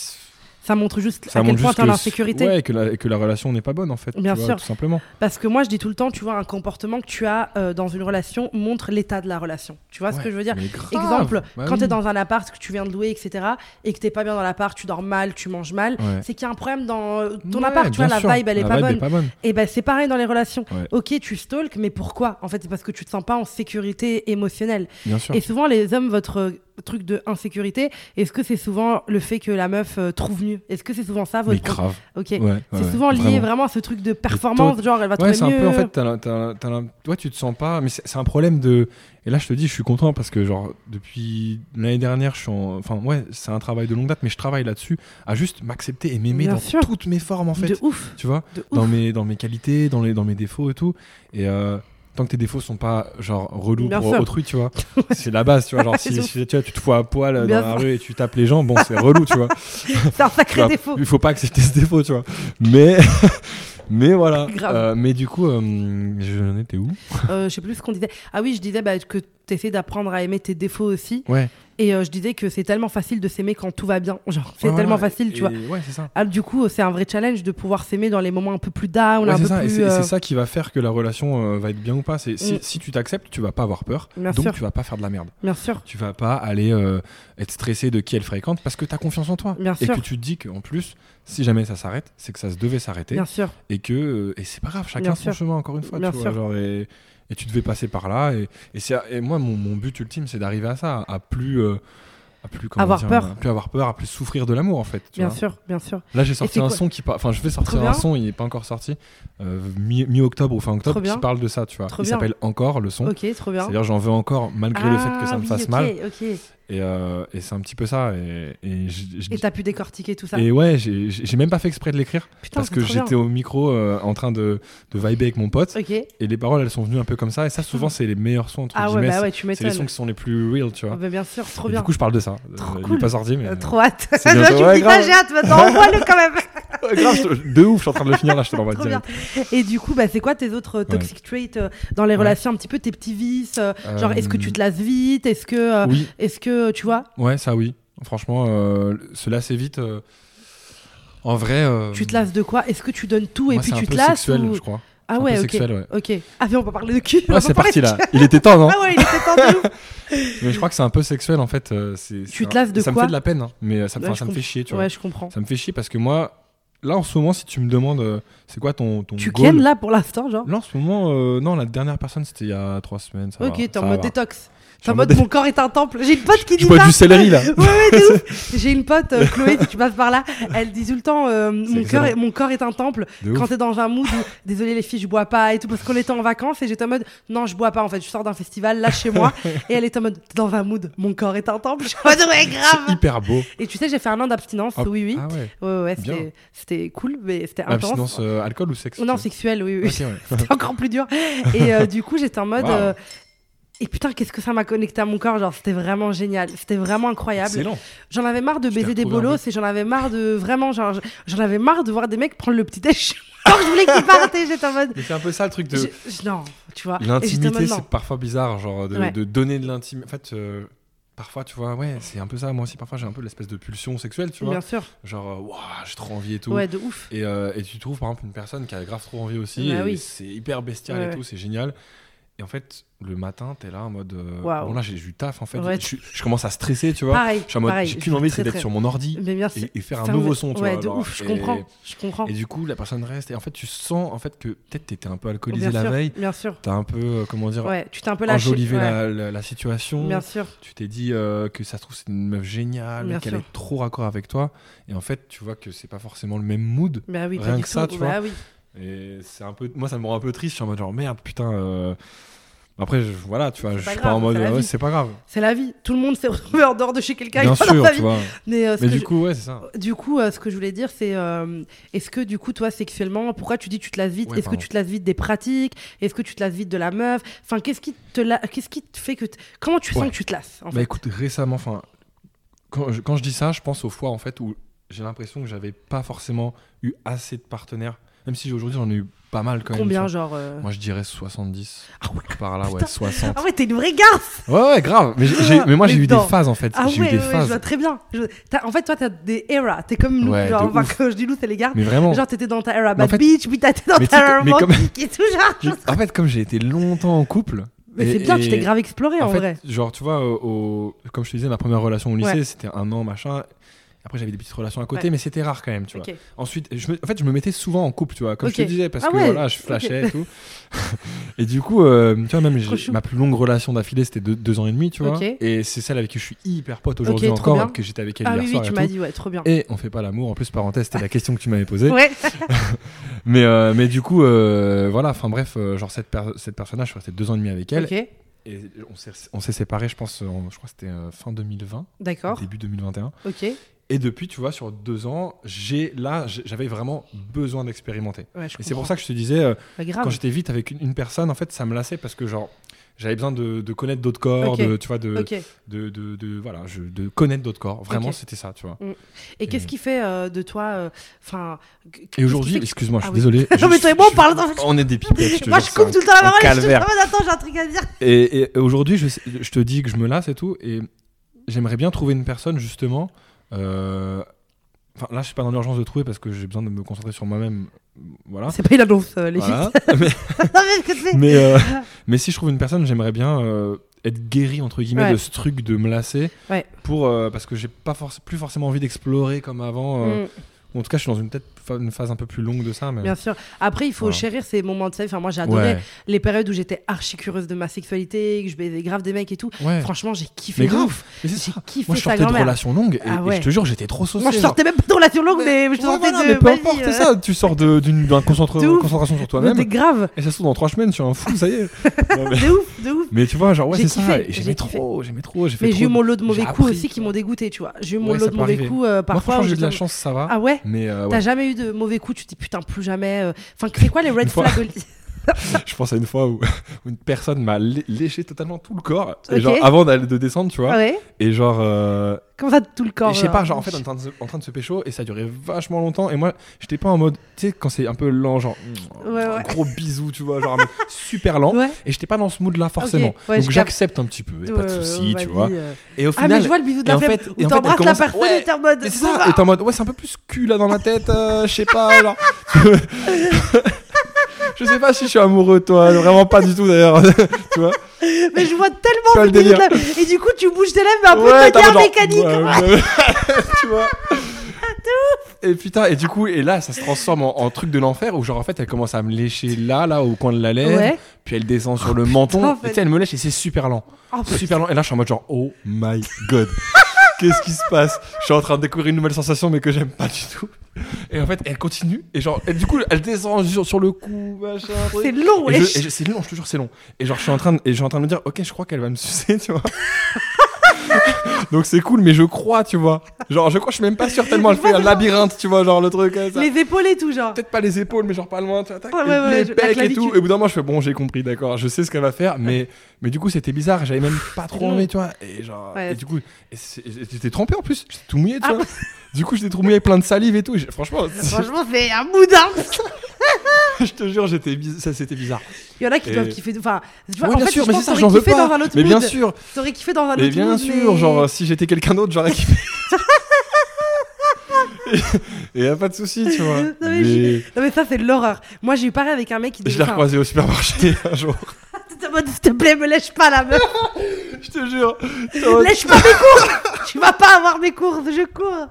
[SPEAKER 1] ça montre juste
[SPEAKER 2] ça
[SPEAKER 1] à quel
[SPEAKER 2] montre
[SPEAKER 1] point
[SPEAKER 2] juste
[SPEAKER 1] t'es en
[SPEAKER 2] que,
[SPEAKER 1] insécurité.
[SPEAKER 2] ouais, que, la, que la relation n'est pas bonne en fait.
[SPEAKER 1] Bien
[SPEAKER 2] tu vois,
[SPEAKER 1] sûr.
[SPEAKER 2] tout simplement.
[SPEAKER 1] Parce que moi, je dis tout le temps, tu vois, un comportement que tu as euh, dans une relation montre l'état de la relation. Tu vois ce que je veux dire Exemple,
[SPEAKER 2] Bah
[SPEAKER 1] quand t'es dans un appart que tu viens de louer, etc., et que t'es pas bien dans l'appart, tu dors mal, tu manges mal,
[SPEAKER 2] Ouais.
[SPEAKER 1] c'est qu'il y a un problème dans euh, ton appart, tu vois, la vibe, elle est pas bonne.
[SPEAKER 2] pas bonne.
[SPEAKER 1] Et ben c'est pareil dans les relations.
[SPEAKER 2] Ouais.
[SPEAKER 1] Ok, tu stalks, mais pourquoi En fait, c'est parce que tu te sens pas en sécurité émotionnelle.
[SPEAKER 2] Bien sûr.
[SPEAKER 1] Et souvent, les hommes, votre euh, truc de insécurité, est-ce que c'est souvent le fait que la meuf euh, trouve mieux Est-ce que c'est souvent ça
[SPEAKER 2] Mais
[SPEAKER 1] votre
[SPEAKER 2] grave.
[SPEAKER 1] Ok.
[SPEAKER 2] Ouais, ouais,
[SPEAKER 1] C'est
[SPEAKER 2] ouais,
[SPEAKER 1] souvent lié
[SPEAKER 2] vraiment.
[SPEAKER 1] vraiment. à ce truc de performance, genre elle va trouver
[SPEAKER 2] Ouais, c'est un
[SPEAKER 1] mieux.
[SPEAKER 2] peu en fait, t'as l'im- t'as- t'as l'im- toi tu te sens pas, mais c'est c'est un problème de. Et là je te dis, je suis content parce que genre depuis l'année dernière, je suis en... enfin ouais, c'est un travail de longue date, mais je travaille là-dessus à juste m'accepter et m'aimer
[SPEAKER 1] Bien
[SPEAKER 2] dans
[SPEAKER 1] sûr.
[SPEAKER 2] toutes mes formes en fait,
[SPEAKER 1] De ouf,
[SPEAKER 2] tu vois,
[SPEAKER 1] de
[SPEAKER 2] dans
[SPEAKER 1] ouf.
[SPEAKER 2] mes dans mes qualités, dans les dans mes défauts et tout. Et euh, tant que tes défauts sont pas genre relous
[SPEAKER 1] Bien
[SPEAKER 2] pour
[SPEAKER 1] sûr.
[SPEAKER 2] autrui, tu vois, c'est la base, tu vois, genre si,
[SPEAKER 1] C'est
[SPEAKER 2] si, tu, vois, tu te fous à poil dans
[SPEAKER 1] Bien
[SPEAKER 2] la
[SPEAKER 1] sûr.
[SPEAKER 2] rue et tu tapes les gens, bon c'est relou, tu vois.
[SPEAKER 1] C'est un
[SPEAKER 2] Tu vois,
[SPEAKER 1] sacré défaut.
[SPEAKER 2] Il faut pas accepter ce défaut, tu vois. Mais, mais voilà.
[SPEAKER 1] Grave.
[SPEAKER 2] Euh, mais du coup, euh, j'en étais où
[SPEAKER 1] Euh, je sais plus ce qu'on disait. Ah oui, je disais bah, que t'essaies d'apprendre à aimer tes défauts aussi.
[SPEAKER 2] Ouais.
[SPEAKER 1] Et euh, je disais que c'est tellement facile de s'aimer quand tout va bien. Genre, c'est
[SPEAKER 2] Ouais,
[SPEAKER 1] tellement
[SPEAKER 2] voilà.
[SPEAKER 1] facile,
[SPEAKER 2] Et-
[SPEAKER 1] tu vois.
[SPEAKER 2] Ouais, c'est ça.
[SPEAKER 1] Ah, du coup, euh, c'est un vrai challenge de pouvoir s'aimer dans les moments un peu plus down,
[SPEAKER 2] Ouais,
[SPEAKER 1] un
[SPEAKER 2] c'est
[SPEAKER 1] peu
[SPEAKER 2] ça. Et
[SPEAKER 1] plus.
[SPEAKER 2] c'est et c'est
[SPEAKER 1] euh,
[SPEAKER 2] ça qui va faire que la relation euh, va être bien ou pas. C'est si,
[SPEAKER 1] Mm.
[SPEAKER 2] si tu t'acceptes, tu vas pas avoir peur.
[SPEAKER 1] Bien
[SPEAKER 2] donc
[SPEAKER 1] sûr.
[SPEAKER 2] tu vas pas faire de la merde.
[SPEAKER 1] Bien sûr.
[SPEAKER 2] Tu vas pas aller euh, être stressé de qui elle fréquente parce que tu as confiance en toi
[SPEAKER 1] Bien
[SPEAKER 2] et
[SPEAKER 1] sûr.
[SPEAKER 2] que tu te dis qu'en plus, si jamais ça s'arrête, c'est que ça se devait s'arrêter
[SPEAKER 1] Bien sûr.
[SPEAKER 2] et que euh, et c'est pas grave, chacun
[SPEAKER 1] Bien
[SPEAKER 2] son
[SPEAKER 1] sûr.
[SPEAKER 2] chemin encore une fois,
[SPEAKER 1] Bien
[SPEAKER 2] tu vois,
[SPEAKER 1] sûr.
[SPEAKER 2] genre, et, et tu devais passer par là et et, c'est- et moi mon, mon but ultime c'est d'arriver à ça, à plus euh, à plus comment
[SPEAKER 1] Avoir
[SPEAKER 2] dire,
[SPEAKER 1] peur.
[SPEAKER 2] à plus avoir peur, à plus souffrir de l'amour en fait. tu
[SPEAKER 1] Bien
[SPEAKER 2] vois.
[SPEAKER 1] sûr. Bien sûr.
[SPEAKER 2] Là j'ai
[SPEAKER 1] c'est
[SPEAKER 2] sorti un
[SPEAKER 1] quoi-
[SPEAKER 2] son qui par- enfin je vais sortir
[SPEAKER 1] Trop
[SPEAKER 2] un
[SPEAKER 1] bien.
[SPEAKER 2] son, il est pas encore sorti euh, mi- mi-octobre ou fin octobre
[SPEAKER 1] Trop
[SPEAKER 2] qui
[SPEAKER 1] bien.
[SPEAKER 2] parle de ça, tu vois.
[SPEAKER 1] Trop
[SPEAKER 2] il
[SPEAKER 1] bien.
[SPEAKER 2] s'appelle encore le son.
[SPEAKER 1] Ok, trop bien.
[SPEAKER 2] C'est-à-dire j'en veux encore malgré le fait que ça
[SPEAKER 1] Ah
[SPEAKER 2] me
[SPEAKER 1] oui,
[SPEAKER 2] fasse
[SPEAKER 1] ok,
[SPEAKER 2] mal
[SPEAKER 1] Ok. Et
[SPEAKER 2] et, euh, et c'est un petit peu ça et et, je- je dis-
[SPEAKER 1] t'as pu décortiquer tout ça.
[SPEAKER 2] et ouais, j'ai j'ai même pas fait exprès de l'écrire
[SPEAKER 1] Putain,
[SPEAKER 2] parce
[SPEAKER 1] c'est
[SPEAKER 2] que
[SPEAKER 1] trop bien.
[SPEAKER 2] j'étais au micro euh, en train de, de vibrer avec mon pote
[SPEAKER 1] Ok.
[SPEAKER 2] et les paroles elles sont venues un peu comme ça et ça souvent c'est les meilleurs sons entre
[SPEAKER 1] Mm. Ah ouais,
[SPEAKER 2] guillemets
[SPEAKER 1] bah ouais, tu
[SPEAKER 2] c'est les sons
[SPEAKER 1] m'étonnes.
[SPEAKER 2] qui sont les plus real tu vois
[SPEAKER 1] Ah bah bien sûr, trop
[SPEAKER 2] Et
[SPEAKER 1] bien.
[SPEAKER 2] du coup je parle de ça
[SPEAKER 1] Trop
[SPEAKER 2] Euh, il est
[SPEAKER 1] cool.
[SPEAKER 2] pas sorti mais
[SPEAKER 1] Euh, trop hâte.
[SPEAKER 2] C'est
[SPEAKER 1] Là,
[SPEAKER 2] bientôt-
[SPEAKER 1] tu me
[SPEAKER 2] ouais,
[SPEAKER 1] dis pas,
[SPEAKER 2] grave.
[SPEAKER 1] j'ai hâte. Maintenant, envoie-le quand même.
[SPEAKER 2] Ouais, grave, je te- de ouf je suis en train de le finir là je te l'envoie
[SPEAKER 1] Trop bien.
[SPEAKER 2] direct
[SPEAKER 1] Et du coup, bah, c'est quoi tes autres euh,
[SPEAKER 2] Ouais.
[SPEAKER 1] toxic traits euh, dans les
[SPEAKER 2] Ouais.
[SPEAKER 1] relations Un petit peu tes petits vices euh,
[SPEAKER 2] Euh,
[SPEAKER 1] Genre, est-ce que tu te lasses vite Est-ce que, euh,
[SPEAKER 2] oui
[SPEAKER 1] est-ce que euh, tu vois,
[SPEAKER 2] ouais ça oui franchement euh, se lasser vite euh, en vrai euh,
[SPEAKER 1] tu te lasses de quoi Est-ce que tu donnes tout et
[SPEAKER 2] moi,
[SPEAKER 1] puis
[SPEAKER 2] c'est un
[SPEAKER 1] tu
[SPEAKER 2] peu
[SPEAKER 1] te lasses
[SPEAKER 2] sexuel
[SPEAKER 1] ou-
[SPEAKER 2] je crois
[SPEAKER 1] Ah
[SPEAKER 2] un
[SPEAKER 1] ouais,
[SPEAKER 2] peu
[SPEAKER 1] ok.
[SPEAKER 2] sexuel, ouais.
[SPEAKER 1] Ok. Ah viens, on va parler de cul. on va
[SPEAKER 2] Ouais, c'est
[SPEAKER 1] parler
[SPEAKER 2] parti
[SPEAKER 1] de
[SPEAKER 2] là.
[SPEAKER 1] cul.
[SPEAKER 2] Il était temps, non
[SPEAKER 1] Ah ouais, il était temps de ouf.
[SPEAKER 2] Mais je crois que c'est un peu sexuel en fait. euh, c'est- c'est
[SPEAKER 1] te
[SPEAKER 2] un-
[SPEAKER 1] lasses de
[SPEAKER 2] Ça me
[SPEAKER 1] quoi
[SPEAKER 2] fait de la peine, hein, mais euh, ça, me-
[SPEAKER 1] Ouais,
[SPEAKER 2] enfin,
[SPEAKER 1] je
[SPEAKER 2] ça me fait
[SPEAKER 1] comprends.
[SPEAKER 2] chier, tu vois.
[SPEAKER 1] Ouais, je comprends.
[SPEAKER 2] Ça me fait chier parce que moi, là en ce moment, si tu me demandes, euh, c'est quoi ton ton
[SPEAKER 1] Tu
[SPEAKER 2] goal
[SPEAKER 1] ken là pour l'instant, genre
[SPEAKER 2] Là en ce moment, euh, non, la dernière personne c'était il y a trois semaines. Ça
[SPEAKER 1] Ok,
[SPEAKER 2] va,
[SPEAKER 1] t'es
[SPEAKER 2] ça
[SPEAKER 1] en mode
[SPEAKER 2] va.
[SPEAKER 1] détox.
[SPEAKER 2] Je
[SPEAKER 1] T'es
[SPEAKER 2] suis
[SPEAKER 1] en
[SPEAKER 2] en
[SPEAKER 1] mode
[SPEAKER 2] mode
[SPEAKER 1] mon corps est un temple. J'ai une pote qui dit
[SPEAKER 2] Je bois
[SPEAKER 1] ça.
[SPEAKER 2] du céleri là.
[SPEAKER 1] Ouais, ouais, de ouf. J'ai une pote, euh, Chloé, si tu passes par là, elle dit tout le temps euh, mon,
[SPEAKER 2] excellent.
[SPEAKER 1] cœur est, mon corps est un temple.
[SPEAKER 2] De ouf.
[SPEAKER 1] Quand t'es dans un mood, où, désolé les filles, je bois pas et tout, parce qu'on était en vacances et j'étais en mode non, je bois pas en fait, je sors d'un festival là chez moi. et elle est en mode t'es dans un mood, mon corps est un temple. Je suis en mode ouais,
[SPEAKER 2] C'est
[SPEAKER 1] grave.
[SPEAKER 2] hyper beau.
[SPEAKER 1] Et tu sais, j'ai fait un an d'abstinence,
[SPEAKER 2] Ah,
[SPEAKER 1] Ah oui, oui.
[SPEAKER 2] Ah ouais.
[SPEAKER 1] Ouais, ouais,
[SPEAKER 2] Bien.
[SPEAKER 1] c'était- c'était cool, mais c'était intense.
[SPEAKER 2] Abstinence euh, alcool ou sexe
[SPEAKER 1] Non,
[SPEAKER 2] tu
[SPEAKER 1] sexuel, oui,
[SPEAKER 2] vois
[SPEAKER 1] oui.
[SPEAKER 2] Ok, ouais.
[SPEAKER 1] C'était encore plus dur. Et euh, du coup, j'étais en mode.
[SPEAKER 2] Waouh.
[SPEAKER 1] euh, et putain, qu'est-ce que ça m'a connecté à mon corps. Genre, c'était vraiment génial. C'était vraiment incroyable.
[SPEAKER 2] Excellent.
[SPEAKER 1] J'en avais marre de
[SPEAKER 2] t'ai
[SPEAKER 1] baiser des
[SPEAKER 2] retrouvé un
[SPEAKER 1] bolos et j'en avais marre de. Vraiment, genre, j'en avais marre de voir des mecs prendre le petit déj. Quand je voulais qu'ils partent, et j'étais en mode.
[SPEAKER 2] Mais c'est un peu ça le truc de.
[SPEAKER 1] je- je- non, tu vois. Et j'étais en mode,
[SPEAKER 2] L'intimité,
[SPEAKER 1] non.
[SPEAKER 2] c'est parfois bizarre, genre de,
[SPEAKER 1] Ouais.
[SPEAKER 2] de donner de l'intime. En fait, euh, parfois, tu vois, ouais, c'est un peu ça. Moi aussi, parfois, j'ai un peu l'espèce de pulsion sexuelle, tu vois.
[SPEAKER 1] Bien sûr.
[SPEAKER 2] Genre, euh, Ouah, j'ai trop envie et tout.
[SPEAKER 1] Ouais, de ouf.
[SPEAKER 2] Et, euh, et tu trouves, par exemple, une personne qui a grave trop envie aussi.
[SPEAKER 1] Bah
[SPEAKER 2] et
[SPEAKER 1] oui.
[SPEAKER 2] C'est hyper bestial
[SPEAKER 1] Ouais,
[SPEAKER 2] et
[SPEAKER 1] ouais.
[SPEAKER 2] tout, c'est génial. Et en fait, le matin, t'es là en mode. euh,
[SPEAKER 1] Waouh.
[SPEAKER 2] Bon, là, j'ai du taf, en fait.
[SPEAKER 1] Ouais.
[SPEAKER 2] Je, suis- je commence à stresser, tu vois.
[SPEAKER 1] Pareil.
[SPEAKER 2] je suis en mode,
[SPEAKER 1] pareil,
[SPEAKER 2] j'ai
[SPEAKER 1] je
[SPEAKER 2] qu'une
[SPEAKER 1] suis
[SPEAKER 2] envie,
[SPEAKER 1] très,
[SPEAKER 2] c'est d'être
[SPEAKER 1] très-
[SPEAKER 2] sur mon ordi
[SPEAKER 1] Mais bien sûr.
[SPEAKER 2] et, et faire un
[SPEAKER 1] Faire
[SPEAKER 2] nouveau
[SPEAKER 1] le-
[SPEAKER 2] son, tu
[SPEAKER 1] ouais,
[SPEAKER 2] vois.
[SPEAKER 1] de
[SPEAKER 2] genre.
[SPEAKER 1] ouf, je
[SPEAKER 2] Et-
[SPEAKER 1] comprends. Je comprends.
[SPEAKER 2] Et du coup, la personne reste. Et en fait, tu sens en fait que peut-être t'étais un peu alcoolisé
[SPEAKER 1] Bien
[SPEAKER 2] la
[SPEAKER 1] sûr.
[SPEAKER 2] veille.
[SPEAKER 1] Bien sûr.
[SPEAKER 2] T'as un peu, euh, comment dire,
[SPEAKER 1] Ouais, tu t'es un peu lâché.
[SPEAKER 2] enjolivé
[SPEAKER 1] ouais,
[SPEAKER 2] la, la- la situation.
[SPEAKER 1] Bien sûr.
[SPEAKER 2] Tu t'es dit euh, que ça se trouve, c'est une meuf géniale,
[SPEAKER 1] Bien
[SPEAKER 2] qu'elle
[SPEAKER 1] sûr.
[SPEAKER 2] est trop raccord avec toi. Et en fait, tu vois que c'est pas forcément le même mood.
[SPEAKER 1] Bah oui, pas
[SPEAKER 2] Rien
[SPEAKER 1] du
[SPEAKER 2] que ça,
[SPEAKER 1] tout.
[SPEAKER 2] tu
[SPEAKER 1] Bah oui.
[SPEAKER 2] Et c'est un peu, moi, ça me rend un peu triste. Je suis en mode genre, merde, putain. euh, Après, je- voilà, tu vois,
[SPEAKER 1] C'est
[SPEAKER 2] je
[SPEAKER 1] pas
[SPEAKER 2] suis
[SPEAKER 1] grave,
[SPEAKER 2] pas en mode,
[SPEAKER 1] c'est la
[SPEAKER 2] ouais,
[SPEAKER 1] vie.
[SPEAKER 2] c'est pas grave.
[SPEAKER 1] C'est la vie. Tout le monde s'est retrouvé en dehors de chez quelqu'un.
[SPEAKER 2] Bien
[SPEAKER 1] une fois dans
[SPEAKER 2] sûr,
[SPEAKER 1] sa
[SPEAKER 2] tu
[SPEAKER 1] vie.
[SPEAKER 2] vois.
[SPEAKER 1] Mais, euh, ce
[SPEAKER 2] Mais
[SPEAKER 1] que
[SPEAKER 2] du
[SPEAKER 1] je-
[SPEAKER 2] coup, ouais, c'est ça.
[SPEAKER 1] du coup, euh, ce que je voulais dire, c'est euh, est-ce que du coup, toi, sexuellement, pourquoi tu dis que tu te lasses vite
[SPEAKER 2] Ouais,
[SPEAKER 1] Est-ce que
[SPEAKER 2] pardon.
[SPEAKER 1] tu te lasses vite des pratiques Est-ce que tu te lasses vite de la meuf Enfin, qu'est-ce qui te la- qu'est-ce qui te fait que t- comment tu sens
[SPEAKER 2] Ouais.
[SPEAKER 1] que tu te lasses en
[SPEAKER 2] Bah
[SPEAKER 1] fait
[SPEAKER 2] écoute, récemment, enfin, quand je, quand je dis ça, je pense aux fois en fait où j'ai l'impression que j'avais pas forcément eu assez de partenaires, même si aujourd'hui j'en ai eu pas mal quand
[SPEAKER 1] Combien
[SPEAKER 2] même. tu
[SPEAKER 1] genre euh,
[SPEAKER 2] vois. Moi je dirais 70
[SPEAKER 1] Ah ouais,
[SPEAKER 2] par là, ouais,
[SPEAKER 1] putain.
[SPEAKER 2] 60.
[SPEAKER 1] ah ouais, t'es une vraie garce
[SPEAKER 2] Ouais, ouais, grave. Mais, j'ai- j'ai- mais moi j'ai
[SPEAKER 1] Mais
[SPEAKER 2] eu des
[SPEAKER 1] non.
[SPEAKER 2] phases en fait.
[SPEAKER 1] Ah ouais,
[SPEAKER 2] j'ai eu des
[SPEAKER 1] ouais, je
[SPEAKER 2] phases.
[SPEAKER 1] vois très bien. Je- t'as- En fait, toi, t'as des eras. T'es comme nous.
[SPEAKER 2] Ouais,
[SPEAKER 1] genre,
[SPEAKER 2] de
[SPEAKER 1] enfin,
[SPEAKER 2] ouf.
[SPEAKER 1] quand je dis nous, c'est les gars.
[SPEAKER 2] Mais vraiment.
[SPEAKER 1] Genre, t'étais dans ta era
[SPEAKER 2] Mais en
[SPEAKER 1] bad
[SPEAKER 2] fait-
[SPEAKER 1] bitch, puis t'étais dans
[SPEAKER 2] Mais
[SPEAKER 1] ta
[SPEAKER 2] tu sais
[SPEAKER 1] era
[SPEAKER 2] que- mais comme-
[SPEAKER 1] romantique et tout, genre.
[SPEAKER 2] j'ai- En fait, comme j'ai été longtemps en couple.
[SPEAKER 1] Mais
[SPEAKER 2] et-
[SPEAKER 1] c'est bien, tu t'es
[SPEAKER 2] et-
[SPEAKER 1] grave exploré en,
[SPEAKER 2] fait,
[SPEAKER 1] vrai.
[SPEAKER 2] Genre, tu vois, au, au- comme je te disais, ma première relation au lycée,
[SPEAKER 1] Ouais.
[SPEAKER 2] c'était un an, machin. Après, j'avais des petites relations à côté,
[SPEAKER 1] Ouais.
[SPEAKER 2] mais c'était rare quand même, tu vois.
[SPEAKER 1] Ok.
[SPEAKER 2] Ensuite, je me- en fait, je me mettais souvent en couple, tu vois, comme je
[SPEAKER 1] Ok.
[SPEAKER 2] te disais, parce
[SPEAKER 1] Ah
[SPEAKER 2] que
[SPEAKER 1] ouais,
[SPEAKER 2] voilà, je flashais et tout. et du coup, euh, tu vois, même j'ai-
[SPEAKER 1] Trop chou.
[SPEAKER 2] ma plus longue relation d'affilée, c'était deux, deux ans et demi, tu vois.
[SPEAKER 1] Ok.
[SPEAKER 2] Et c'est celle avec qui je suis hyper pote
[SPEAKER 1] Ok,
[SPEAKER 2] aujourd'hui
[SPEAKER 1] trop bien.
[SPEAKER 2] encore, que j'étais avec elle
[SPEAKER 1] Ah
[SPEAKER 2] hier
[SPEAKER 1] oui, oui,
[SPEAKER 2] soir
[SPEAKER 1] tu
[SPEAKER 2] et
[SPEAKER 1] m'as
[SPEAKER 2] tout.
[SPEAKER 1] dit, ouais, trop bien.
[SPEAKER 2] Et on fait pas l'amour, en plus, parenthèse, c'était la question que tu m'avais posée.
[SPEAKER 1] Ouais.
[SPEAKER 2] Mais, euh, mais du coup, euh, voilà, enfin bref, euh, genre cette, per- cette personne-là, je suis resté deux ans et demi avec elle.
[SPEAKER 1] Ok,
[SPEAKER 2] Et on s'est- on s'est séparés, je pense, en- je crois que c'était euh, fin 2020,
[SPEAKER 1] d'accord.
[SPEAKER 2] début 2021.
[SPEAKER 1] Ok.
[SPEAKER 2] Et depuis, tu vois, sur deux ans, j'ai là, j'ai- j'avais vraiment besoin d'expérimenter.
[SPEAKER 1] Ouais, je
[SPEAKER 2] Et c'est
[SPEAKER 1] comprends.
[SPEAKER 2] pour ça que je te disais, euh,
[SPEAKER 1] Bah, grave.
[SPEAKER 2] quand j'étais vite avec une, une personne, en fait, ça me lassait parce que genre, j'avais besoin de, de connaître d'autres corps,
[SPEAKER 1] Ok.
[SPEAKER 2] de, tu vois, de,
[SPEAKER 1] Ok.
[SPEAKER 2] de, de- de- voilà, je- de connaître d'autres corps. Vraiment,
[SPEAKER 1] Ok.
[SPEAKER 2] c'était ça, tu vois.
[SPEAKER 1] Et qu'est-ce qui fait euh, de toi, enfin.
[SPEAKER 2] Et aujourd'hui, excuse-moi, je
[SPEAKER 1] Ah
[SPEAKER 2] suis
[SPEAKER 1] oui.
[SPEAKER 2] désolé.
[SPEAKER 1] Non,
[SPEAKER 2] je-
[SPEAKER 1] mais toi et
[SPEAKER 2] je-
[SPEAKER 1] moi, on
[SPEAKER 2] je-
[SPEAKER 1] parle dans-
[SPEAKER 2] On est des pipettes, je te
[SPEAKER 1] Moi,
[SPEAKER 2] jure,
[SPEAKER 1] je
[SPEAKER 2] c'est
[SPEAKER 1] coupe
[SPEAKER 2] un-
[SPEAKER 1] tout le temps la
[SPEAKER 2] un
[SPEAKER 1] parole. Je suis en
[SPEAKER 2] calvaire.
[SPEAKER 1] mode, attends, j'ai un truc à dire.
[SPEAKER 2] Et, et aujourd'hui, je, je te dis que je me lasse et tout, et j'aimerais bien trouver une personne justement. euh, Enfin, là, je suis pas dans l'urgence de trouver parce que j'ai besoin de me concentrer sur moi-même. Voilà.
[SPEAKER 1] C'est pas une annonce, euh, les
[SPEAKER 2] Hein Voilà.
[SPEAKER 1] filles. non, mais ce que c'est.
[SPEAKER 2] mais, euh, mais si je trouve une personne, j'aimerais bien euh, être guéri entre guillemets
[SPEAKER 1] Ouais.
[SPEAKER 2] de ce truc de me lasser,
[SPEAKER 1] Ouais.
[SPEAKER 2] pour euh, parce que j'ai pas forc- plus forcément envie d'explorer comme avant. euh,
[SPEAKER 1] Mm,
[SPEAKER 2] En tout cas, je suis dans une peut-être fa- une phase un peu plus longue de ça, mais.
[SPEAKER 1] bien sûr. Après, il faut
[SPEAKER 2] Voilà.
[SPEAKER 1] chérir ces moments de sa vie. Enfin, moi, j'adorais
[SPEAKER 2] ouais,
[SPEAKER 1] les périodes où j'étais archi curieuse de ma sexualité, que je baisais grave des mecs et tout.
[SPEAKER 2] ouais.
[SPEAKER 1] Franchement, j'ai kiffé.
[SPEAKER 2] Mais
[SPEAKER 1] de
[SPEAKER 2] grave.
[SPEAKER 1] ouf.
[SPEAKER 2] Mais c'est
[SPEAKER 1] J'ai
[SPEAKER 2] ça.
[SPEAKER 1] kiffé
[SPEAKER 2] Moi, je
[SPEAKER 1] ta
[SPEAKER 2] sortais de
[SPEAKER 1] grand-mère.
[SPEAKER 2] relations longues et,
[SPEAKER 1] Ah
[SPEAKER 2] et
[SPEAKER 1] ouais.
[SPEAKER 2] je te jure, j'étais trop saucé.
[SPEAKER 1] Moi, je
[SPEAKER 2] genre.
[SPEAKER 1] sortais même pas de relation longue, mais, je
[SPEAKER 2] Ouais,
[SPEAKER 1] sortais de.
[SPEAKER 2] voilà, mais peu
[SPEAKER 1] vas-y,
[SPEAKER 2] importe
[SPEAKER 1] euh,
[SPEAKER 2] ça, tu sors de- d'une d'un concentre-
[SPEAKER 1] De ouf.
[SPEAKER 2] concentration sur
[SPEAKER 1] mais T'es
[SPEAKER 2] toi-même.
[SPEAKER 1] grave.
[SPEAKER 2] Et ça se trouve, dans trois semaines, tu es un fou, ça y est. Non, mais...
[SPEAKER 1] De ouf, de ouf.
[SPEAKER 2] mais tu vois, genre, ouais,
[SPEAKER 1] J'ai
[SPEAKER 2] c'est ça.
[SPEAKER 1] kiffé,
[SPEAKER 2] et
[SPEAKER 1] j'ai
[SPEAKER 2] J'aimais
[SPEAKER 1] kiffé.
[SPEAKER 2] trop, j'aimais trop. J'ai fait
[SPEAKER 1] Mais
[SPEAKER 2] trop
[SPEAKER 1] j'ai eu
[SPEAKER 2] de-
[SPEAKER 1] mon lot de
[SPEAKER 2] j'ai
[SPEAKER 1] mauvais coups
[SPEAKER 2] appris,
[SPEAKER 1] aussi qui
[SPEAKER 2] tu vois.
[SPEAKER 1] m'ont dégoûté, tu vois. J'ai eu mon
[SPEAKER 2] Ouais,
[SPEAKER 1] lot
[SPEAKER 2] ça
[SPEAKER 1] de
[SPEAKER 2] peut
[SPEAKER 1] mauvais
[SPEAKER 2] arriver.
[SPEAKER 1] coups euh,
[SPEAKER 2] Moi,
[SPEAKER 1] parfois.
[SPEAKER 2] franchement,
[SPEAKER 1] où
[SPEAKER 2] j'ai eu de la
[SPEAKER 1] j'étais en
[SPEAKER 2] chance, ça va.
[SPEAKER 1] mode- Ah ouais
[SPEAKER 2] Mais euh,
[SPEAKER 1] T'as
[SPEAKER 2] ouais,
[SPEAKER 1] jamais eu de mauvais coups, tu te dis putain, plus jamais. euh. Enfin, c'est quoi les red
[SPEAKER 2] Une fois-
[SPEAKER 1] flags Oli
[SPEAKER 2] je pense à une fois où où une personne m'a lé- léché totalement tout le corps. et
[SPEAKER 1] Ok.
[SPEAKER 2] genre, avant d'aller de descendre, tu vois.
[SPEAKER 1] Ah ouais
[SPEAKER 2] Et genre. euh,
[SPEAKER 1] Comment ça, tout le corps
[SPEAKER 2] et je sais pas,
[SPEAKER 1] euh,
[SPEAKER 2] genre, en fait, on était en train de se- en train de se pécho et ça durait vachement longtemps. Et moi, j'étais pas en mode, tu sais, quand c'est un peu lent, genre, mm,
[SPEAKER 1] Ouais,
[SPEAKER 2] un
[SPEAKER 1] ouais.
[SPEAKER 2] gros bisou, tu vois, genre, mais super lent.
[SPEAKER 1] Ouais.
[SPEAKER 2] Et j'étais pas dans ce mood là forcément.
[SPEAKER 1] ouais, je
[SPEAKER 2] Donc j'accepte un petit peu, y a pas de
[SPEAKER 1] Ouais,
[SPEAKER 2] souci,
[SPEAKER 1] ouais, vas-y,
[SPEAKER 2] tu vois.
[SPEAKER 1] euh.
[SPEAKER 2] Et au
[SPEAKER 1] Ah, mais
[SPEAKER 2] final,
[SPEAKER 1] je vois le bisou de
[SPEAKER 2] et
[SPEAKER 1] la
[SPEAKER 2] en
[SPEAKER 1] femme
[SPEAKER 2] fait- et
[SPEAKER 1] où
[SPEAKER 2] en fait, elle
[SPEAKER 1] t'embrasses la
[SPEAKER 2] commence-
[SPEAKER 1] personne
[SPEAKER 2] Ouais.
[SPEAKER 1] et t'es en mode.
[SPEAKER 2] mais c'est ça,
[SPEAKER 1] Ah,
[SPEAKER 2] et t'es en mode, ouais, c'est un peu plus cul là dans la tête, euh, je sais pas, genre. Je sais pas si je suis amoureux de toi, vraiment pas du tout d'ailleurs. tu vois
[SPEAKER 1] Mais je vois tellement
[SPEAKER 2] Quel
[SPEAKER 1] ce délire.
[SPEAKER 2] délire.
[SPEAKER 1] là. Et du coup, tu bouges tes lèvres, mais un
[SPEAKER 2] Ouais,
[SPEAKER 1] peu de manière
[SPEAKER 2] t'as genre-
[SPEAKER 1] mécanique.
[SPEAKER 2] Ouais, ouais, ouais. tu vois et putain, et du coup, et là, ça se transforme en, en truc de l'enfer où, genre, en fait, elle commence à me lécher là, là, au coin de la lèvre,
[SPEAKER 1] Ouais. Oh,
[SPEAKER 2] puis elle descend sur le menton,
[SPEAKER 1] en
[SPEAKER 2] et
[SPEAKER 1] fait.
[SPEAKER 2] tu sais, elle me lèche et c'est super lent.
[SPEAKER 1] Oh, putain.
[SPEAKER 2] Super lent. Et là, je suis en mode, genre, oh my god, qu'est-ce qui se passe Je suis en train de découvrir une nouvelle sensation, mais que j'aime pas du tout. Et en fait, elle continue, et genre, et du coup, elle descend sur, sur le cou, machin, truc.
[SPEAKER 1] C'est long,
[SPEAKER 2] Et je-
[SPEAKER 1] wesh.
[SPEAKER 2] et je- c'est long, je te jure, c'est long. Et genre, je suis en train de, et je suis en train de me dire, ok, je crois qu'elle va me sucer, tu vois. Donc c'est cool, mais je crois, tu vois. Genre, je crois, je suis même pas sûr tellement elle fait un labyrinthe, tu vois, genre le truc. hein, ça.
[SPEAKER 1] Les épaules et tout, genre.
[SPEAKER 2] Peut-être pas les épaules, mais genre pas loin, tu vois, tac,
[SPEAKER 1] Ouais, ouais, ouais,
[SPEAKER 2] les
[SPEAKER 1] je- la
[SPEAKER 2] pecs et
[SPEAKER 1] clavicule.
[SPEAKER 2] tout. Et au bout d'un moment, je fais bon, j'ai compris, d'accord, je sais ce qu'elle va faire, mais, mais du coup, c'était bizarre, j'avais même pas trop
[SPEAKER 1] long.
[SPEAKER 2] envie, tu vois. Et genre,
[SPEAKER 1] Ouais.
[SPEAKER 2] et du coup, et c'est- et j'étais trempé en plus, j'étais tout mouillé, tu
[SPEAKER 1] Ah
[SPEAKER 2] vois. Du coup, j'étais tout mouillé avec plein de salive et tout. et j'ai- Franchement,
[SPEAKER 1] Franchement, c'est un boudin.
[SPEAKER 2] je te jure, j'étais biz- ça c'était bizarre.
[SPEAKER 1] Il y en a qui
[SPEAKER 2] Et-
[SPEAKER 1] doivent kiffer. Enfin, tu vois,
[SPEAKER 2] Ouais,
[SPEAKER 1] en
[SPEAKER 2] bien
[SPEAKER 1] fait,
[SPEAKER 2] sûr,
[SPEAKER 1] je
[SPEAKER 2] mais
[SPEAKER 1] pense
[SPEAKER 2] c'est
[SPEAKER 1] que t'aurais
[SPEAKER 2] ça, j'en veux
[SPEAKER 1] kiffé
[SPEAKER 2] pas.
[SPEAKER 1] dans un autre
[SPEAKER 2] Mais bien
[SPEAKER 1] mood.
[SPEAKER 2] sûr,
[SPEAKER 1] T'aurais kiffé dans un
[SPEAKER 2] mais
[SPEAKER 1] autre
[SPEAKER 2] bien
[SPEAKER 1] mood,
[SPEAKER 2] sûr,
[SPEAKER 1] mais-
[SPEAKER 2] genre euh, si j'étais quelqu'un d'autre, j'aurais kiffé. Et y a pas de souci, tu vois.
[SPEAKER 1] Non, mais
[SPEAKER 2] Mais
[SPEAKER 1] je- Non, mais ça, c'est de l'horreur. Moi, j'ai eu pareil avec un mec qui
[SPEAKER 2] Je
[SPEAKER 1] disait.
[SPEAKER 2] l'ai recroisé au supermarché un jour.
[SPEAKER 1] T'es en mode, s'il te plaît, me lèche pas la meuf.
[SPEAKER 2] Je te jure.
[SPEAKER 1] Lèche pas mes cours Tu vas pas avoir mes cours, je cours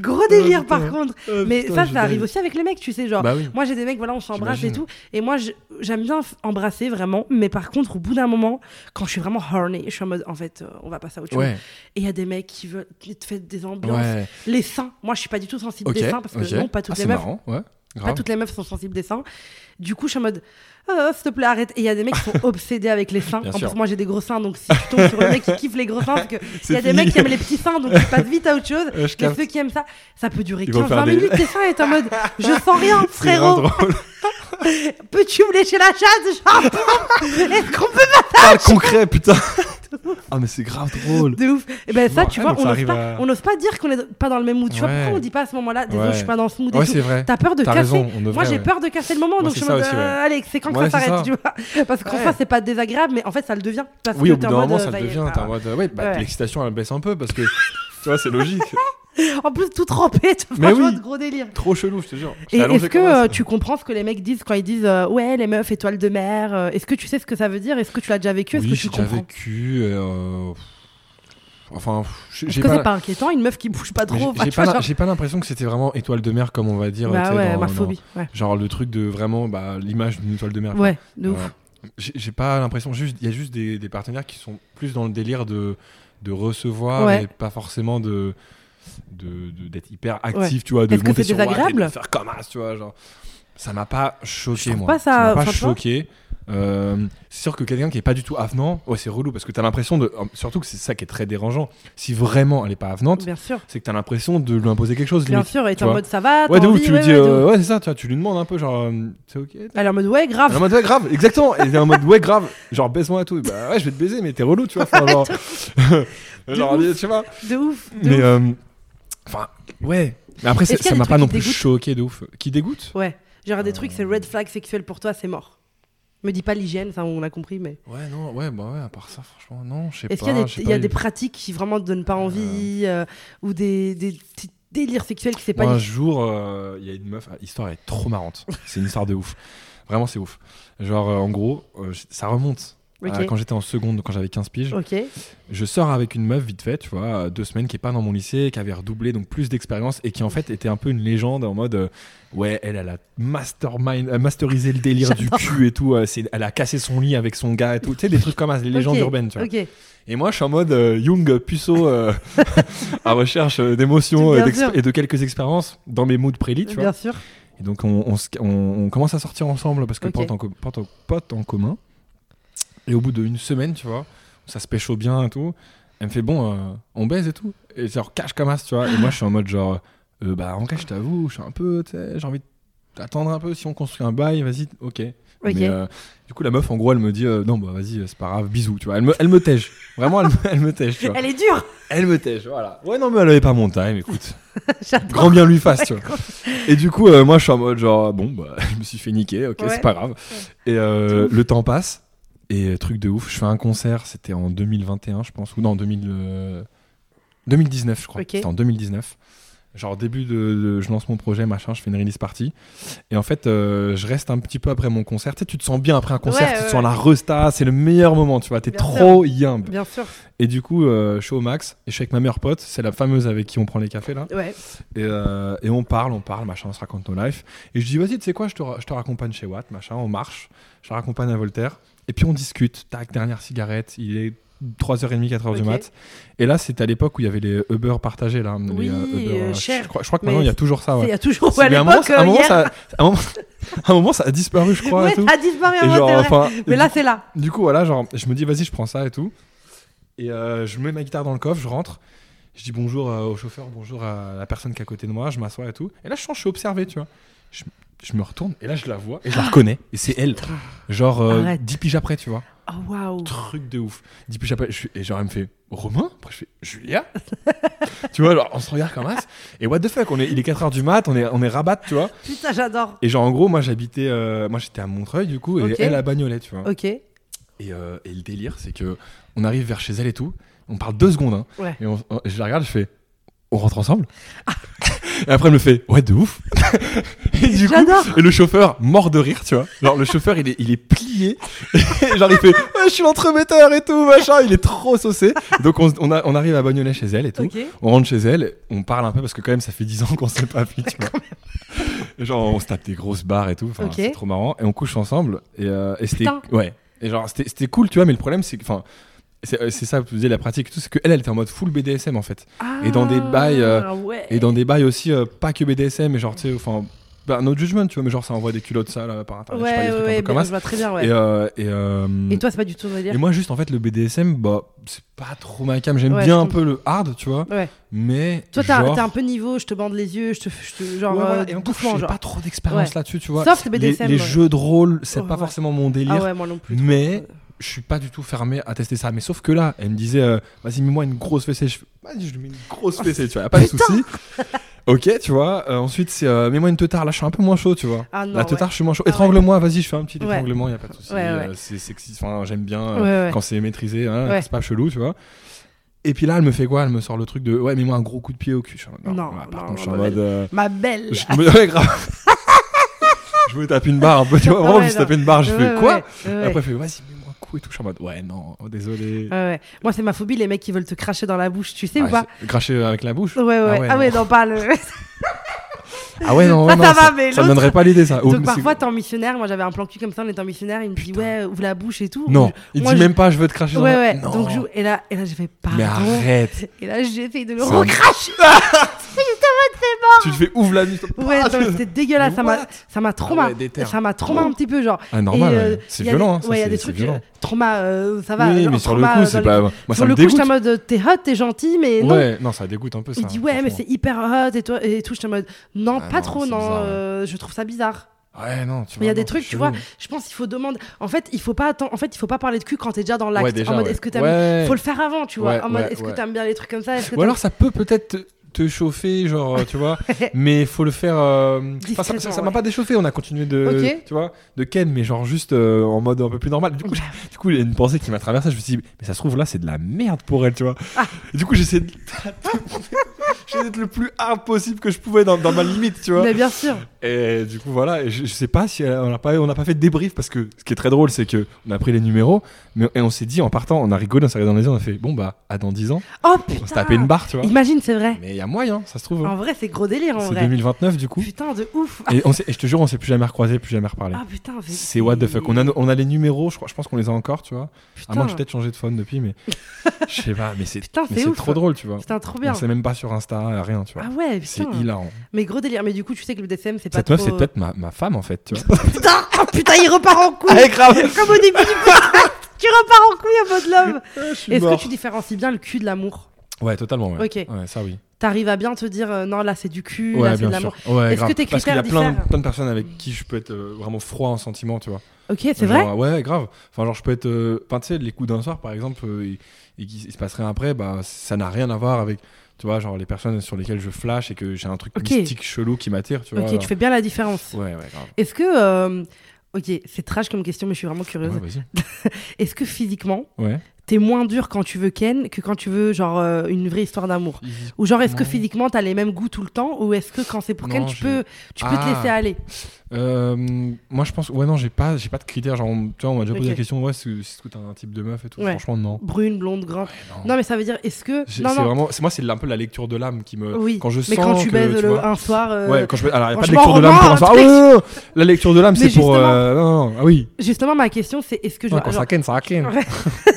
[SPEAKER 1] Gros délire
[SPEAKER 2] putain.
[SPEAKER 1] par contre
[SPEAKER 2] Oh,
[SPEAKER 1] Mais
[SPEAKER 2] putain,
[SPEAKER 1] ça,
[SPEAKER 2] je
[SPEAKER 1] ça arrive
[SPEAKER 2] dingue.
[SPEAKER 1] aussi avec les mecs, tu sais, genre.
[SPEAKER 2] Bah oui.
[SPEAKER 1] Moi j'ai des mecs, voilà, on s'embrasse et
[SPEAKER 2] J'imagine.
[SPEAKER 1] tout. Et moi je- j'aime bien f- embrasser vraiment. Mais par contre, au bout d'un moment, quand je suis vraiment horny, je suis en mode en fait, euh, on va passer à autre chose.
[SPEAKER 2] Ouais,
[SPEAKER 1] Et il y a des mecs qui veulent qui te faire des ambiances.
[SPEAKER 2] ouais.
[SPEAKER 1] Les seins. Moi je suis pas du tout sensible
[SPEAKER 2] Ok.
[SPEAKER 1] des seins parce que
[SPEAKER 2] ok.
[SPEAKER 1] non, pas toutes
[SPEAKER 2] ah,
[SPEAKER 1] les
[SPEAKER 2] c'est
[SPEAKER 1] meufs.
[SPEAKER 2] marrant, ouais.
[SPEAKER 1] Pas
[SPEAKER 2] Grave.
[SPEAKER 1] toutes les meufs sont sensibles des seins. Du coup, je suis en mode, Ah, s'il te plaît, arrête. Et il y a des mecs qui sont obsédés avec les seins.
[SPEAKER 2] Bien
[SPEAKER 1] en
[SPEAKER 2] sûr.
[SPEAKER 1] plus, moi, j'ai des gros seins, donc si je tombe sur un mec qui kiffe les gros seins, parce que il y a des mecs qui aiment les petits seins, donc ils passent vite à autre chose.
[SPEAKER 2] Euh, je
[SPEAKER 1] Mais
[SPEAKER 2] capte.
[SPEAKER 1] ceux qui aiment ça, ça peut durer
[SPEAKER 2] Ils vont
[SPEAKER 1] 15-20
[SPEAKER 2] faire des-
[SPEAKER 1] minutes. Tes seins est en mode, je sens rien,
[SPEAKER 2] C'est grave
[SPEAKER 1] frérot.
[SPEAKER 2] drôle.
[SPEAKER 1] Peux-tu me lécher la chatte genre Est-ce qu'on peut
[SPEAKER 2] Parle concret, putain. Ah, mais c'est grave drôle.
[SPEAKER 1] De ouf. Et ben ça,
[SPEAKER 2] vois,
[SPEAKER 1] tu
[SPEAKER 2] ouais,
[SPEAKER 1] vois,
[SPEAKER 2] eh, donc
[SPEAKER 1] on
[SPEAKER 2] ça
[SPEAKER 1] n'ose
[SPEAKER 2] arrive
[SPEAKER 1] pas,
[SPEAKER 2] à-
[SPEAKER 1] on n'ose pas dire qu'on est pas dans le même mood. Tu vois,
[SPEAKER 2] Ouais.
[SPEAKER 1] pourquoi on dit pas à ce moment-là, désolé,
[SPEAKER 2] Ouais.
[SPEAKER 1] je suis pas dans ce mood et
[SPEAKER 2] Ouais,
[SPEAKER 1] tout.
[SPEAKER 2] c'est vrai.
[SPEAKER 1] T'as peur de
[SPEAKER 2] T'as
[SPEAKER 1] casser.
[SPEAKER 2] raison, on devrait,
[SPEAKER 1] Moi, j'ai
[SPEAKER 2] ouais.
[SPEAKER 1] peur de casser le moment,
[SPEAKER 2] Moi,
[SPEAKER 1] donc
[SPEAKER 2] c'est
[SPEAKER 1] je me
[SPEAKER 2] ça
[SPEAKER 1] dis,
[SPEAKER 2] aussi, ouais.
[SPEAKER 1] euh, allez, c'est quand que
[SPEAKER 2] Ouais,
[SPEAKER 1] ça
[SPEAKER 2] c'est
[SPEAKER 1] s'arrête, tu
[SPEAKER 2] ça.
[SPEAKER 1] vois. Parce qu'en
[SPEAKER 2] Ouais.
[SPEAKER 1] soi, c'est pas désagréable, mais en fait, ça le devient. Parce
[SPEAKER 2] Oui,
[SPEAKER 1] que
[SPEAKER 2] au bout
[SPEAKER 1] t'es en
[SPEAKER 2] d'un moment,
[SPEAKER 1] mode,
[SPEAKER 2] ça
[SPEAKER 1] euh,
[SPEAKER 2] le
[SPEAKER 1] ça y est,
[SPEAKER 2] devient.
[SPEAKER 1] bah,
[SPEAKER 2] T'es en mode, euh, ouais, bah,
[SPEAKER 1] Ouais.
[SPEAKER 2] l'excitation, elle baisse un peu parce que, tu vois, c'est logique.
[SPEAKER 1] En plus, tout trempé, tu vois,
[SPEAKER 2] Mais
[SPEAKER 1] franchement,
[SPEAKER 2] oui.
[SPEAKER 1] de gros délire.
[SPEAKER 2] Trop chelou, je te jure.
[SPEAKER 1] Et
[SPEAKER 2] J'étais allongé
[SPEAKER 1] est-ce que
[SPEAKER 2] comme ça.
[SPEAKER 1] euh, tu comprends ce que les mecs disent quand ils disent euh, ouais les meufs étoiles de mer euh, Est-ce que tu sais ce que ça veut dire Est-ce que tu l'as déjà vécu Est-ce
[SPEAKER 2] Oui,
[SPEAKER 1] que tu
[SPEAKER 2] j'ai déjà
[SPEAKER 1] comprends
[SPEAKER 2] vécu. euh, pff, Enfin, pff, j'ai
[SPEAKER 1] Est-ce
[SPEAKER 2] j'ai
[SPEAKER 1] que
[SPEAKER 2] pas.
[SPEAKER 1] c'est pas inquiétant une meuf qui bouge pas
[SPEAKER 2] mais
[SPEAKER 1] trop
[SPEAKER 2] j'ai-
[SPEAKER 1] enfin,
[SPEAKER 2] j'ai
[SPEAKER 1] tu
[SPEAKER 2] pas
[SPEAKER 1] vois,
[SPEAKER 2] la-
[SPEAKER 1] genre-
[SPEAKER 2] J'ai pas l'impression que c'était vraiment étoile de mer comme on va dire. tu
[SPEAKER 1] Bah
[SPEAKER 2] sais,
[SPEAKER 1] ouais,
[SPEAKER 2] dans-
[SPEAKER 1] ma
[SPEAKER 2] dans-
[SPEAKER 1] phobie. Ouais,
[SPEAKER 2] Genre le truc de vraiment bah, l'image d'une étoile de mer. quoi.
[SPEAKER 1] ouais de ouf.
[SPEAKER 2] Voilà. J'ai j'ai pas l'impression. juste- Il y a juste des, des partenaires qui sont plus dans le délire de, de recevoir
[SPEAKER 1] Ouais.
[SPEAKER 2] et pas forcément de de- de- d'être hyper actif, tu vois, de
[SPEAKER 1] Est-ce que
[SPEAKER 2] monter
[SPEAKER 1] c'est
[SPEAKER 2] sur Watt et de
[SPEAKER 1] désagréable
[SPEAKER 2] faire comme as, tu vois, genre. Ça m'a pas choqué,
[SPEAKER 1] trouve
[SPEAKER 2] moi.
[SPEAKER 1] pas ça-
[SPEAKER 2] m'a pas
[SPEAKER 1] enfin, tu vois.
[SPEAKER 2] choqué. Euh, c'est sûr que quelqu'un qui est pas du tout avenant, ouais, c'est relou parce que t'as l'impression de. Surtout que c'est ça qui est très dérangeant. Si vraiment elle est pas avenante,
[SPEAKER 1] Bien sûr,
[SPEAKER 2] c'est que t'as l'impression de lui imposer quelque chose.
[SPEAKER 1] bien
[SPEAKER 2] limite.
[SPEAKER 1] sûr. Et
[SPEAKER 2] tu
[SPEAKER 1] t'es en
[SPEAKER 2] vois.
[SPEAKER 1] mode ça va
[SPEAKER 2] Ouais, de
[SPEAKER 1] t'as
[SPEAKER 2] ouf,
[SPEAKER 1] envie,
[SPEAKER 2] tu lui
[SPEAKER 1] ouais,
[SPEAKER 2] dis,
[SPEAKER 1] ouais, de
[SPEAKER 2] euh,
[SPEAKER 1] ouf.
[SPEAKER 2] ouais, c'est ça, tu, vois, tu lui demandes un peu, genre, euh, c'est ok t'es-
[SPEAKER 1] Elle est en mode ouais
[SPEAKER 2] elle est en
[SPEAKER 1] grave.
[SPEAKER 2] mode, ouais, grave, exactement. Et t'es en mode, ouais, grave. Genre, baise-moi et tout. Bah ouais, je vais te baiser, mais t'es relou, tu vois. Enfin, genre, genre,
[SPEAKER 1] ouf.
[SPEAKER 2] je sais pas.
[SPEAKER 1] De ouf. de
[SPEAKER 2] Mais,
[SPEAKER 1] ouf.
[SPEAKER 2] euh, enfin, ouais. Mais après,
[SPEAKER 1] Est-ce
[SPEAKER 2] ça
[SPEAKER 1] qu'il y a
[SPEAKER 2] ça
[SPEAKER 1] des
[SPEAKER 2] m'a
[SPEAKER 1] trucs
[SPEAKER 2] pas non
[SPEAKER 1] qui
[SPEAKER 2] plus
[SPEAKER 1] dégoûtent
[SPEAKER 2] choqué de ouf. Qui dégoûte
[SPEAKER 1] Ouais. Genre des trucs, c'est red flag sexuel pour toi, c'est mort. Me dis pas l'hygiène, ça on a compris, mais.
[SPEAKER 2] Ouais, non, ouais, bah ouais, à part ça, franchement, non, je sais pas.
[SPEAKER 1] Est-ce qu'il y a,
[SPEAKER 2] j'ai
[SPEAKER 1] des, il
[SPEAKER 2] pas
[SPEAKER 1] y a
[SPEAKER 2] eu-
[SPEAKER 1] des pratiques qui vraiment te donnent pas envie euh, ou des, des petits délires sexuels qui s'est pas
[SPEAKER 2] Moi, un
[SPEAKER 1] dit
[SPEAKER 2] jour, euh, il y a une meuf, ah, l'histoire elle est trop marrante. C'est une histoire de ouf. Vraiment, c'est ouf. Genre, euh, en gros, euh, j- ça remonte.
[SPEAKER 1] Ok.
[SPEAKER 2] à ah, quand j'étais en seconde, quand j'avais 15 piges,
[SPEAKER 1] Ok.
[SPEAKER 2] je sors avec une meuf vite fait, tu vois, euh, deux semaines qui est pas dans mon lycée, qui avait redoublé, donc plus d'expérience, et qui en fait était un peu une légende en mode, euh, ouais, elle, elle a mastermind, euh, masterisé le délire du cul et tout, euh, c'est- elle a cassé son lit avec son gars et tout, tu sais, des trucs comme ça, des légendes
[SPEAKER 1] Ok,
[SPEAKER 2] urbaines, tu vois.
[SPEAKER 1] Ok.
[SPEAKER 2] Et moi, je suis en mode euh, Jung puceau euh, à recherche euh, d'émotions
[SPEAKER 1] Bien
[SPEAKER 2] euh, d'exp-
[SPEAKER 1] sûr.
[SPEAKER 2] et de quelques expériences dans mes moods prélis, tu vois.
[SPEAKER 1] Bien sûr.
[SPEAKER 2] Et donc, on, on se- on- on commence à sortir ensemble parce que
[SPEAKER 1] Ok.
[SPEAKER 2] porte en, co- porte en- pote en commun. Et au bout d'une semaine, tu vois, ça se pécho bien et tout. Elle me fait bon, euh, on baise et tout. Et genre, cache comme as, tu vois. Et moi, je suis en mode genre, euh, bah, en vrai, je t'avoue, je suis un peu, tu sais, j'ai envie d'attendre un peu. Si on construit un bail, vas-y, ok.
[SPEAKER 1] Ok.
[SPEAKER 2] Mais, euh, du coup, la meuf, en gros, elle me dit, euh, non, bah, vas-y, euh, c'est pas grave, bisous, tu vois. Elle me, elle me tège. Vraiment, elle, me- elle me tège, tu vois.
[SPEAKER 1] Elle est dure.
[SPEAKER 2] Elle me tège, voilà. Ouais, non, mais elle avait pas mon time, écoute.
[SPEAKER 1] J'adore.
[SPEAKER 2] Grand bien lui fasse, tu vois. Et du coup, euh, moi, je suis en mode genre, bon, bah, je me suis fait niquer, ok,
[SPEAKER 1] Ouais.
[SPEAKER 2] c'est pas grave. Et euh,
[SPEAKER 1] C'est ouf.
[SPEAKER 2] le temps passe, et euh, truc de ouf, je fais un concert, c'était en 2021, je pense, ou non, 2000, euh, 2019, je crois.
[SPEAKER 1] Ok.
[SPEAKER 2] C'était en 2019. genre début de, de- je lance mon projet machin je fais une release party et en fait euh, je reste un petit peu après mon concert tu, sais, tu te sens bien après un concert
[SPEAKER 1] Ouais,
[SPEAKER 2] tu te
[SPEAKER 1] ouais,
[SPEAKER 2] sens à la resta c'est le meilleur moment tu vois t'es
[SPEAKER 1] Bien
[SPEAKER 2] trop yimbe
[SPEAKER 1] Bien sûr.
[SPEAKER 2] et du coup euh, je suis au max et je suis avec ma meilleure pote c'est la fameuse avec qui on prend les cafés là
[SPEAKER 1] Ouais.
[SPEAKER 2] et, euh, et on parle on parle machin on se raconte nos lives et je dis vas-y tu sais quoi je te, ra- je te raccompagne chez Watt machin on marche je la raccompagne à Voltaire et puis on discute tac dernière cigarette il est 3h30, 4h du
[SPEAKER 1] Ok.
[SPEAKER 2] mat. Et là, c'était à l'époque où il y avait les Uber partagés. Là, les,
[SPEAKER 1] Oui,
[SPEAKER 2] euh, Uber,
[SPEAKER 1] euh,
[SPEAKER 2] euh,
[SPEAKER 1] Share.
[SPEAKER 2] Je crois, je crois que
[SPEAKER 1] Mais
[SPEAKER 2] maintenant, il y a toujours
[SPEAKER 1] C'est-
[SPEAKER 2] ça. Ah ouais.
[SPEAKER 1] Il y a toujours.
[SPEAKER 2] C'est-
[SPEAKER 1] Ouais, à
[SPEAKER 2] mais à un
[SPEAKER 1] l'époque, euh,
[SPEAKER 2] moment, ça- à
[SPEAKER 1] hier-
[SPEAKER 2] un moment, ça, à un moment- à un moment, ça a disparu, je crois.
[SPEAKER 1] Ouais,
[SPEAKER 2] et tout.
[SPEAKER 1] a disparu
[SPEAKER 2] Et
[SPEAKER 1] avant,
[SPEAKER 2] genre,
[SPEAKER 1] c'est vrai.
[SPEAKER 2] enfin,
[SPEAKER 1] Mais là, c'est là.
[SPEAKER 2] du coup, voilà, genre, je me dis, vas-y, je prends ça et tout. Et euh, je mets ma guitare dans le coffre, je rentre. Je dis bonjour euh, au chauffeur, bonjour à la personne qui est à côté de moi, je m'assois et tout. Et là, je sens, je suis observé, tu vois. Je, je me retourne et là, je la vois et je la reconnais. Et c'est elle. Genre, euh,
[SPEAKER 1] Arrête.
[SPEAKER 2] 10 piges après, tu vois.
[SPEAKER 1] Oh, waouh.
[SPEAKER 2] Truc de ouf. 10 piges après, je suis- et genre, elle me fait Romain Après, je fais Julia Tu vois, genre, on se regarde comme as. Et what the fuck, on est, il est 4h du mat, on est, on est rabat, tu vois.
[SPEAKER 1] Putain, j'adore.
[SPEAKER 2] Et genre, en gros, moi, j'habitais, euh, moi, j'étais à Montreuil, du coup, et
[SPEAKER 1] Ok.
[SPEAKER 2] elle à Bagnolet, tu vois.
[SPEAKER 1] Ok.
[SPEAKER 2] Et, euh, et le délire, c'est que on arrive vers chez elle et tout. On parle deux secondes. hein,
[SPEAKER 1] Ouais.
[SPEAKER 2] et on- on- je la regarde, je fais On rentre ensemble Et après, elle me fait Ouais, de ouf Et du coup,
[SPEAKER 1] J'adore.
[SPEAKER 2] et le chauffeur, mort de rire, tu vois. Genre, le chauffeur, il est, il est plié. Genre, il fait Ouais, je suis l'entremetteur et tout, machin. Il est trop saucé. Donc, on, se- on a- on arrive à Bagnolet chez elle et tout.
[SPEAKER 1] Ok.
[SPEAKER 2] On rentre chez elle, on parle un peu parce que quand même ça fait 10 ans qu'on s'est pas vu, tu vois. genre on se tape des grosses barres et tout, enfin,
[SPEAKER 1] Ok.
[SPEAKER 2] c'est trop marrant. Et on couche ensemble et, euh, et c'était
[SPEAKER 1] Putain.
[SPEAKER 2] ouais. Et genre c'était c'était cool, tu vois, mais le problème c'est que enfin c'est euh, c'est ça que vous disiez la pratique et tout, c'est que elle, elle était en mode full BDSM en fait. Et dans des bails, euh,
[SPEAKER 1] Ah, ouais.
[SPEAKER 2] Et dans des bails aussi euh, pas que BDSM, mais genre tu sais enfin bah, no judgment, tu vois, mais genre ça envoie des culottes sales euh, par internet, je sais pas,
[SPEAKER 1] Ouais, ouais,
[SPEAKER 2] des trucs un
[SPEAKER 1] ouais,
[SPEAKER 2] peu comme
[SPEAKER 1] bien,
[SPEAKER 2] ça.
[SPEAKER 1] je vois très bien, ouais.
[SPEAKER 2] Et
[SPEAKER 1] Et,
[SPEAKER 2] euh, et, euh,
[SPEAKER 1] toi, c'est pas du tout de dire.
[SPEAKER 2] et moi juste en fait le BDSM bah c'est pas trop ma cam, j'aime
[SPEAKER 1] Ouais,
[SPEAKER 2] bien
[SPEAKER 1] je
[SPEAKER 2] un peu le hard, tu vois.
[SPEAKER 1] Ouais.
[SPEAKER 2] Mais
[SPEAKER 1] Toi, t'es un-
[SPEAKER 2] genre-
[SPEAKER 1] t'es un peu niveau, je te bande les yeux, je te. Je te genre,
[SPEAKER 2] Ouais, voilà,
[SPEAKER 1] euh,
[SPEAKER 2] Et encore,
[SPEAKER 1] doucement,
[SPEAKER 2] j'ai
[SPEAKER 1] genre.
[SPEAKER 2] pas trop d'expérience
[SPEAKER 1] Ouais.
[SPEAKER 2] là-dessus, tu vois.
[SPEAKER 1] Sauf le
[SPEAKER 2] les
[SPEAKER 1] BDSM.
[SPEAKER 2] les
[SPEAKER 1] ouais.
[SPEAKER 2] jeux de rôle, c'est
[SPEAKER 1] Ouais,
[SPEAKER 2] pas
[SPEAKER 1] ouais.
[SPEAKER 2] forcément mon délire,
[SPEAKER 1] Ah ouais, moi non plus.
[SPEAKER 2] mais je suis pas du tout fermé à tester ça. Mais sauf que là, elle me disait, euh, vas-y, mets-moi une grosse fessée. Je fais, vas-y, je lui mets une grosse fessée, tu vois, y a pas de
[SPEAKER 1] Putain.
[SPEAKER 2] souci. Ok, tu vois. euh, ensuite, c'est, euh, mets-moi une teutard. Là, je suis un peu moins chaud, tu vois.
[SPEAKER 1] Ah non.
[SPEAKER 2] La
[SPEAKER 1] ouais.
[SPEAKER 2] teutard, je suis moins chaud.
[SPEAKER 1] Ah ouais.
[SPEAKER 2] Étrangle-moi, vas-y, je fais un petit
[SPEAKER 1] Ouais.
[SPEAKER 2] étranglement, y a pas de souci.
[SPEAKER 1] Ouais, ouais.
[SPEAKER 2] euh, c'est sexy, enfin, j'aime bien euh,
[SPEAKER 1] Ouais, ouais.
[SPEAKER 2] quand c'est maîtrisé, hein,
[SPEAKER 1] Ouais.
[SPEAKER 2] c'est pas chelou, tu vois. Et puis là, elle me fait quoi Elle me sort le truc de, ouais, mets-moi un gros coup de pied au cul. Je suis en mode,
[SPEAKER 1] Non,
[SPEAKER 2] ouais, par
[SPEAKER 1] non,
[SPEAKER 2] contre, je suis
[SPEAKER 1] non, bah,
[SPEAKER 2] en
[SPEAKER 1] mais-
[SPEAKER 2] mode. euh,
[SPEAKER 1] Ma belle.
[SPEAKER 2] je me, ouais, grave. je me tape une barre un peu, tu vois.
[SPEAKER 1] Ah
[SPEAKER 2] Vraiment, je
[SPEAKER 1] ouais,
[SPEAKER 2] me suis
[SPEAKER 1] non.
[SPEAKER 2] tapé une barre, je
[SPEAKER 1] Ouais,
[SPEAKER 2] fais
[SPEAKER 1] ouais,
[SPEAKER 2] quoi
[SPEAKER 1] ouais, ouais.
[SPEAKER 2] Et Après, je fais vas-y, mets-moi un coup et tout. Je suis en mode ouais, non, oh, désolé.
[SPEAKER 1] Ouais, ouais. Moi, c'est ma phobie, les mecs qui veulent te cracher dans la bouche, tu sais ou
[SPEAKER 2] Ah,
[SPEAKER 1] pas
[SPEAKER 2] c'est- Cracher avec la bouche
[SPEAKER 1] Ouais, ouais.
[SPEAKER 2] Ah
[SPEAKER 1] Ah
[SPEAKER 2] ouais,
[SPEAKER 1] ouais,
[SPEAKER 2] non.
[SPEAKER 1] non. pas le.
[SPEAKER 2] Ah ouais, non,
[SPEAKER 1] Ça,
[SPEAKER 2] ouais, non,
[SPEAKER 1] ça
[SPEAKER 2] ça,
[SPEAKER 1] va, mais
[SPEAKER 2] ça me
[SPEAKER 1] l'autre-
[SPEAKER 2] donnerait pas l'idée, ça. Oh,
[SPEAKER 1] Donc
[SPEAKER 2] mais
[SPEAKER 1] parfois,
[SPEAKER 2] c'est-
[SPEAKER 1] t'es en missionnaire. Moi, j'avais un plan cul comme ça en étant missionnaire. Il me dit, ouais, ouvre la bouche et tout.
[SPEAKER 2] Non, il
[SPEAKER 1] Moi,
[SPEAKER 2] dit
[SPEAKER 1] je-
[SPEAKER 2] même pas, je veux te cracher
[SPEAKER 1] Ouais,
[SPEAKER 2] dans la-
[SPEAKER 1] ouais.
[SPEAKER 2] Non.
[SPEAKER 1] Donc, je... et là, et là j'ai fait pardon.
[SPEAKER 2] Mais arrête
[SPEAKER 1] Et là, j'essaye de le
[SPEAKER 2] Ça-
[SPEAKER 1] recracher.
[SPEAKER 2] Tu te fais ouvre la nuit.
[SPEAKER 1] Ouais,
[SPEAKER 2] Ah,
[SPEAKER 1] non, mais c'était dégueulasse.
[SPEAKER 2] Mais
[SPEAKER 1] Ça m'a,
[SPEAKER 2] what
[SPEAKER 1] ça m'a trauma.
[SPEAKER 2] Ah ouais, déterre.
[SPEAKER 1] ça m'a trauma un petit peu, genre.
[SPEAKER 2] Ah, normal,
[SPEAKER 1] Et, euh,
[SPEAKER 2] ouais. c'est
[SPEAKER 1] y a des-
[SPEAKER 2] violent. hein, ça,
[SPEAKER 1] ouais, il y a
[SPEAKER 2] c'est-
[SPEAKER 1] des
[SPEAKER 2] c'est
[SPEAKER 1] trucs.
[SPEAKER 2] violent.
[SPEAKER 1] euh, Trauma, euh, ça va.
[SPEAKER 2] Oui,
[SPEAKER 1] genre,
[SPEAKER 2] mais sur le
[SPEAKER 1] trauma,
[SPEAKER 2] coup,
[SPEAKER 1] euh,
[SPEAKER 2] c'est
[SPEAKER 1] dans les-
[SPEAKER 2] pas. Moi, ça
[SPEAKER 1] Sur
[SPEAKER 2] me
[SPEAKER 1] le coup, j'étais en
[SPEAKER 2] dégoûte.
[SPEAKER 1] mode, euh, t'es hot, t'es gentil, mais non.
[SPEAKER 2] Ouais, non, ça dégoûte un peu ça.
[SPEAKER 1] Il dit ouais mais
[SPEAKER 2] franchement.
[SPEAKER 1] c'est hyper hot et, toi, et tout. J'étais en mode non
[SPEAKER 2] Ah
[SPEAKER 1] pas
[SPEAKER 2] non,
[SPEAKER 1] trop
[SPEAKER 2] c'est
[SPEAKER 1] non
[SPEAKER 2] bizarre, ouais.
[SPEAKER 1] euh, je trouve ça bizarre.
[SPEAKER 2] Ouais, non, tu
[SPEAKER 1] Mais il y a
[SPEAKER 2] vois,
[SPEAKER 1] des
[SPEAKER 2] non,
[SPEAKER 1] trucs,
[SPEAKER 2] c'est
[SPEAKER 1] tu vois,
[SPEAKER 2] chelou.
[SPEAKER 1] Je pense qu'il faut demander. En fait il faut pas attendre. En fait il faut pas parler de cul quand t'es déjà dans l'acte.
[SPEAKER 2] Ouais, déjà,
[SPEAKER 1] en mode
[SPEAKER 2] ouais.
[SPEAKER 1] est-ce que t'aimes.
[SPEAKER 2] Ouais.
[SPEAKER 1] Faut le faire avant tu vois.
[SPEAKER 2] Ouais,
[SPEAKER 1] en mode
[SPEAKER 2] ouais,
[SPEAKER 1] est-ce
[SPEAKER 2] ouais.
[SPEAKER 1] que t'aimes bien les trucs comme ça. Est-ce que
[SPEAKER 2] Ou
[SPEAKER 1] t'aimes-
[SPEAKER 2] alors ça peut peut-être te- te chauffer, genre, tu vois, mais faut le faire. euh, enfin, ça- ça ça m'a
[SPEAKER 1] ouais.
[SPEAKER 2] pas déchauffé, on a continué de,
[SPEAKER 1] Ok.
[SPEAKER 2] tu vois, de Ken, mais genre juste euh, en mode un peu plus normal. Du coup, j'ai- du coup, il y a une pensée qui m'a traversé, je me suis dit, mais ça se trouve là, c'est de la merde pour elle, tu vois.
[SPEAKER 1] Ah.
[SPEAKER 2] Et du coup, j'essaie de- j'essaie d'être le plus hard possible que je pouvais dans, dans ma limite, tu vois.
[SPEAKER 1] Mais bien sûr.
[SPEAKER 2] Et du coup, voilà, et je, je sais pas si elle- on n'a pas, on n'a pas fait de débrief parce que ce qui est très drôle, c'est que on a pris les numéros, mais et on s'est dit en partant, on a rigolé, on s'est regardé dans les yeux, on a fait, bon bah, à dans 10 ans,
[SPEAKER 1] Oh
[SPEAKER 2] on se
[SPEAKER 1] putain.
[SPEAKER 2] tapait une barre, tu vois.
[SPEAKER 1] Imagine c'est vrai.
[SPEAKER 2] Mais il y a moyen, ça se trouve. hein.
[SPEAKER 1] En vrai c'est gros délire en
[SPEAKER 2] C'est
[SPEAKER 1] vrai.
[SPEAKER 2] 2029 du coup.
[SPEAKER 1] Putain de ouf.
[SPEAKER 2] Et, on s'est- et je te jure, on s'est plus jamais recroisé, plus jamais reparlé.
[SPEAKER 1] Ah putain. mais-
[SPEAKER 2] c'est what the fuck. On a, Ah, on a les numéros, je, crois, je pense qu'on les a encore, tu vois. À
[SPEAKER 1] Putain.
[SPEAKER 2] moins que j'ai peut-être changé de phone depuis, mais je sais pas. Mais c'est
[SPEAKER 1] Putain,
[SPEAKER 2] mais
[SPEAKER 1] c'est
[SPEAKER 2] c'est
[SPEAKER 1] ouf.
[SPEAKER 2] trop drôle, tu vois.
[SPEAKER 1] Putain trop bien.
[SPEAKER 2] On sait même pas sur Insta, rien, tu vois.
[SPEAKER 1] Ah ouais
[SPEAKER 2] c'est
[SPEAKER 1] putain.
[SPEAKER 2] hilarant.
[SPEAKER 1] Mais gros délire. Mais du coup tu sais que le DSM c'est pas
[SPEAKER 2] Cette meuf,
[SPEAKER 1] trop-
[SPEAKER 2] c'est peut-être ma, ma femme en fait, tu vois.
[SPEAKER 1] Putain ah, putain il repart en
[SPEAKER 2] Ah,
[SPEAKER 1] couille.
[SPEAKER 2] grave
[SPEAKER 1] Comme au début du podcast, tu repars en couille en mode love. Est-ce que tu différencies bien le cul de l'amour
[SPEAKER 2] Ouais, totalement, ouais.
[SPEAKER 1] Ok.
[SPEAKER 2] Ouais, ça oui.
[SPEAKER 1] T'arrives à bien te dire euh, non, là c'est du cul, là
[SPEAKER 2] Ouais,
[SPEAKER 1] c'est de
[SPEAKER 2] bien
[SPEAKER 1] l'amour.
[SPEAKER 2] sûr. Ouais,
[SPEAKER 1] Est-ce
[SPEAKER 2] grave.
[SPEAKER 1] que tes
[SPEAKER 2] Parce qu'il y a
[SPEAKER 1] critères
[SPEAKER 2] plein,
[SPEAKER 1] diffèrent
[SPEAKER 2] plein de personnes avec qui je peux être euh, vraiment froid en sentiment, tu vois.
[SPEAKER 1] Ok, c'est
[SPEAKER 2] Genre,
[SPEAKER 1] vrai
[SPEAKER 2] euh, Ouais, grave. Enfin, genre, je peux être. euh, Enfin, tu sais, les coups d'un soir, par exemple, euh, et, et qu'il se passe rien après, bah, ça n'a rien à voir avec, tu vois, genre, les personnes sur lesquelles je flash et que j'ai un truc
[SPEAKER 1] Ok.
[SPEAKER 2] mystique chelou qui m'attire, tu
[SPEAKER 1] Ok,
[SPEAKER 2] vois.
[SPEAKER 1] tu fais bien la différence.
[SPEAKER 2] Ouais, ouais, grave.
[SPEAKER 1] Est-ce que. euh, Ok, c'est trash comme question, mais je suis vraiment curieuse.
[SPEAKER 2] Ouais, vas-y.
[SPEAKER 1] Est-ce que physiquement,
[SPEAKER 2] Ouais.
[SPEAKER 1] t'es moins dur quand tu veux Ken que quand tu veux genre euh, une vraie histoire d'amour Ou genre est-ce que
[SPEAKER 2] Non.
[SPEAKER 1] physiquement t'as les mêmes goûts tout le temps ou est-ce que quand c'est pour Ken
[SPEAKER 2] Non,
[SPEAKER 1] tu
[SPEAKER 2] je-
[SPEAKER 1] peux tu peux te
[SPEAKER 2] Ah.
[SPEAKER 1] laisser aller
[SPEAKER 2] Euh, moi, je pense. Ouais, non, j'ai pas, j'ai pas de critères. Genre, on, tu vois, on m'a déjà posé
[SPEAKER 1] Ok.
[SPEAKER 2] la question. Ouais, c'est c'est tout un type de meuf et tout.
[SPEAKER 1] Ouais.
[SPEAKER 2] Franchement, non.
[SPEAKER 1] Brune, blonde, grande.
[SPEAKER 2] non.
[SPEAKER 1] Non mais ça veut dire est-ce que
[SPEAKER 2] J'ai-
[SPEAKER 1] non
[SPEAKER 2] c'est
[SPEAKER 1] non
[SPEAKER 2] vraiment. c'est- Moi, c'est un peu la lecture de l'âme qui me.
[SPEAKER 1] oui
[SPEAKER 2] Quand je
[SPEAKER 1] mais
[SPEAKER 2] sens
[SPEAKER 1] quand tu
[SPEAKER 2] que,
[SPEAKER 1] baises
[SPEAKER 2] tu
[SPEAKER 1] le-
[SPEAKER 2] vois.
[SPEAKER 1] un soir euh,
[SPEAKER 2] Ouais, quand je. Alors, y a pas
[SPEAKER 1] franchement,
[SPEAKER 2] de lecture de l'âme
[SPEAKER 1] Romain,
[SPEAKER 2] pour un soir.
[SPEAKER 1] un
[SPEAKER 2] Ah,
[SPEAKER 1] truc.
[SPEAKER 2] ouais, non, non, La lecture de l'âme,
[SPEAKER 1] Mais
[SPEAKER 2] c'est pour.
[SPEAKER 1] justement.
[SPEAKER 2] euh, non, non, ah oui.
[SPEAKER 1] justement ma question c'est est-ce que
[SPEAKER 2] Ouais,
[SPEAKER 1] genre,
[SPEAKER 2] Quand ça ken, ça ken.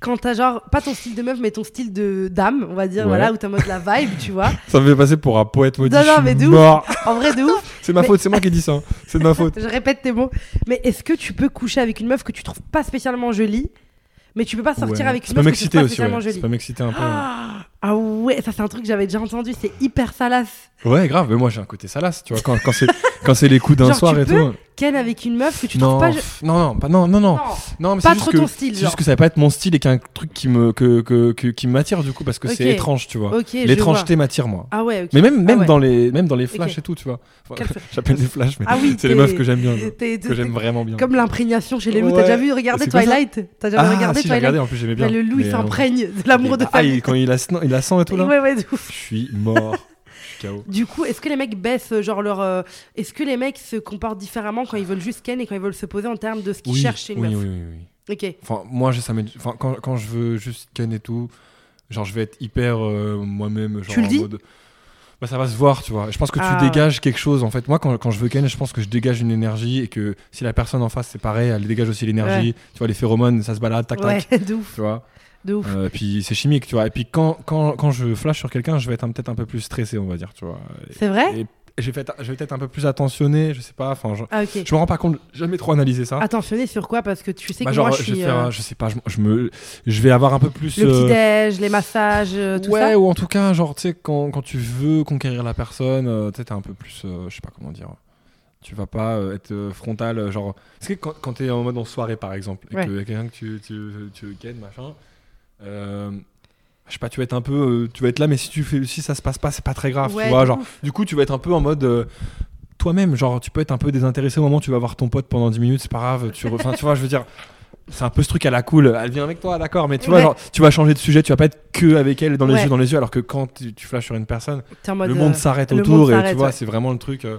[SPEAKER 1] quand t'as genre pas ton style de meuf mais ton style de dame on va dire
[SPEAKER 2] Ouais.
[SPEAKER 1] voilà où t'as en mode la vibe tu vois
[SPEAKER 2] Ça me fait passer pour un poète maudit.
[SPEAKER 1] Non,
[SPEAKER 2] je
[SPEAKER 1] non,
[SPEAKER 2] suis
[SPEAKER 1] mais de ouf.
[SPEAKER 2] mort.
[SPEAKER 1] en vrai de ouf
[SPEAKER 2] C'est ma
[SPEAKER 1] Mais-
[SPEAKER 2] faute, c'est moi qui dis ça. hein. C'est de ma faute.
[SPEAKER 1] je répète tes mots mais est-ce que tu peux coucher avec une meuf que tu trouves pas spécialement jolie mais tu peux pas sortir
[SPEAKER 2] Ouais.
[SPEAKER 1] avec
[SPEAKER 2] Ça
[SPEAKER 1] une
[SPEAKER 2] peut
[SPEAKER 1] meuf que tu
[SPEAKER 2] m'exciter
[SPEAKER 1] trouves pas
[SPEAKER 2] aussi.
[SPEAKER 1] spécialement
[SPEAKER 2] ouais. Ça
[SPEAKER 1] jolie
[SPEAKER 2] peut m'exciter un peu. ouais.
[SPEAKER 1] Ah ah ouais, ça c'est un truc que j'avais déjà entendu, c'est hyper salace.
[SPEAKER 2] Ouais, grave, mais moi j'ai un côté salace, tu vois, quand, quand c'est, quand c'est les coups d'un
[SPEAKER 1] Genre,
[SPEAKER 2] soir
[SPEAKER 1] tu
[SPEAKER 2] et
[SPEAKER 1] peux
[SPEAKER 2] tout.
[SPEAKER 1] Ken avec une meuf que tu
[SPEAKER 2] non,
[SPEAKER 1] trouves pas. je-
[SPEAKER 2] pff, non, non, pas- non, non, non,
[SPEAKER 1] Non,
[SPEAKER 2] non, mais
[SPEAKER 1] pas
[SPEAKER 2] c'est juste
[SPEAKER 1] trop
[SPEAKER 2] que,
[SPEAKER 1] ton style,
[SPEAKER 2] c'est
[SPEAKER 1] genre.
[SPEAKER 2] juste que ça va pas être mon style et qu'un truc qui me, que, que, que- qui m'attire du coup, parce que
[SPEAKER 1] Ok.
[SPEAKER 2] c'est étrange, tu vois.
[SPEAKER 1] Ok, je
[SPEAKER 2] L'étrangeté m'attire, moi.
[SPEAKER 1] vois. Ah ouais, ok.
[SPEAKER 2] Mais même, même,
[SPEAKER 1] ouais.
[SPEAKER 2] dans, les, même dans les flashs
[SPEAKER 1] Ok.
[SPEAKER 2] et tout, tu vois. Enfin,
[SPEAKER 1] Quel-
[SPEAKER 2] J'appelle des flashs, mais
[SPEAKER 1] Ah oui,
[SPEAKER 2] c'est les
[SPEAKER 1] t'es-
[SPEAKER 2] meufs que j'aime bien,
[SPEAKER 1] T'es-
[SPEAKER 2] genre,
[SPEAKER 1] t'es-
[SPEAKER 2] que j'aime vraiment bien.
[SPEAKER 1] Comme l'imprégnation chez les loups. T'as
[SPEAKER 2] Ouais.
[SPEAKER 1] déjà vu regarder
[SPEAKER 2] C'est comme ça
[SPEAKER 1] Twilight T'as jamais
[SPEAKER 2] ah,
[SPEAKER 1] regardé
[SPEAKER 2] si, j'ai
[SPEAKER 1] Twilight
[SPEAKER 2] regardé, en plus j'aimais bien.
[SPEAKER 1] Bah, Le loup il
[SPEAKER 2] Mais, euh,
[SPEAKER 1] s'imprègne de l'amour
[SPEAKER 2] mais-
[SPEAKER 1] de
[SPEAKER 2] Ah,
[SPEAKER 1] famille.
[SPEAKER 2] il- quand il a, sno- il a sang et tout, là.
[SPEAKER 1] Ouais, ouais, de ouf.
[SPEAKER 2] Je suis mort. Je suis KO.
[SPEAKER 1] Du coup, est-ce que les mecs baissent euh, genre leur euh, Est-ce que les mecs se comportent différemment quand ils veulent juste Ken et quand ils veulent se poser en termes de ce qu'ils
[SPEAKER 2] Oui,
[SPEAKER 1] cherchent chez une
[SPEAKER 2] oui,
[SPEAKER 1] meuf
[SPEAKER 2] oui, oui, oui.
[SPEAKER 1] Ok.
[SPEAKER 2] Enfin, moi, je- ça m'est- enfin, quand, quand je veux juste Ken et tout, genre, je vais être hyper euh, moi-même. genre
[SPEAKER 1] Tu le
[SPEAKER 2] en
[SPEAKER 1] dis
[SPEAKER 2] mode- bah, Ça va se voir, tu vois. Je pense que tu
[SPEAKER 1] Ah,
[SPEAKER 2] dégages quelque chose, en fait. Moi, quand, quand je veux Ken, je pense que je dégage une énergie et que si la personne en face, c'est pareil, elle dégage aussi l'énergie. Tu vois, les phéromones, ça se balade, tac,
[SPEAKER 1] Ouais,
[SPEAKER 2] tac.
[SPEAKER 1] de ouf,
[SPEAKER 2] Tu vois,
[SPEAKER 1] de ouf.
[SPEAKER 2] Euh, puis c'est chimique, tu vois. Et puis quand, quand, quand je flash sur quelqu'un, je vais être un- peut-être un peu plus stressé, on va dire, tu vois.
[SPEAKER 1] C'est vrai
[SPEAKER 2] Et, et je vais être- je vais peut-être un peu plus attentionné, je sais pas. Enfin, je,
[SPEAKER 1] Ah ok.
[SPEAKER 2] je me rends pas compte, j'ai jamais trop analysé ça.
[SPEAKER 1] Attentionné sur quoi Parce que Ah, tu sais
[SPEAKER 2] Bah,
[SPEAKER 1] que
[SPEAKER 2] genre,
[SPEAKER 1] moi je
[SPEAKER 2] je
[SPEAKER 1] suis.
[SPEAKER 2] vais faire,
[SPEAKER 1] euh,
[SPEAKER 2] je sais pas, je, je me, je vais avoir un peu plus.
[SPEAKER 1] Le
[SPEAKER 2] euh,
[SPEAKER 1] petit-déj, les massages, euh, tout
[SPEAKER 2] ouais,
[SPEAKER 1] ça.
[SPEAKER 2] ou en tout cas, genre, tu sais, quand, quand tu veux conquérir la personne, euh, tu sais, t'es un peu plus, euh, je sais pas comment dire. Tu vas pas euh, être euh, frontal, euh, genre. Parce que quand, quand t'es en mode en soirée, par exemple, et
[SPEAKER 1] Ouais.
[SPEAKER 2] que y a quelqu'un que tu, tu, tu ken, machin, euh, je sais pas, tu vas être un peu, euh, tu vas être là, mais si tu fais, si ça se passe pas, c'est pas très grave,
[SPEAKER 1] Ouais,
[SPEAKER 2] tu vois,
[SPEAKER 1] de
[SPEAKER 2] genre.
[SPEAKER 1] ouf.
[SPEAKER 2] Du coup, tu vas être un peu en mode. euh, toi-même, genre tu peux être un peu désintéressé au moment où tu vas voir ton pote pendant 10 minutes, c'est pas grave, tu, re- enfin, tu vois, je veux dire, c'est un peu ce truc à la cool, elle vient avec toi, d'accord, mais tu vois,
[SPEAKER 1] Ouais.
[SPEAKER 2] genre, tu vas changer de sujet, tu vas pas être que avec elle dans les
[SPEAKER 1] Ouais.
[SPEAKER 2] yeux, dans les yeux, alors que quand tu, tu flashes sur une personne,
[SPEAKER 1] T'es en mode,
[SPEAKER 2] le
[SPEAKER 1] euh,
[SPEAKER 2] monde s'arrête
[SPEAKER 1] le
[SPEAKER 2] autour
[SPEAKER 1] monde
[SPEAKER 2] et
[SPEAKER 1] s'arrête,
[SPEAKER 2] tu vois,
[SPEAKER 1] ouais.
[SPEAKER 2] c'est vraiment le truc, euh,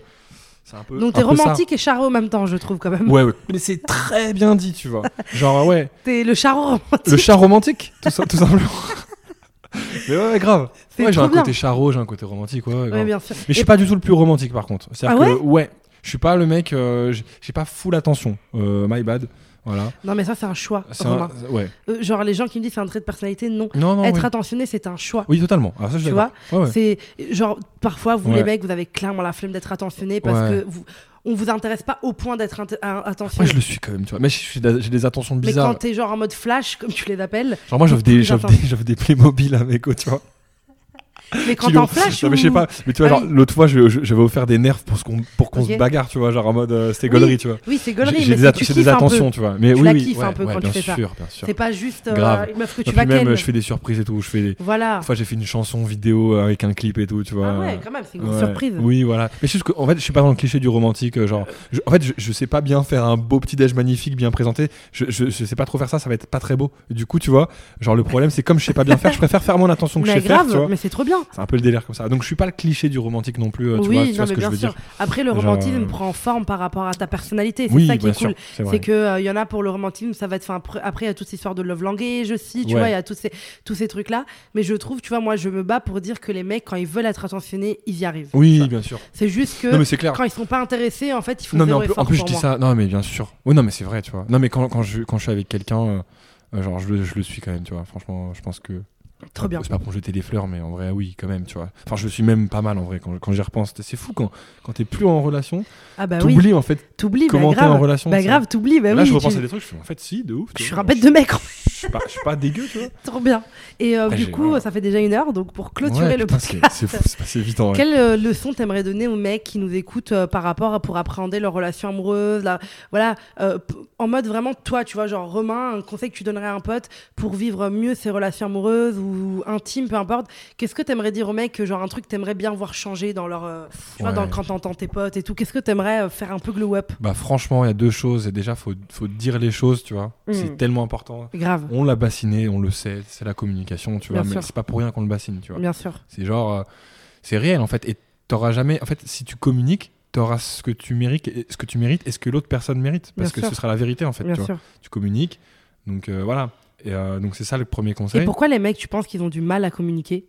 [SPEAKER 2] c'est un peu.
[SPEAKER 1] Donc
[SPEAKER 2] un
[SPEAKER 1] t'es
[SPEAKER 2] peu ça.
[SPEAKER 1] romantique et charro en même temps, je trouve quand même.
[SPEAKER 2] Ouais, ouais, mais c'est très bien dit, tu vois. Genre, ouais,
[SPEAKER 1] T'es le charro romantique.
[SPEAKER 2] le chat romantique, tout, ça, tout simplement. mais ouais, ouais, grave.
[SPEAKER 1] C'est
[SPEAKER 2] Ouais, j'ai
[SPEAKER 1] trop
[SPEAKER 2] un
[SPEAKER 1] bien.
[SPEAKER 2] côté charro, j'ai un côté romantique, ouais, ouais, grave.
[SPEAKER 1] Ouais, bien sûr.
[SPEAKER 2] Mais je
[SPEAKER 1] Et-
[SPEAKER 2] suis pas du tout le plus romantique par contre. C'est-à-dire
[SPEAKER 1] Ah
[SPEAKER 2] que ouais, je suis pas le mec, euh, j'ai j'ai pas full attention. Euh, my bad. Voilà.
[SPEAKER 1] Non, mais ça, c'est un choix.
[SPEAKER 2] C'est
[SPEAKER 1] Romain.
[SPEAKER 2] un- ouais.
[SPEAKER 1] Euh, genre, les gens qui me disent c'est un trait de personnalité, non.
[SPEAKER 2] Non non.
[SPEAKER 1] Être
[SPEAKER 2] oui.
[SPEAKER 1] attentionné, c'est un choix.
[SPEAKER 2] Oui, totalement. Ah, ça, je suis
[SPEAKER 1] Tu
[SPEAKER 2] d'accord. Ouais, ouais.
[SPEAKER 1] C'est genre, parfois, vous les
[SPEAKER 2] Ouais.
[SPEAKER 1] mecs, vous avez clairement la flemme d'être attentionné parce
[SPEAKER 2] Ouais.
[SPEAKER 1] que vous... on vous intéresse pas au point d'être int- à-
[SPEAKER 2] Moi
[SPEAKER 1] attentionné.
[SPEAKER 2] je le suis quand même, tu vois. Mais je suis- j'ai des attentions
[SPEAKER 1] mais quand
[SPEAKER 2] bizarres.
[SPEAKER 1] t'es genre en mode flash, comme tu les appelles,
[SPEAKER 2] Genre moi j'offre des,
[SPEAKER 1] Plus
[SPEAKER 2] j'offre
[SPEAKER 1] attention.
[SPEAKER 2] des, j'offre des Playmobil à mes tu vois.
[SPEAKER 1] mais quand
[SPEAKER 2] Qui
[SPEAKER 1] t'es en
[SPEAKER 2] l'ont-
[SPEAKER 1] flash,
[SPEAKER 2] Non mais je
[SPEAKER 1] ou-
[SPEAKER 2] sais pas. Mais tu vois
[SPEAKER 1] Ah
[SPEAKER 2] genre
[SPEAKER 1] oui.
[SPEAKER 2] l'autre fois je- je- j'avais offert des nerfs pour ce qu'on pour qu'on
[SPEAKER 1] Ok.
[SPEAKER 2] se bagarre, tu vois, genre en mode euh, c'était gaulerie, tu vois.
[SPEAKER 1] oui, c'est gaulerie,
[SPEAKER 2] J'ai-
[SPEAKER 1] mais
[SPEAKER 2] J'ai
[SPEAKER 1] c'est
[SPEAKER 2] des, att-
[SPEAKER 1] tu
[SPEAKER 2] j'ai des
[SPEAKER 1] kiffes un peu.
[SPEAKER 2] attentions, tu vois. Mais
[SPEAKER 1] Tu
[SPEAKER 2] oui,
[SPEAKER 1] la
[SPEAKER 2] oui,
[SPEAKER 1] kiffes
[SPEAKER 2] ouais,
[SPEAKER 1] un peu
[SPEAKER 2] ouais,
[SPEAKER 1] quand tu
[SPEAKER 2] bien
[SPEAKER 1] fais ça.
[SPEAKER 2] sûr, bien sûr.
[SPEAKER 1] C'est pas juste euh,
[SPEAKER 2] Grave.
[SPEAKER 1] une meuf que
[SPEAKER 2] Non,
[SPEAKER 1] tu vas
[SPEAKER 2] puis même
[SPEAKER 1] ken.
[SPEAKER 2] euh, je fais des surprises et tout, je fais des
[SPEAKER 1] Voilà.
[SPEAKER 2] Enfin, j'ai fait une chanson vidéo euh, avec un clip et tout, tu vois.
[SPEAKER 1] Ah ouais, quand même, c'est une
[SPEAKER 2] Ouais.
[SPEAKER 1] grosse surprise.
[SPEAKER 2] Oui, voilà. Mais c'est juste qu'en fait, je suis pas dans le cliché du romantique. euh, Genre, je- en fait, je, je sais pas bien faire un beau petit déj magnifique, bien présenté. Je, je, je sais pas trop faire ça, ça va être pas très beau. Et du coup, tu vois, genre, le problème, c'est comme je sais pas bien faire, je préfère faire mon attention que je
[SPEAKER 1] mais
[SPEAKER 2] sais
[SPEAKER 1] grave,
[SPEAKER 2] faire, tu vois.
[SPEAKER 1] mais c'est trop bien.
[SPEAKER 2] C'est un peu le délire comme ça. Donc, je suis pas le cliché du romantique non plus, euh, tu
[SPEAKER 1] oui,
[SPEAKER 2] vois, tu
[SPEAKER 1] non,
[SPEAKER 2] vois
[SPEAKER 1] mais
[SPEAKER 2] ce que je
[SPEAKER 1] bien
[SPEAKER 2] veux
[SPEAKER 1] sûr.
[SPEAKER 2] dire.
[SPEAKER 1] Après, le
[SPEAKER 2] Genre,
[SPEAKER 1] romantisme
[SPEAKER 2] euh,
[SPEAKER 1] prend forme par rapport à ta personnalité. C'est
[SPEAKER 2] Oui,
[SPEAKER 1] ça qui
[SPEAKER 2] bien
[SPEAKER 1] est
[SPEAKER 2] sûr,
[SPEAKER 1] cool.
[SPEAKER 2] c'est vrai.
[SPEAKER 1] C'est que euh, il y en a pour le romantisme, ça va être. Enfin, après, après, il y a toutes ces histoires de love language aussi, tu
[SPEAKER 2] Ouais.
[SPEAKER 1] vois, il y a tous ces, tous ces trucs-là. Mais je trouve, tu vois, moi, je me bats pour dire que les mecs, quand ils veulent être attentionnés, ils y arrivent.
[SPEAKER 2] Oui, bien sûr.
[SPEAKER 1] C'est juste que
[SPEAKER 2] Non, mais c'est clair.
[SPEAKER 1] quand ils sont pas intéressés, en fait, ils font
[SPEAKER 2] Non, mais
[SPEAKER 1] zéro
[SPEAKER 2] en plus,
[SPEAKER 1] effort
[SPEAKER 2] en plus, je
[SPEAKER 1] pour
[SPEAKER 2] dis
[SPEAKER 1] moi.
[SPEAKER 2] ça. Non, mais bien sûr. Oui, non, mais c'est vrai, tu vois. Non, mais quand, quand, je, quand je suis avec quelqu'un, euh, euh, genre, je, le- je le suis quand même, tu vois. Franchement, je pense que.
[SPEAKER 1] Trop bien.
[SPEAKER 2] C'est pas pour jeter des fleurs, mais en vrai, oui, quand même, tu vois. Enfin, je suis même pas mal en vrai quand, quand j'y repense. C'est fou quand, quand t'es plus en relation,
[SPEAKER 1] Ah bah oui,
[SPEAKER 2] t'oublies en fait
[SPEAKER 1] t'oublies, bah
[SPEAKER 2] comment t'es en
[SPEAKER 1] grave.
[SPEAKER 2] relation.
[SPEAKER 1] Bah
[SPEAKER 2] tu sais.
[SPEAKER 1] grave, t'oublies, bah
[SPEAKER 2] Là,
[SPEAKER 1] oui.
[SPEAKER 2] je repense
[SPEAKER 1] tu-
[SPEAKER 2] à des trucs, je fais en fait, si, de ouf. tu
[SPEAKER 1] Je suis
[SPEAKER 2] vois.
[SPEAKER 1] un bête de mec.
[SPEAKER 2] Je suis pas, je suis pas dégueu, tu vois.
[SPEAKER 1] Trop bien. Et euh,
[SPEAKER 2] Ah,
[SPEAKER 1] du
[SPEAKER 2] j'ai-
[SPEAKER 1] coup,
[SPEAKER 2] voilà.
[SPEAKER 1] ça fait déjà une heure, donc pour clôturer
[SPEAKER 2] Ouais,
[SPEAKER 1] le
[SPEAKER 2] putain,
[SPEAKER 1] podcast.
[SPEAKER 2] c'est- C'est fou, c'est passé vite en vrai.
[SPEAKER 1] Quelle euh, leçon t'aimerais donner aux mecs qui nous écoutent euh, par rapport à pour appréhender leur relation amoureuse là, Voilà, euh, p- en mode vraiment toi, tu vois, genre Romain, un conseil que tu donnerais à un pote pour vivre mieux ses relations amoureuses ou intimes, peu importe. Qu'est-ce que t'aimerais dire aux mecs, genre un truc t'aimerais bien voir changer dans leur, euh, tu vois,
[SPEAKER 2] Ouais.
[SPEAKER 1] dans, quand t'entends tes potes et tout. Qu'est-ce que t'aimerais euh, faire un peu glow up
[SPEAKER 2] Bah franchement, il y a deux choses. Et déjà, faut, faut dire les choses, tu vois.
[SPEAKER 1] Mm.
[SPEAKER 2] C'est tellement important.
[SPEAKER 1] Grave,
[SPEAKER 2] On l'a bassiné, on le sait, c'est la communication, tu vois.
[SPEAKER 1] Bien
[SPEAKER 2] mais
[SPEAKER 1] sûr.
[SPEAKER 2] c'est pas pour rien qu'on le bassine, tu vois.
[SPEAKER 1] bien sûr.
[SPEAKER 2] C'est genre, euh, c'est réel en fait. Et t'auras jamais, en fait, si tu communiques, t'auras ce que tu mérites, et- ce que tu mérites et ce que l'autre personne mérite, parce
[SPEAKER 1] Bien
[SPEAKER 2] que
[SPEAKER 1] sûr.
[SPEAKER 2] ce sera la vérité en fait.
[SPEAKER 1] bien
[SPEAKER 2] tu, vois.
[SPEAKER 1] sûr.
[SPEAKER 2] tu communiques, donc euh, voilà. Et euh, donc c'est ça le premier
[SPEAKER 1] Et
[SPEAKER 2] conseil.
[SPEAKER 1] pourquoi les mecs, tu penses qu'ils ont du mal à communiquer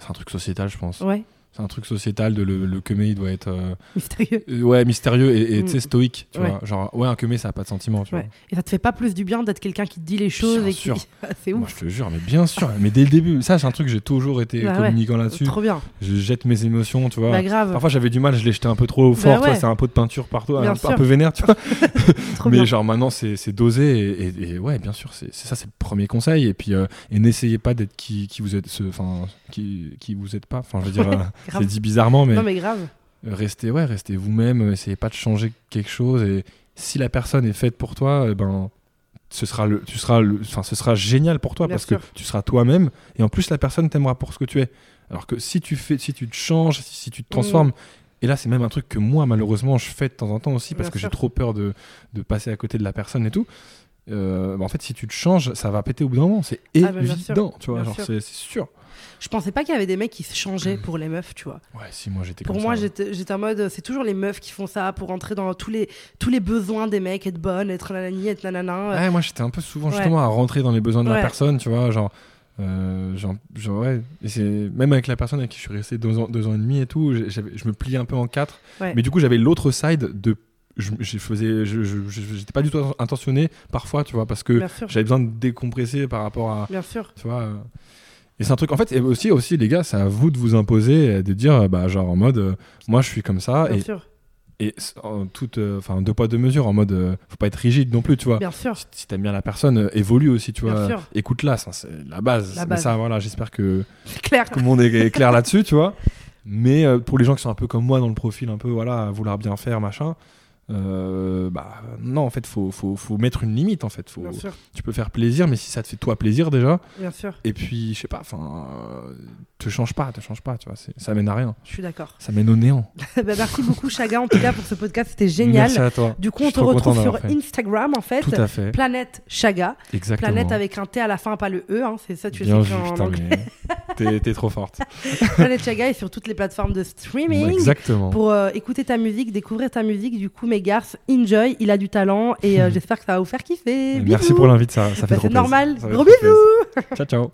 [SPEAKER 2] C'est un truc sociétal, je pense.
[SPEAKER 1] Ouais,
[SPEAKER 2] C'est un truc sociétal de le, le queumé, il doit être euh,
[SPEAKER 1] mystérieux.
[SPEAKER 2] euh, ouais mystérieux et et, tu sais
[SPEAKER 1] Mm.
[SPEAKER 2] stoïque, tu
[SPEAKER 1] Ouais.
[SPEAKER 2] vois. Genre ouais un queumé, ça a pas de sentiment, tu
[SPEAKER 1] Ouais.
[SPEAKER 2] vois.
[SPEAKER 1] Et ça te fait pas plus du bien d'être quelqu'un qui te dit les choses
[SPEAKER 2] Bien
[SPEAKER 1] et qui. Ah,
[SPEAKER 2] sûr.
[SPEAKER 1] c'est
[SPEAKER 2] Moi
[SPEAKER 1] ouf.
[SPEAKER 2] je te jure, mais bien sûr, mais dès le début, ça c'est un truc que j'ai toujours été
[SPEAKER 1] Bah ouais.
[SPEAKER 2] communicant là-dessus.
[SPEAKER 1] Trop bien.
[SPEAKER 2] Je jette mes émotions, tu vois.
[SPEAKER 1] Bah grave.
[SPEAKER 2] Parfois j'avais du mal, je les jetais un peu trop fort, tu vois,
[SPEAKER 1] ouais.
[SPEAKER 2] c'est un pot de peinture partout,
[SPEAKER 1] Bien
[SPEAKER 2] un, un
[SPEAKER 1] sûr.
[SPEAKER 2] peu vénère, tu vois.
[SPEAKER 1] trop
[SPEAKER 2] mais
[SPEAKER 1] bien.
[SPEAKER 2] genre maintenant c'est c'est dosé et, et- et ouais, bien sûr, c'est c'est ça, c'est le premier conseil. Et puis euh, et n'essayez pas d'être qui, qui vous êtes, ce- enfin qui, qui vous êtes pas. Enfin je veux dire, euh,
[SPEAKER 1] grave.
[SPEAKER 2] c'est dit bizarrement, mais,
[SPEAKER 1] Non mais grave.
[SPEAKER 2] restez ouais, restez vous-même, euh, essayez pas de changer quelque chose. Et si la personne est faite pour toi, eh ben ce sera le, tu seras le, enfin ce sera génial pour toi
[SPEAKER 1] Bien
[SPEAKER 2] parce
[SPEAKER 1] sûr.
[SPEAKER 2] que tu seras toi-même et en plus la personne t'aimera pour ce que tu es. Alors que si tu fais, si tu te changes, si, si tu
[SPEAKER 1] Mm.
[SPEAKER 2] te transformes, et là c'est même un truc que moi malheureusement je fais de temps en temps aussi parce
[SPEAKER 1] Bien
[SPEAKER 2] que j'ai
[SPEAKER 1] sûr.
[SPEAKER 2] trop peur de, de passer à côté de la personne et tout. Euh, bah, en fait, si tu te changes, ça va péter au bout d'un moment. C'est
[SPEAKER 1] Ah, bah, bien sûr.
[SPEAKER 2] évident, tu vois.
[SPEAKER 1] Bien
[SPEAKER 2] genre,
[SPEAKER 1] sûr.
[SPEAKER 2] C'est c'est sûr.
[SPEAKER 1] Je pensais pas qu'il y avait des mecs qui se changeaient pour les meufs, tu vois.
[SPEAKER 2] Ouais, si moi j'étais.
[SPEAKER 1] Pour
[SPEAKER 2] Mm. comme
[SPEAKER 1] moi,
[SPEAKER 2] ça, ouais.
[SPEAKER 1] j'étais j'étais en mode, c'est toujours les meufs qui font ça pour entrer dans tous les, tous les besoins des mecs, être bonne, être nanani, être nanana. Euh,
[SPEAKER 2] Ouais, moi j'étais un peu souvent
[SPEAKER 1] Ouais.
[SPEAKER 2] justement à rentrer dans les besoins de
[SPEAKER 1] Ouais.
[SPEAKER 2] la personne, tu vois, genre, euh, genre, genre, ouais, et c'est même avec la personne avec qui je suis resté deux ans, deux ans et demi et tout, j'ai- j'avais- je me pliais un peu en quatre,
[SPEAKER 1] Ouais.
[SPEAKER 2] mais du coup j'avais l'autre side de, je, je faisais, je, je- je- j'étais pas du tout intentionné parfois, tu vois, parce que
[SPEAKER 1] Bien sûr,
[SPEAKER 2] j'avais besoin de décompresser par rapport à,
[SPEAKER 1] bien sûr.
[SPEAKER 2] tu vois. euh, Et c'est un truc, en fait, et aussi, aussi les gars, c'est à vous de vous imposer, euh, de dire, euh, bah, genre en mode, euh, moi je suis comme ça,
[SPEAKER 1] Bien
[SPEAKER 2] Ah, et,
[SPEAKER 1] sûr,
[SPEAKER 2] et s- en toute, euh, enfin, deux poids, deux mesures, en mode, euh, faut pas être rigide non plus, tu vois
[SPEAKER 1] bien sûr.
[SPEAKER 2] si- si t'aimes bien la personne, euh, évolue aussi, tu
[SPEAKER 1] Bien
[SPEAKER 2] vois.
[SPEAKER 1] sûr.
[SPEAKER 2] Écoute-la, ça, c'est la base.
[SPEAKER 1] La
[SPEAKER 2] Mais
[SPEAKER 1] base.
[SPEAKER 2] ça, voilà, j'espère que
[SPEAKER 1] C'est clair.
[SPEAKER 2] tout le monde est est clair là-dessus, tu vois. Mais euh, pour les gens qui sont un peu comme moi dans le profil, un peu, voilà, à vouloir bien faire, machin, euh, bah non, en fait, faut, faut, faut mettre une limite, en fait. Faut,
[SPEAKER 1] Bien sûr,
[SPEAKER 2] tu peux faire plaisir, mais si ça te fait toi plaisir déjà,
[SPEAKER 1] bien sûr.
[SPEAKER 2] et puis, je sais pas, enfin, euh, te change pas, te change pas, tu vois. c'est- Ça mène à rien.
[SPEAKER 1] Je suis d'accord.
[SPEAKER 2] Ça mène au néant.
[SPEAKER 1] Bah, merci beaucoup, Chaga, en tout cas, pour ce podcast. C'était génial.
[SPEAKER 2] Merci à toi.
[SPEAKER 1] Du coup,
[SPEAKER 2] Je
[SPEAKER 1] on
[SPEAKER 2] suis
[SPEAKER 1] te
[SPEAKER 2] trop content
[SPEAKER 1] retrouve sur
[SPEAKER 2] d'avoir fait.
[SPEAKER 1] Instagram, en fait.
[SPEAKER 2] Tout à fait.
[SPEAKER 1] Planète Chaga.
[SPEAKER 2] Exactement.
[SPEAKER 1] Planète avec un T à la fin, pas le E. hein, C'est ça, tu
[SPEAKER 2] Bien
[SPEAKER 1] le
[SPEAKER 2] vu,
[SPEAKER 1] sais en
[SPEAKER 2] putain,
[SPEAKER 1] anglais.
[SPEAKER 2] mais t'es- t'es trop forte.
[SPEAKER 1] Planète Chaga est sur toutes les plateformes de streaming.
[SPEAKER 2] Exactement.
[SPEAKER 1] pour euh, écouter ta musique, découvrir ta musique. Du coup, mes garces, enjoy, il a du talent et euh, j'espère que ça va vous faire kiffer.
[SPEAKER 2] Merci
[SPEAKER 1] Bisous.
[SPEAKER 2] pour l'invite, ça, ça
[SPEAKER 1] Bah,
[SPEAKER 2] fait trop
[SPEAKER 1] c'est
[SPEAKER 2] plaisir.
[SPEAKER 1] normal.
[SPEAKER 2] Ça fait
[SPEAKER 1] Gros
[SPEAKER 2] trop plaisir. Ciao, ciao.